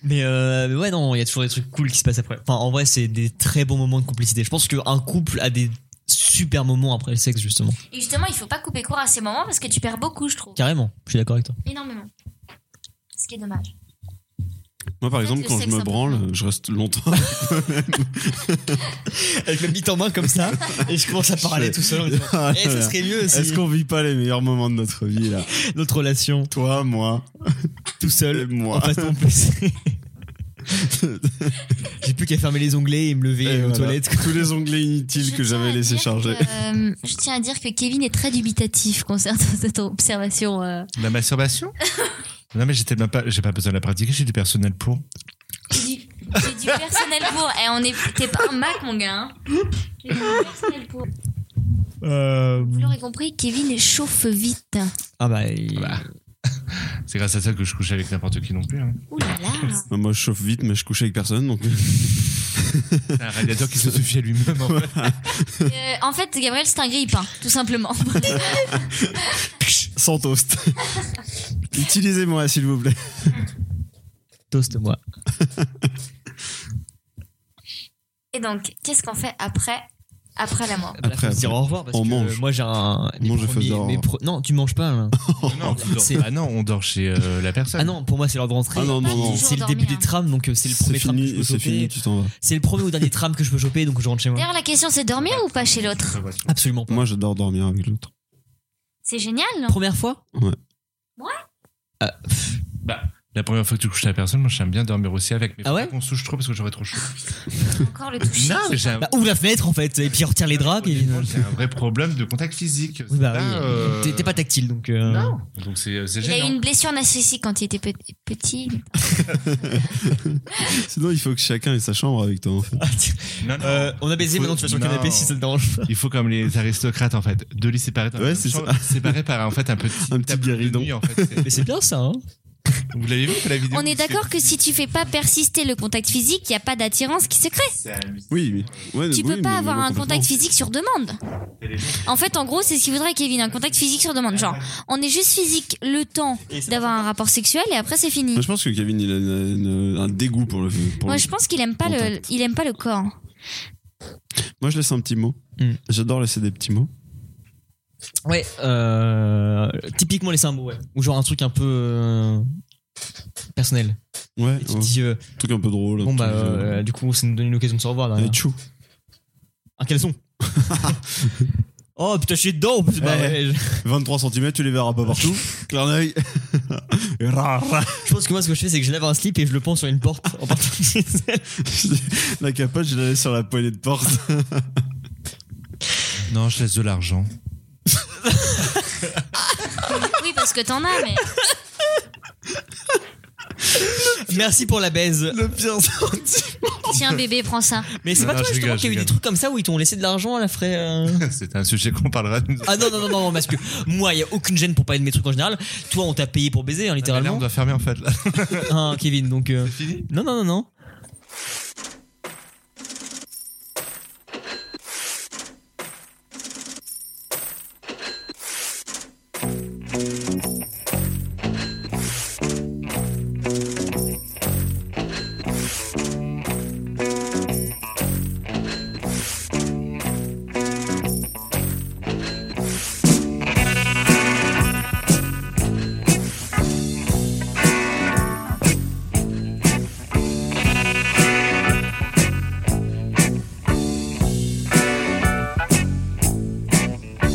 S6: Mais, euh, mais ouais non, il y a toujours des trucs cool qui se passent après. Enfin en vrai c'est des très bons moments de complicité. Je pense qu'un couple a des super moments après le sexe justement.
S5: Et justement, il faut pas couper court à ces moments parce que tu perds beaucoup, je trouve.
S6: Carrément, je suis d'accord avec toi.
S5: Énormément. Ce qui est dommage.
S4: Moi par
S5: En fait,
S4: exemple,
S5: le
S4: quand je
S5: sexe,
S4: me
S5: ça peut
S4: branle, je reste longtemps.
S6: Avec ma bite en main comme ça, et je commence à parler tout seul en disant
S4: Ah,
S6: Eh, ça serait mieux si
S4: Est-ce qu'on vit pas les meilleurs moments de notre vie là
S6: notre relation
S4: Toi, moi,
S6: tout
S4: et
S6: seul en
S4: moi.
S6: face de mon PC. J'ai plus qu'à fermer les onglets et me lever euh,
S4: Et
S6: aux
S4: voilà.
S6: toilettes. quoi.
S4: Tous les onglets inutiles
S5: Je
S4: que
S5: tiens
S4: j'avais
S5: à
S4: laissé
S5: dire
S4: charger.
S5: que, euh, je tiens à dire que Kevin est très dubitatif concernant cette observation. euh.
S7: La masturbation Non, mais j'étais même pas, j'ai pas besoin de la pratiquer, j'ai du personnel pour.
S5: J'ai du, j'ai du personnel pour. Et on est, t'es pas un Mac, mon gars. hein. J'ai du personnel pour. Vous l'aurez compris, Kevin chauffe vite.
S6: Ah bah, il-
S7: Bah. C'est grâce à ça que je couche avec n'importe qui non plus. hein.
S5: Ouh là là.
S4: Bah, Moi, je chauffe vite, mais je couche avec personne, donc
S7: C'est un radiateur qui se suffit à lui-même. En fait.
S5: Euh, en fait, Gabriel, c'est un grille-pain, tout simplement.
S4: sans toast. Utilisez-moi, s'il vous plaît.
S6: toast moi.
S5: Et donc, qu'est-ce qu'on fait après, après la mort
S6: Bah,
S4: Après,
S6: faut se dire
S4: après.
S6: au revoir parce
S4: On
S6: que
S4: mange.
S6: moi j'ai un
S4: On
S6: mes
S4: mange et faut se
S6: premiers-
S4: dire au
S6: mes
S4: revoir.
S6: pro- non tu manges pas là.
S7: non, on dort-
S6: C'est-
S7: Ah non, on dort chez euh, la personne.
S6: ah non pour moi c'est l'heure de rentrer
S4: Ah non, non, non.
S6: c'est le
S5: Toujours
S6: début
S5: dormir.
S6: des trams donc euh, c'est le premier tram que je peux
S4: fini, c'est fini,
S6: choper
S4: tu t'en vas.
S6: c'est le premier ou dernier tram que je peux choper donc je rentre chez moi
S5: D'ailleurs, la question, c'est dormir ou pas chez l'autre
S6: absolument pas
S4: Moi, j'adore dormir avec l'autre.
S5: C'est génial, hein. non
S6: première fois
S4: Ouais.
S5: Ouais.
S6: Ah, pff,
S7: Bah, La première fois que tu couches la personne, moi j'aime bien dormir aussi avec. Mais
S6: Ah
S7: faut
S6: ouais
S7: pas qu'on se touche trop parce que j'aurais trop chaud.
S10: Encore le toucher.
S7: Non, mais j'ai un,
S6: Bah, ouvre la fenêtre en fait, et puis retire les draps. Kevin.
S7: honnêtement, j'ai un vrai problème de contact physique.
S6: Oui, bah
S7: C'est
S6: oui.
S7: pas, euh,
S6: T'es- T'es pas tactile donc. euh,
S7: Non. Donc c'est c'est
S10: Il a eu
S7: gênant.
S10: une blessure narcissique quand il était pe- petit.
S4: Sinon, il faut que chacun ait sa chambre avec toi. En fait.
S7: Non, non.
S6: Euh, on a baisé,
S7: Faut-
S6: maintenant tu vas sur le
S7: non.
S6: canapé si ça te dérange.
S7: Il faut comme les aristocrates en fait, deux lits séparés. dans la
S4: Ouais,
S7: même
S4: c'est
S7: chambre, Séparés par en fait un petit
S4: Un petit
S7: tableau de
S4: guéridon.
S7: nuit, en fait. C'est-
S6: Mais c'est bien ça, hein.
S7: Vous l'avez vu la vidéo
S5: On est
S7: du-
S5: d'accord que si tu fais pas persister le contact physique, il n'y a pas d'attirance qui se crée.
S7: C'est amusant.
S4: Oui, oui. Ouais, oui,
S5: Tu peux pas
S4: mais-
S5: avoir
S4: mais
S5: un
S4: complètement.
S5: contact physique sur demande. En fait, en gros, c'est ce qu'il voudrait Kevin, un contact physique sur demande. Genre, on est juste physique le temps d'avoir un rapport sexuel et après c'est fini.
S4: Moi, je pense que Kevin, il a une- une- un dégoût pour le. pour
S5: Moi,
S4: le-
S5: je pense qu'il aime pas le,
S4: Contact.
S5: il aime pas le corps.
S6: Oh,
S4: Moi, je laisse un petit mot.
S6: Hmm.
S4: J'adore laisser des petits mots.
S6: Ouais, euh, typiquement les symboles, ouais. Ou genre un truc un peu euh, personnel.
S4: Ouais,
S6: Et tu te
S4: ouais.
S6: dis, euh,
S4: un truc un peu drôle. un
S6: bon bah,
S4: truc,
S6: euh,
S4: euh,
S6: du coup, ça nous donne une occasion de se revoir.
S4: allez,
S6: derrière.
S4: tchou.
S6: Un caleçon. oh putain, je suis dedans. en plus. Bah,
S4: Ouais.
S6: ouais, je-
S4: 23 cm, tu les verras pas partout. Clin d'œil. Et ra, ra.
S6: Je pense que moi, ce que je fais, c'est que je lève un slip et je le pends sur une porte en partant de chez elle.
S4: la capote, je la laisse sur la poignée de porte.
S7: Non, je laisse de l'argent.
S10: Oui, parce que t'en as, mais.
S6: Merci pour la baise.
S4: Le pire sentiment.
S10: Tiens, bébé, prends ça.
S6: Mais c'est
S7: Non,
S6: pas
S7: non,
S6: toi
S7: je
S6: justement
S7: rigole,
S6: qui a eu
S7: je
S6: des
S7: rigole.
S6: trucs comme ça où ils t'ont laissé de l'argent à la frais. euh,
S7: C'est un sujet qu'on parlera.
S6: Ah non, non, non, non, non, parce que moi, il n'y a aucune gêne pour parler de mes trucs en général. Toi, on t'a payé pour baiser, hein,
S7: Là, on
S6: littéralement.
S7: doit fermer en fait. Ah, Là.
S6: Hein, Kevin, donc. euh,
S7: fini
S6: Non, non, non, non.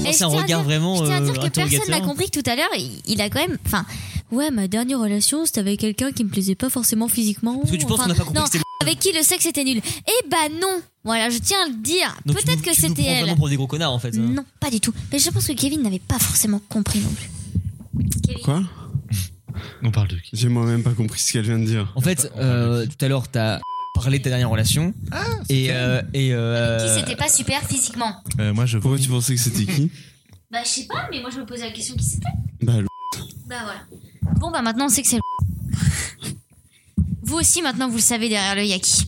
S5: Et
S6: c'est
S5: je
S6: un
S5: tiens à
S6: regard
S5: dire-
S6: vraiment,
S5: Je tiens à dire
S6: euh,
S5: que personne
S6: interrogateur.
S5: n'a compris que tout à l'heure, il, il a quand même. Enfin, ouais, ma dernière relation, c'était avec quelqu'un qui me plaisait pas forcément physiquement.
S6: Parce que tu penses
S5: Enfin,
S6: qu'on n'a pas compris
S5: non,
S6: que c'était.
S5: Avec qui le sexe était nul Eh bah non Voilà, je tiens à le dire.
S6: Donc tu
S5: Peut-être
S6: nous-
S5: que
S6: tu nous
S5: c'était
S6: prends
S5: elle.
S6: vraiment pour des gros connards en fait. hein.
S5: Non, pas du tout. Mais je pense que Kevin n'avait pas forcément compris non plus.
S4: Quoi
S7: On parle de qui
S4: J'ai moi-même pas compris ce qu'elle vient de dire.
S6: En fait,
S7: On parle de
S6: euh, tout à l'heure, t'as parlé de ta dernière relation. et. euh, et euh,
S10: Qui c'était pas super physiquement
S7: Euh, Moi, je
S4: Pourquoi tu pensais que c'était qui
S10: Bah, je sais pas, mais moi je me posais la question qui c'était.
S4: Bah, le-
S10: Bah, voilà.
S5: Bon bah maintenant on sait que c'est le- Vous aussi maintenant vous le savez derrière le yaki.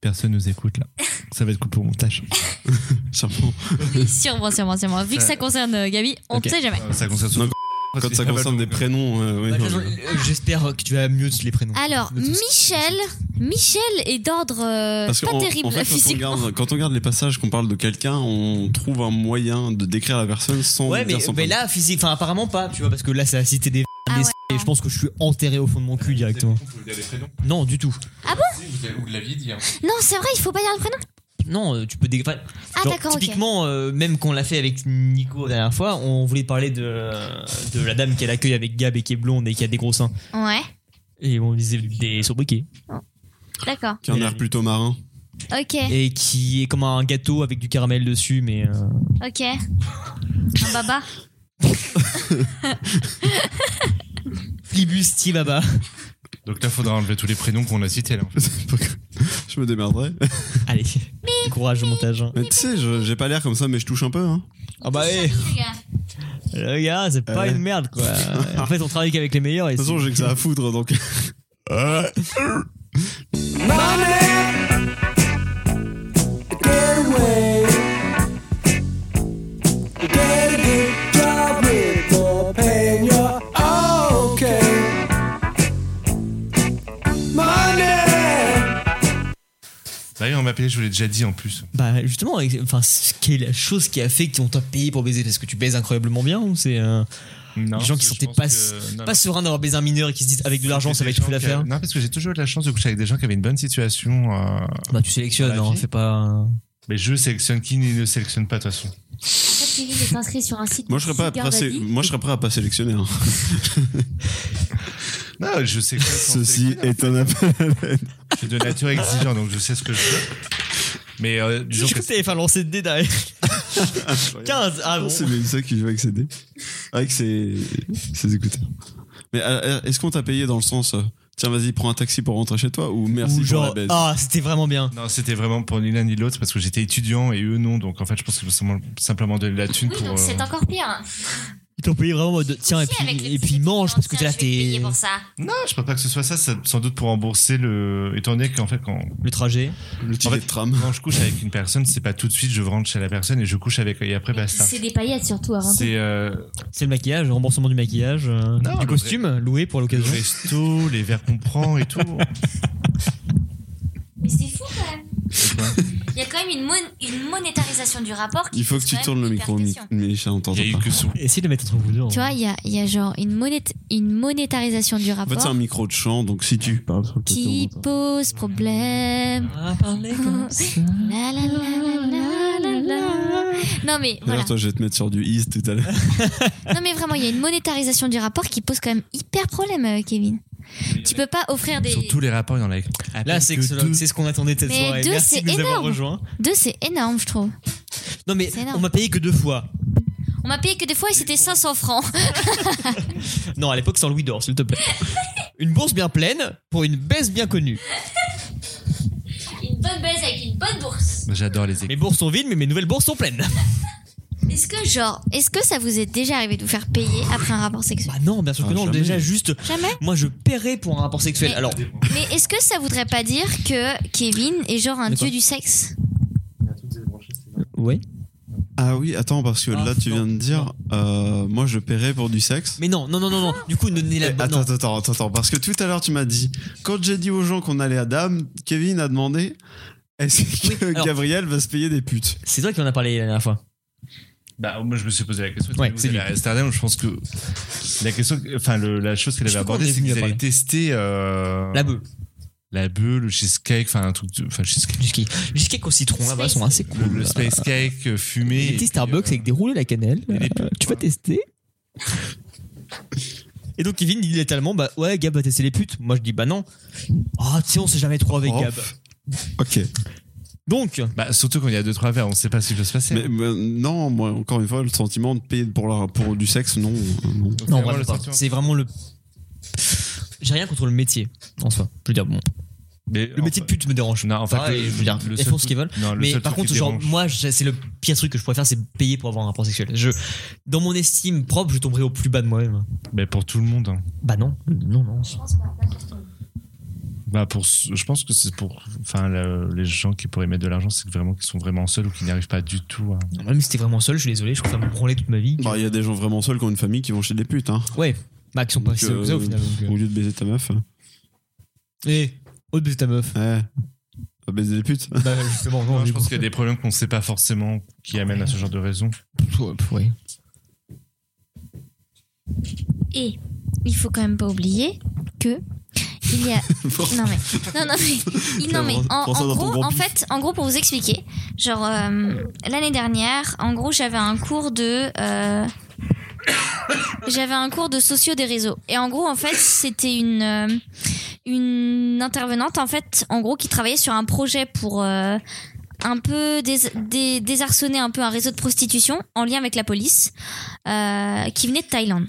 S7: personne nous écoute là. Ah, Ça va être coupé au montage.
S4: sûrement.
S5: Oui, sûrement, sûrement, sûrement. Vu que ça concerne euh, Gabi, on ne
S6: Ok.
S5: sait jamais.
S7: Ça concerne Ah, bah,
S4: Non, Quand ça concerne des prénoms, euh, ouais,
S6: bah, de
S4: non,
S6: toute façon,
S4: mais-
S6: euh, J'espère que tu vas mieux les prénoms.
S5: Alors,
S6: De tout
S5: Michel, Michel est d'ordre euh,
S4: Parce que
S5: pas
S4: en-
S5: terrible
S4: en fait, quand, on
S5: physiquement.
S4: regarde, quand on regarde les passages qu'on parle de quelqu'un, on trouve un moyen de décrire la personne sans
S6: Ouais, mais,
S4: dire son
S6: mais
S4: prénom.
S6: là, physique, enfin, apparemment pas, tu vois, parce que là, ça a cité des.
S5: Ah
S6: des-
S5: ouais,
S6: et je pense que je suis enterré au fond de mon cul directement. Non, du tout.
S7: Vous l'avez dit.
S5: Non, c'est vrai, il faut pas dire le prénom.
S6: Non, euh, tu peux dé- enfin,
S5: Ah
S6: genre,
S5: d'accord, ok.
S6: Typiquement, euh, même qu'on l'a fait avec Nico la dernière fois, on voulait parler de, euh, de la dame qu'elle accueille avec Gab et qui est blonde et qui a des gros seins.
S5: Ouais,
S6: Et on disait des sobriquets.
S5: d'accord.
S4: Qui a un air plutôt marin.
S5: Ok,
S6: Et qui est comme un gâteau avec du caramel dessus, mais. euh,
S5: ok. Un baba.
S6: Flibus Tibaba.
S7: Donc là, faudra enlever tous les prénoms qu'on a cités là. en fait.
S4: je me démerderai.
S6: Allez, courage au montage. hein.
S4: Mais tu sais, je- j'ai pas l'air comme ça, mais je touche un peu. Hein.
S6: Ah bah, hé, les gars, c'est pas
S4: Ouais.
S6: une merde quoi. en fait, on travaille qu'avec les meilleurs. Et
S4: Euh. De toute façon,
S6: c'est-
S4: j'ai que ça à foutre, donc.
S7: Bah oui, on m'a payé, je vous l'ai déjà dit en plus.
S6: Bah justement, avec- enfin, ce qui est la chose qui a fait qu'on t'a payé pour baiser, parce que tu baises incroyablement bien, ou c'est euh,
S7: Non,
S6: Les gens
S7: parce
S6: qui
S7: que je
S6: sortaient
S7: pense
S6: pas-
S7: que- non,
S6: pas serein d'avoir baisé un mineur et qui se disent avec de l'argent ça va
S7: Des
S6: être plus
S7: gens qui
S6: l'affaire
S7: avaient- Non, parce que j'ai toujours eu de la chance de coucher avec des gens qui avaient une bonne situation. euh,
S6: Bah tu sélectionnes,
S7: Dans la
S6: hein,
S7: vie.
S6: c'est pas.
S7: Mais je sélectionne qui ne sélectionne pas de toute façon.
S10: Kevin est inscrit sur un site.
S4: Moi, je serais pas, prêt à sé- moi, je serais prêt à pas sélectionner. hein.
S7: Non, je sais quoi.
S4: Ceci est un appel.
S7: Je suis de nature exigeante, donc je sais ce que je veux. Mais euh,
S6: Je
S7: disons
S6: crois
S7: que
S6: que t'allais faire lancer de dés derrière. 15 Ah bon
S4: C'est Mélissa qui veut accéder avec ses, ses écouteurs. Mais euh, est-ce qu'on t'a payé dans le sens euh, tiens vas-y prends un taxi pour rentrer chez toi ou merci
S6: Ou
S4: pour la
S6: genre,
S4: baisse
S6: ah, c'était vraiment bien.
S7: Non, c'était vraiment pour ni l'un ni l'autre parce que j'étais étudiant et eux non. Donc en fait, je pense qu'ils m'ont simplement- simplement donné de la thune
S10: Oui,
S7: pour.
S10: donc
S7: euh,
S10: c'est encore pire.
S6: Ils t'ont payé vraiment en mode, tiens, et
S10: Si, avec les
S6: puis, et puis
S10: petites
S6: mange parce que t'es là,
S10: étudiantes, tiens, je vais te payer
S6: t'es.
S10: pour ça.
S7: Non, je pense pas que ce soit ça. c'est sans doute pour rembourser le. Étant donné qu'en fait, quand,
S6: Le trajet.
S4: le ticket
S7: en fait-
S4: de tram
S7: quand je couche avec une personne, c'est pas tout de suite je rentre chez la personne et je couche avec. Et après, basta.
S10: C'est des paillettes surtout avant tout.
S7: C'est euh,
S6: C'est le maquillage, le remboursement du maquillage, euh,
S7: Non,
S6: du
S7: le
S6: costume loué pour
S7: le
S6: l'occasion.
S7: resto, les verres qu'on prend et tout.
S10: Mais c'est fou quand même. Il y a quand même une, mon- une monétarisation du rapport. qui
S4: il faut que
S10: pose
S4: tu
S10: quand
S4: tournes
S10: même
S4: le
S10: une
S4: micro
S10: percussion.
S4: Mélissa on t'entend
S7: Il y a eu
S4: pas
S7: que sous.
S6: Essayez de le mettre entre vous deux. hein.
S5: Tu vois, il y a, il y a genre une, monet, une monétarisation du
S4: en fait c'est
S5: rapport
S4: un micro de chant donc si tu parles sur le côté, on
S5: qui
S4: entend.
S5: pose problème.
S6: Ah, parler comme ça.
S5: La, la, la, la, la, la. Non mais voilà.
S4: D'ailleurs, toi je vais te mettre sur du is tout à l'heure
S5: Non mais vraiment, il y a une monétarisation du rapport qui pose quand même hyper problème, euh, Kevin. Tu peux pas offrir des...
S7: Sur tous les rapports, il y en a. à
S6: Là,
S7: peine
S6: c'est
S7: que
S6: excellent.
S7: deux.
S6: C'est ce qu'on attendait de cette
S5: Mais
S6: soirée.
S5: deux,
S6: Merci
S5: c'est
S6: de nous avoir
S5: énorme.
S6: rejoints.
S5: Deux, c'est énorme, je trouve.
S6: Non, mais
S5: C'est énorme.
S6: on m'a payé que deux fois.
S5: On m'a payé que des fois et c'était 500 francs.
S6: Non, à l'époque, c'est en louis d'or, s'il te plaît. Une bourse bien pleine pour une baisse bien connue.
S10: Une bonne baisse avec une bonne bourse.
S7: J'adore les équipes.
S6: Mes bourses sont vides, mais mes nouvelles bourses sont pleines.
S4: Ah,
S5: Est-ce que genre, est-ce que ça vous est déjà arrivé de vous faire payer après un rapport sexuel
S6: Bah non, bien sûr que
S4: Ah,
S6: non.
S4: jamais.
S6: Déjà, juste,
S5: Jamais
S6: moi, je paierais pour un rapport sexuel.
S5: Mais-
S6: Alors,
S5: Mais est-ce que ça voudrait pas dire que Kevin est genre un
S6: De
S5: dieu
S6: quoi
S5: du sexe
S6: ouais.
S4: ah oui attends parce que
S6: Ah,
S4: là tu
S6: non,
S4: viens de dire euh, moi je paierai pour du sexe
S6: Mais non, non, non, non, non. Du coup, donnez la
S4: Eh,
S6: bonne.
S4: Attends,
S6: non.
S4: attends, attends, attends, parce que tout à l'heure tu m'as dit, quand j'ai dit aux gens qu'on allait à Dame, Kevin a demandé est-ce
S6: Oui,
S4: que
S6: alors-
S4: Gabriel va se payer des putes
S6: C'est toi qui en as parlé la dernière fois.
S7: Bah, moi, je me suis posé la question.
S6: Ouais,
S7: Vous
S6: c'est
S7: allez
S6: lui.
S7: à Amsterdam, je pense que la question, enfin, le- la chose qu'elle
S6: Je
S7: avait
S6: suis content
S7: abordée,
S6: que
S7: c'est qu'ils
S6: Virginie
S7: allaient
S6: a parlé.
S7: tester
S4: Ah.
S7: euh,
S6: La beuh.
S7: la bulle, le cheesecake, enfin, un truc, de- enfin, cheesecake,
S6: Du ski. Du ski avec au citron, là-bas, sont assez cool.
S7: le, le space cake euh, fumé.
S6: Des
S7: et
S6: petits
S7: puis,
S6: Starbucks
S7: euh,
S6: avec des roulés à la cannelle.
S7: et des
S6: Euh,
S7: pubs,
S6: tu
S7: quoi.
S6: vas tester Et donc Kevin dit littéralement bah ouais Gab va tester les putes. Moi je dis bah non. Ah tu sais on sait jamais trop avec
S4: Oh.
S6: Gab.
S4: Ok.
S6: Donc
S7: Bah, surtout quand il y a deux, trois verres, on sait pas ce qui va se passer. hein.
S4: Mais, mais non, moi, encore une fois, le sentiment de payer pour, la- pour du sexe, non. euh, non.
S7: Donc,
S6: non
S7: vraiment, le
S6: vraiment pas.
S7: sentiment-
S6: C'est vraiment le j'ai rien contre le métier en soi. Je veux dire bon
S7: Mais
S6: le
S7: en
S6: métier de
S7: fait-
S6: pute me dérange.
S7: Non, en fait,
S6: Pareil, je veux dire
S7: le
S6: elles
S7: seul
S6: font ce
S7: truc-
S6: qu'ils veulent.
S7: non, le
S6: Mais
S7: seul
S6: par
S7: truc
S6: contre
S7: qui
S6: genre
S7: dérange-
S6: moi je- c'est le pire truc que je pourrais faire c'est payer pour avoir un rapport sexuel. Je dans mon estime propre je tomberais au plus bas de moi-même.
S7: Mais pour tout le monde. hein.
S6: Bah non non non.
S7: Bah, pour, ce- je pense que c'est pour, enfin, le- les gens qui pourraient mettre de l'argent, c'est vraiment qu'ils sont vraiment seuls ou qui n'y arrivent pas du tout. hein. à-
S6: Même si t'es vraiment seul je suis désolé je préfère me branler toute ma vie.
S4: Bah, il y a des gens vraiment seuls qui ont une famille qui vont chez des putes, hein.
S6: Ouais, bah qui sont pas
S4: Donc,
S6: si
S4: euh,
S6: seuls que ça au final.
S4: Au lieu de baiser ta meuf. hein.
S6: Et autre de ta meuf.
S4: Ouais. Eh, Va baiser des putes.
S6: Bah justement,
S7: Non, je pense qu'il y a des problèmes qu'on ne sait pas forcément qui amènent à ce genre de raison.
S6: Ouais.
S5: Et il faut quand même pas oublier que il y a non mais non non mais, non, mais en,
S4: Prends ça
S5: en
S4: dans ton
S5: gros
S4: grand
S5: en
S4: pif.
S5: fait en gros pour vous expliquer genre euh, l'année dernière en gros j'avais un cours de euh, j'avais un cours de sociaux des réseaux et en gros en fait c'était une euh, une intervenante en fait en gros qui travaillait sur un projet pour euh, un peu dés- dé- désarçonner un peu un réseau de prostitution en lien avec la police euh, qui venait de Thaïlande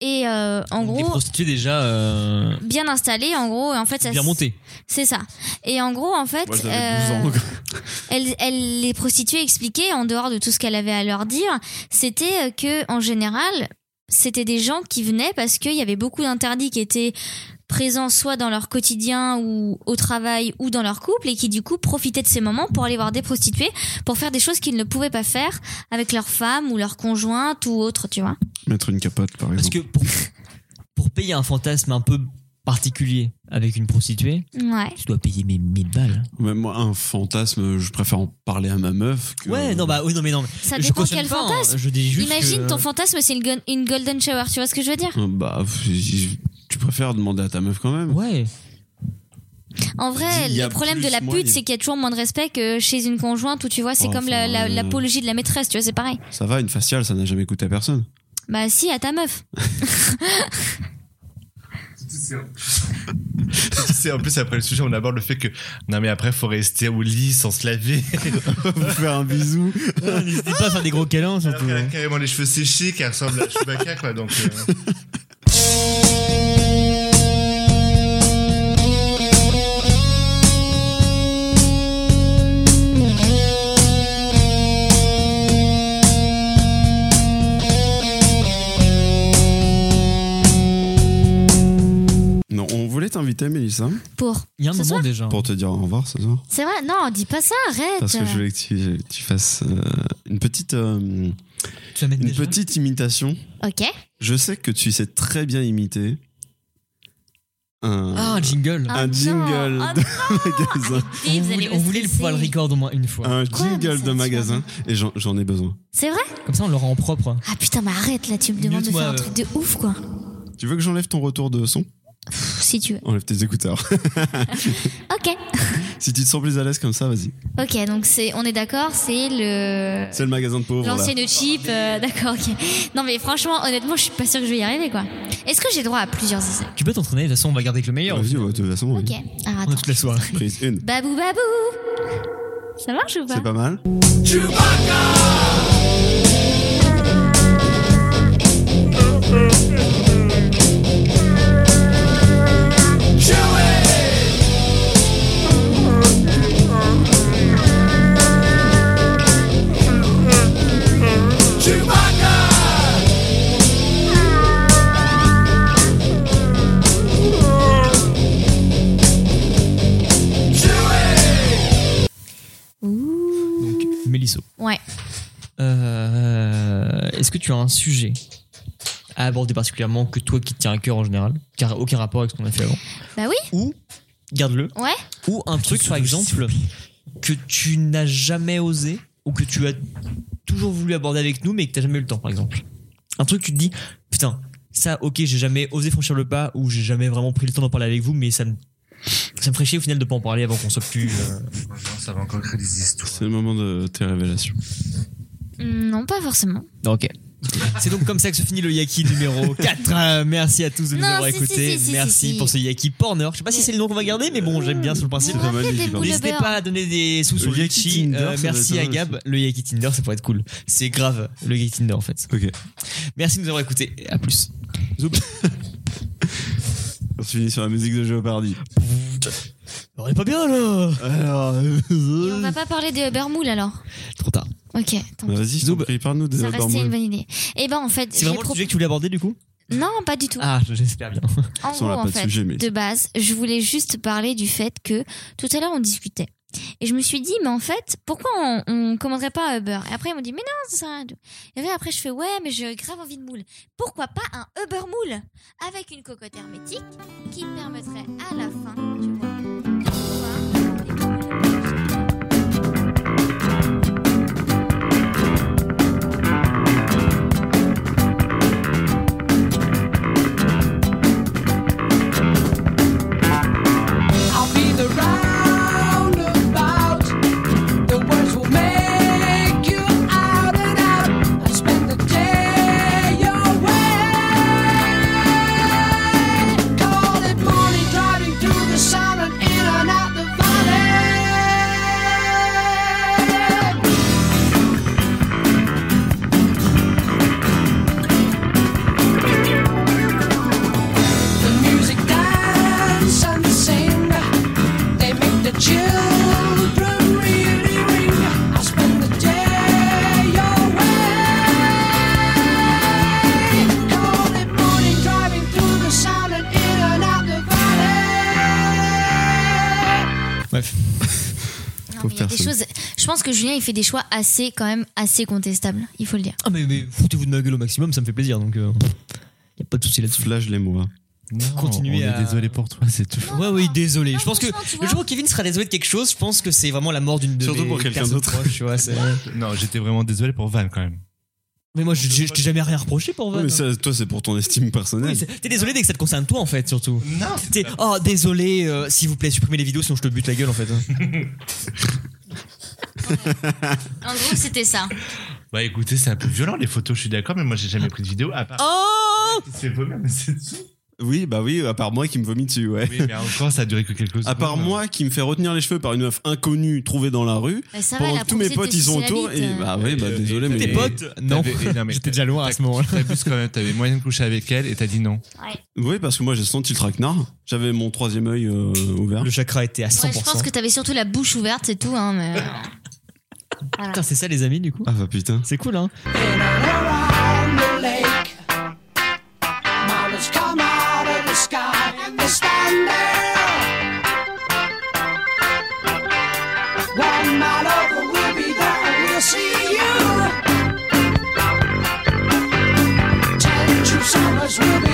S5: et euh, en
S6: Des
S5: gros
S6: prostituées déjà euh,
S5: bien installé en gros et en fait ça
S6: bien montées.
S5: c'est ça et en gros en fait
S4: Moi,
S5: euh,
S4: j'avais 12 ans.
S5: euh,
S4: Mettre une capote, par
S6: Parce
S4: exemple.
S6: que pour, pour payer un fantasme un peu particulier avec une prostituée,
S5: ouais
S6: tu dois payer mes 1000 balles.
S4: Même moi, un fantasme, je préfère en parler à ma meuf que.
S6: Ouais, non bah oui non mais non. mais
S5: ça
S6: je
S5: dépend
S6: cautionne
S5: quel
S6: pas, hein.
S5: fantasme
S6: Je dis juste
S5: Imagine
S6: que-
S5: ton fantasme, c'est une, gon- une golden shower, tu vois ce que je veux dire
S4: Euh, Bah, tu préfères demander à ta meuf quand même.
S6: Ouais.
S5: En vrai,
S4: Il y a
S5: le problème
S4: plus
S5: de la
S4: moyen.
S5: pute, c'est qu'il y a toujours moins de respect que chez une conjointe où tu vois, c'est
S4: Oh,
S5: comme la-
S4: enfin,
S5: la-
S4: euh.
S6: Mm.
S5: l'apologie de la maîtresse, tu vois, c'est pareil.
S4: Ça va, une faciale, ça n'a jamais coûté à personne.
S5: Bah si, à ta meuf.
S7: C'est en plus après le sujet, on aborde le fait que non mais après faut rester au lit sans se laver,
S11: Vous faire un bisou.
S6: N'hésitez pas à faire des gros câlins
S7: Alors
S6: surtout.
S7: qu'elle a carrément les cheveux séchés, qu'elle ressemble à Chewbacca quoi donc. euh,
S4: Non, on voulait t'inviter, Mélissa,
S5: Pour.
S6: Il y a un
S5: Ce
S6: moment
S5: soir
S6: déjà. hein.
S4: pour te dire au revoir ce soir.
S5: C'est vrai Non, dis pas ça, arrête.
S4: Parce que je voulais que tu, tu fasses euh, une petite, euh,
S6: Tu vas mettre
S4: une
S6: déjà
S4: petite imitation.
S5: Ok.
S4: Je sais que tu sais très bien imiter un,
S6: Ah, un jingle.
S5: Ah,
S4: un
S5: non.
S4: jingle
S5: Ah,
S4: de magasin.
S10: Et Oh, vous
S6: on voulait,
S10: allez me
S6: on voulait le pouvoir le
S10: stresser.
S6: record au moins une fois.
S4: Un
S5: Quoi, mais ça
S4: jingle
S5: va
S4: de
S5: se
S4: magasin. Et j'en j'en ai besoin.
S5: C'est vrai
S6: Comme ça, on le rend en propre.
S5: Ah putain, mais arrête là, tu me
S6: Mute-moi,
S5: demandes de faire un
S6: euh.
S5: truc de ouf quoi.
S4: Tu veux que j'enlève ton retour de son
S5: Pff, si tu veux.
S4: Enlève tes écouteurs.
S5: Ok.
S4: si tu te sens plus à l'aise comme ça, vas-y.
S5: Ok, donc c'est, on est d'accord, c'est le.
S4: C'est le magasin de pauvres. là.
S5: L'ancienne chip, euh, d'accord, ok. Non mais franchement, honnêtement, je suis pas sûre que je vais y arriver quoi. Est-ce que j'ai droit à plusieurs essais
S6: Tu peux t'entraîner, de toute façon, on va garder que le meilleur.
S4: Vas-y, ouais, de toute façon, oui.
S5: Ok, Bah. alors
S6: On a
S5: attends.
S6: toute la soirée.
S4: Prise une.
S5: Babou babou Ça marche ou pas
S4: C'est pas mal.
S6: Donc, Mélisso.
S5: Ouais.
S6: Euh, Est-ce que tu as un sujet à aborder particulièrement que toi qui te tient à cœur en général, car aucun rapport avec ce qu'on a fait avant
S5: Bah oui,
S6: Ou, garde-le,
S5: ouais.
S6: ou un truc par exemple que tu n'as jamais osé ou que tu as toujours voulu aborder avec nous mais que tu n'as jamais eu le temps par exemple. Un truc que tu te dis, putain, ça ok, j'ai jamais osé franchir le pas ou j'ai jamais vraiment pris le temps d'en parler avec vous mais ça me, ça me ferait chier au final de pas en parler avant qu'on soit plus... euh,
S7: ça va encore créer des histoires.
S4: C'est le moment de tes révélations.
S5: Hmm, Non, pas forcément.
S6: Ok. C'est donc comme ça que se finit le Yaki numéro 4. Euh, merci à tous de nous
S5: Non,
S6: avoir
S5: si, si,
S6: écoutés.
S5: si, si,
S6: merci
S5: si, si.
S6: pour ce Yaki Porner. Je sais pas si c'est le nom qu'on va garder, mais bon, j'aime bien sur le principe.
S4: pas mal,
S5: Rappelez des
S4: il est
S5: boules de
S6: N'hésitez
S5: beurre.
S6: pas à donner des sous sur
S4: Le
S6: le
S4: Yaki
S6: Yaki.
S4: Tinder,
S6: Euh,
S4: ça
S6: merci
S4: doit
S6: à
S4: être pas mal,
S6: Gab. Le Yaki Tinder, ça pourrait être cool. C'est grave, le Yaki Tinder en fait.
S4: Ok.
S6: Merci de nous avoir écoutés. À plus.
S4: On se finit sur la musique de Jeopardy.
S6: On est pas bien là
S4: Alors, euh,
S5: Et on va pas parler de Bermoul alors.
S6: Trop tard.
S5: Ok, tant pis.
S4: Bah, vas-y, je t'en
S6: Zoub.
S4: prie, parle-nous de
S5: Ça
S4: Dormant.
S5: restait une bonne idée. Et ben en fait,
S6: C'est
S5: j'ai
S6: vraiment le
S5: trop...
S6: sujet que tu voulais aborder du coup
S5: non pas du tout.
S6: Ah, j'espère bien.
S5: en
S4: Ça, on
S5: gros
S4: l'a pas
S5: en
S4: de
S5: fait,
S4: sujet, mais-
S5: de base, je voulais juste parler du fait que tout à l'heure on discutait. Et je me suis dit, mais en fait, pourquoi on, on commanderait pas un Uber Et après, ils m'ont dit, mais non, c'est ça. Et puis après, je fais, ouais, mais j'ai grave envie de moule. Pourquoi pas un Uber moule Avec une cocotte hermétique qui me permettrait à la fin, tu vois, de pouvoir des moules.
S2: I'll be the roundabout. The words will make you out and out. I spend the day away. Call it morning, driving through the sun and in and out the valley. The music dance and sing. They make the children really ring. I spend the day away. Call it morning, driving through the sound and in and out the valley.
S6: Bref.
S5: Non,
S4: Faut
S5: mais il y
S4: faire
S5: a des
S4: ça.
S5: choses. Je pense que Julien, il fait des choix assez, quand même, assez contestables. Il faut le dire.
S6: Ah, mais, mais foutez-vous de ma gueule au maximum, ça me fait plaisir donc. Euh... Y a pas de souci là-dessus.
S4: Flage les mots. hein.
S6: Continuez
S7: on
S6: à-
S7: est désolé pour toi, c'est tout.
S6: Ouais, oui, désolé.
S5: Non,
S6: je pense que
S5: Ah, franchement, tu
S6: le
S5: vois.
S6: jour où Kevin sera désolé de quelque chose, je pense que c'est vraiment la mort d'une de
S4: Surtout
S6: mes
S4: pour quelqu'un
S6: personnes
S4: d'autre.
S6: proches, tu vois, c'est-
S7: Non, j'étais vraiment désolé pour Van quand même.
S6: mais moi, je, je- je t'ai jamais rien reproché pour Van.
S4: mais ça, toi, c'est pour ton estime personnelle.
S6: Oui, c'est- T'es désolé dès que ça te concerne toi en fait, surtout.
S7: Non,
S6: T'es oh désolé, euh, s'il vous plaît, supprimez les vidéos sinon je te bute la gueule en fait. hein.
S5: En gros, c'était ça.
S7: Bah écoutez, c'est un peu violent les photos, je suis d'accord, mais moi j'ai jamais pris de vidéo à part.
S6: Oh
S7: C'est vomir, mais c'est tout.
S4: Oui, bah oui, à part moi qui me vomit dessus, ouais.
S7: Oui, mais encore, ça a duré que quelques secondes.
S4: À part moi qui me fait retenir les cheveux par une meuf inconnue trouvée dans la rue,
S5: Bah, ça va,
S4: pendant
S5: elle a
S4: que tous mes
S5: profité de
S4: potes ils sont
S5: sucer la
S4: autour,
S5: bite,
S4: et
S5: euh.
S4: bah oui, bah
S7: Et, euh,
S4: désolé,
S7: et
S4: mais.
S7: t'avais- t'avais- non, mais
S6: J'étais déjà loin à ce moment-là.
S7: T'abuses quand même, t'avais moyen de coucher avec elle et t'as dit non.
S4: Oui, parce que moi j'ai senti le traquenard, j'avais mon troisième œil euh, ouvert. Le
S6: chakra était à
S5: Ouais, je pense que t'avais surtout la bouche ouverte, c'est tout, hein, mais. Voilà.
S6: Putain, c'est ça les amis du coup. Ah
S4: bah putain.
S6: C'est cool hein.
S2: Around the lake, Mollusks come out of the sky and they stand there. One mile over, we'll be there and we'll see you. Ten true summers will be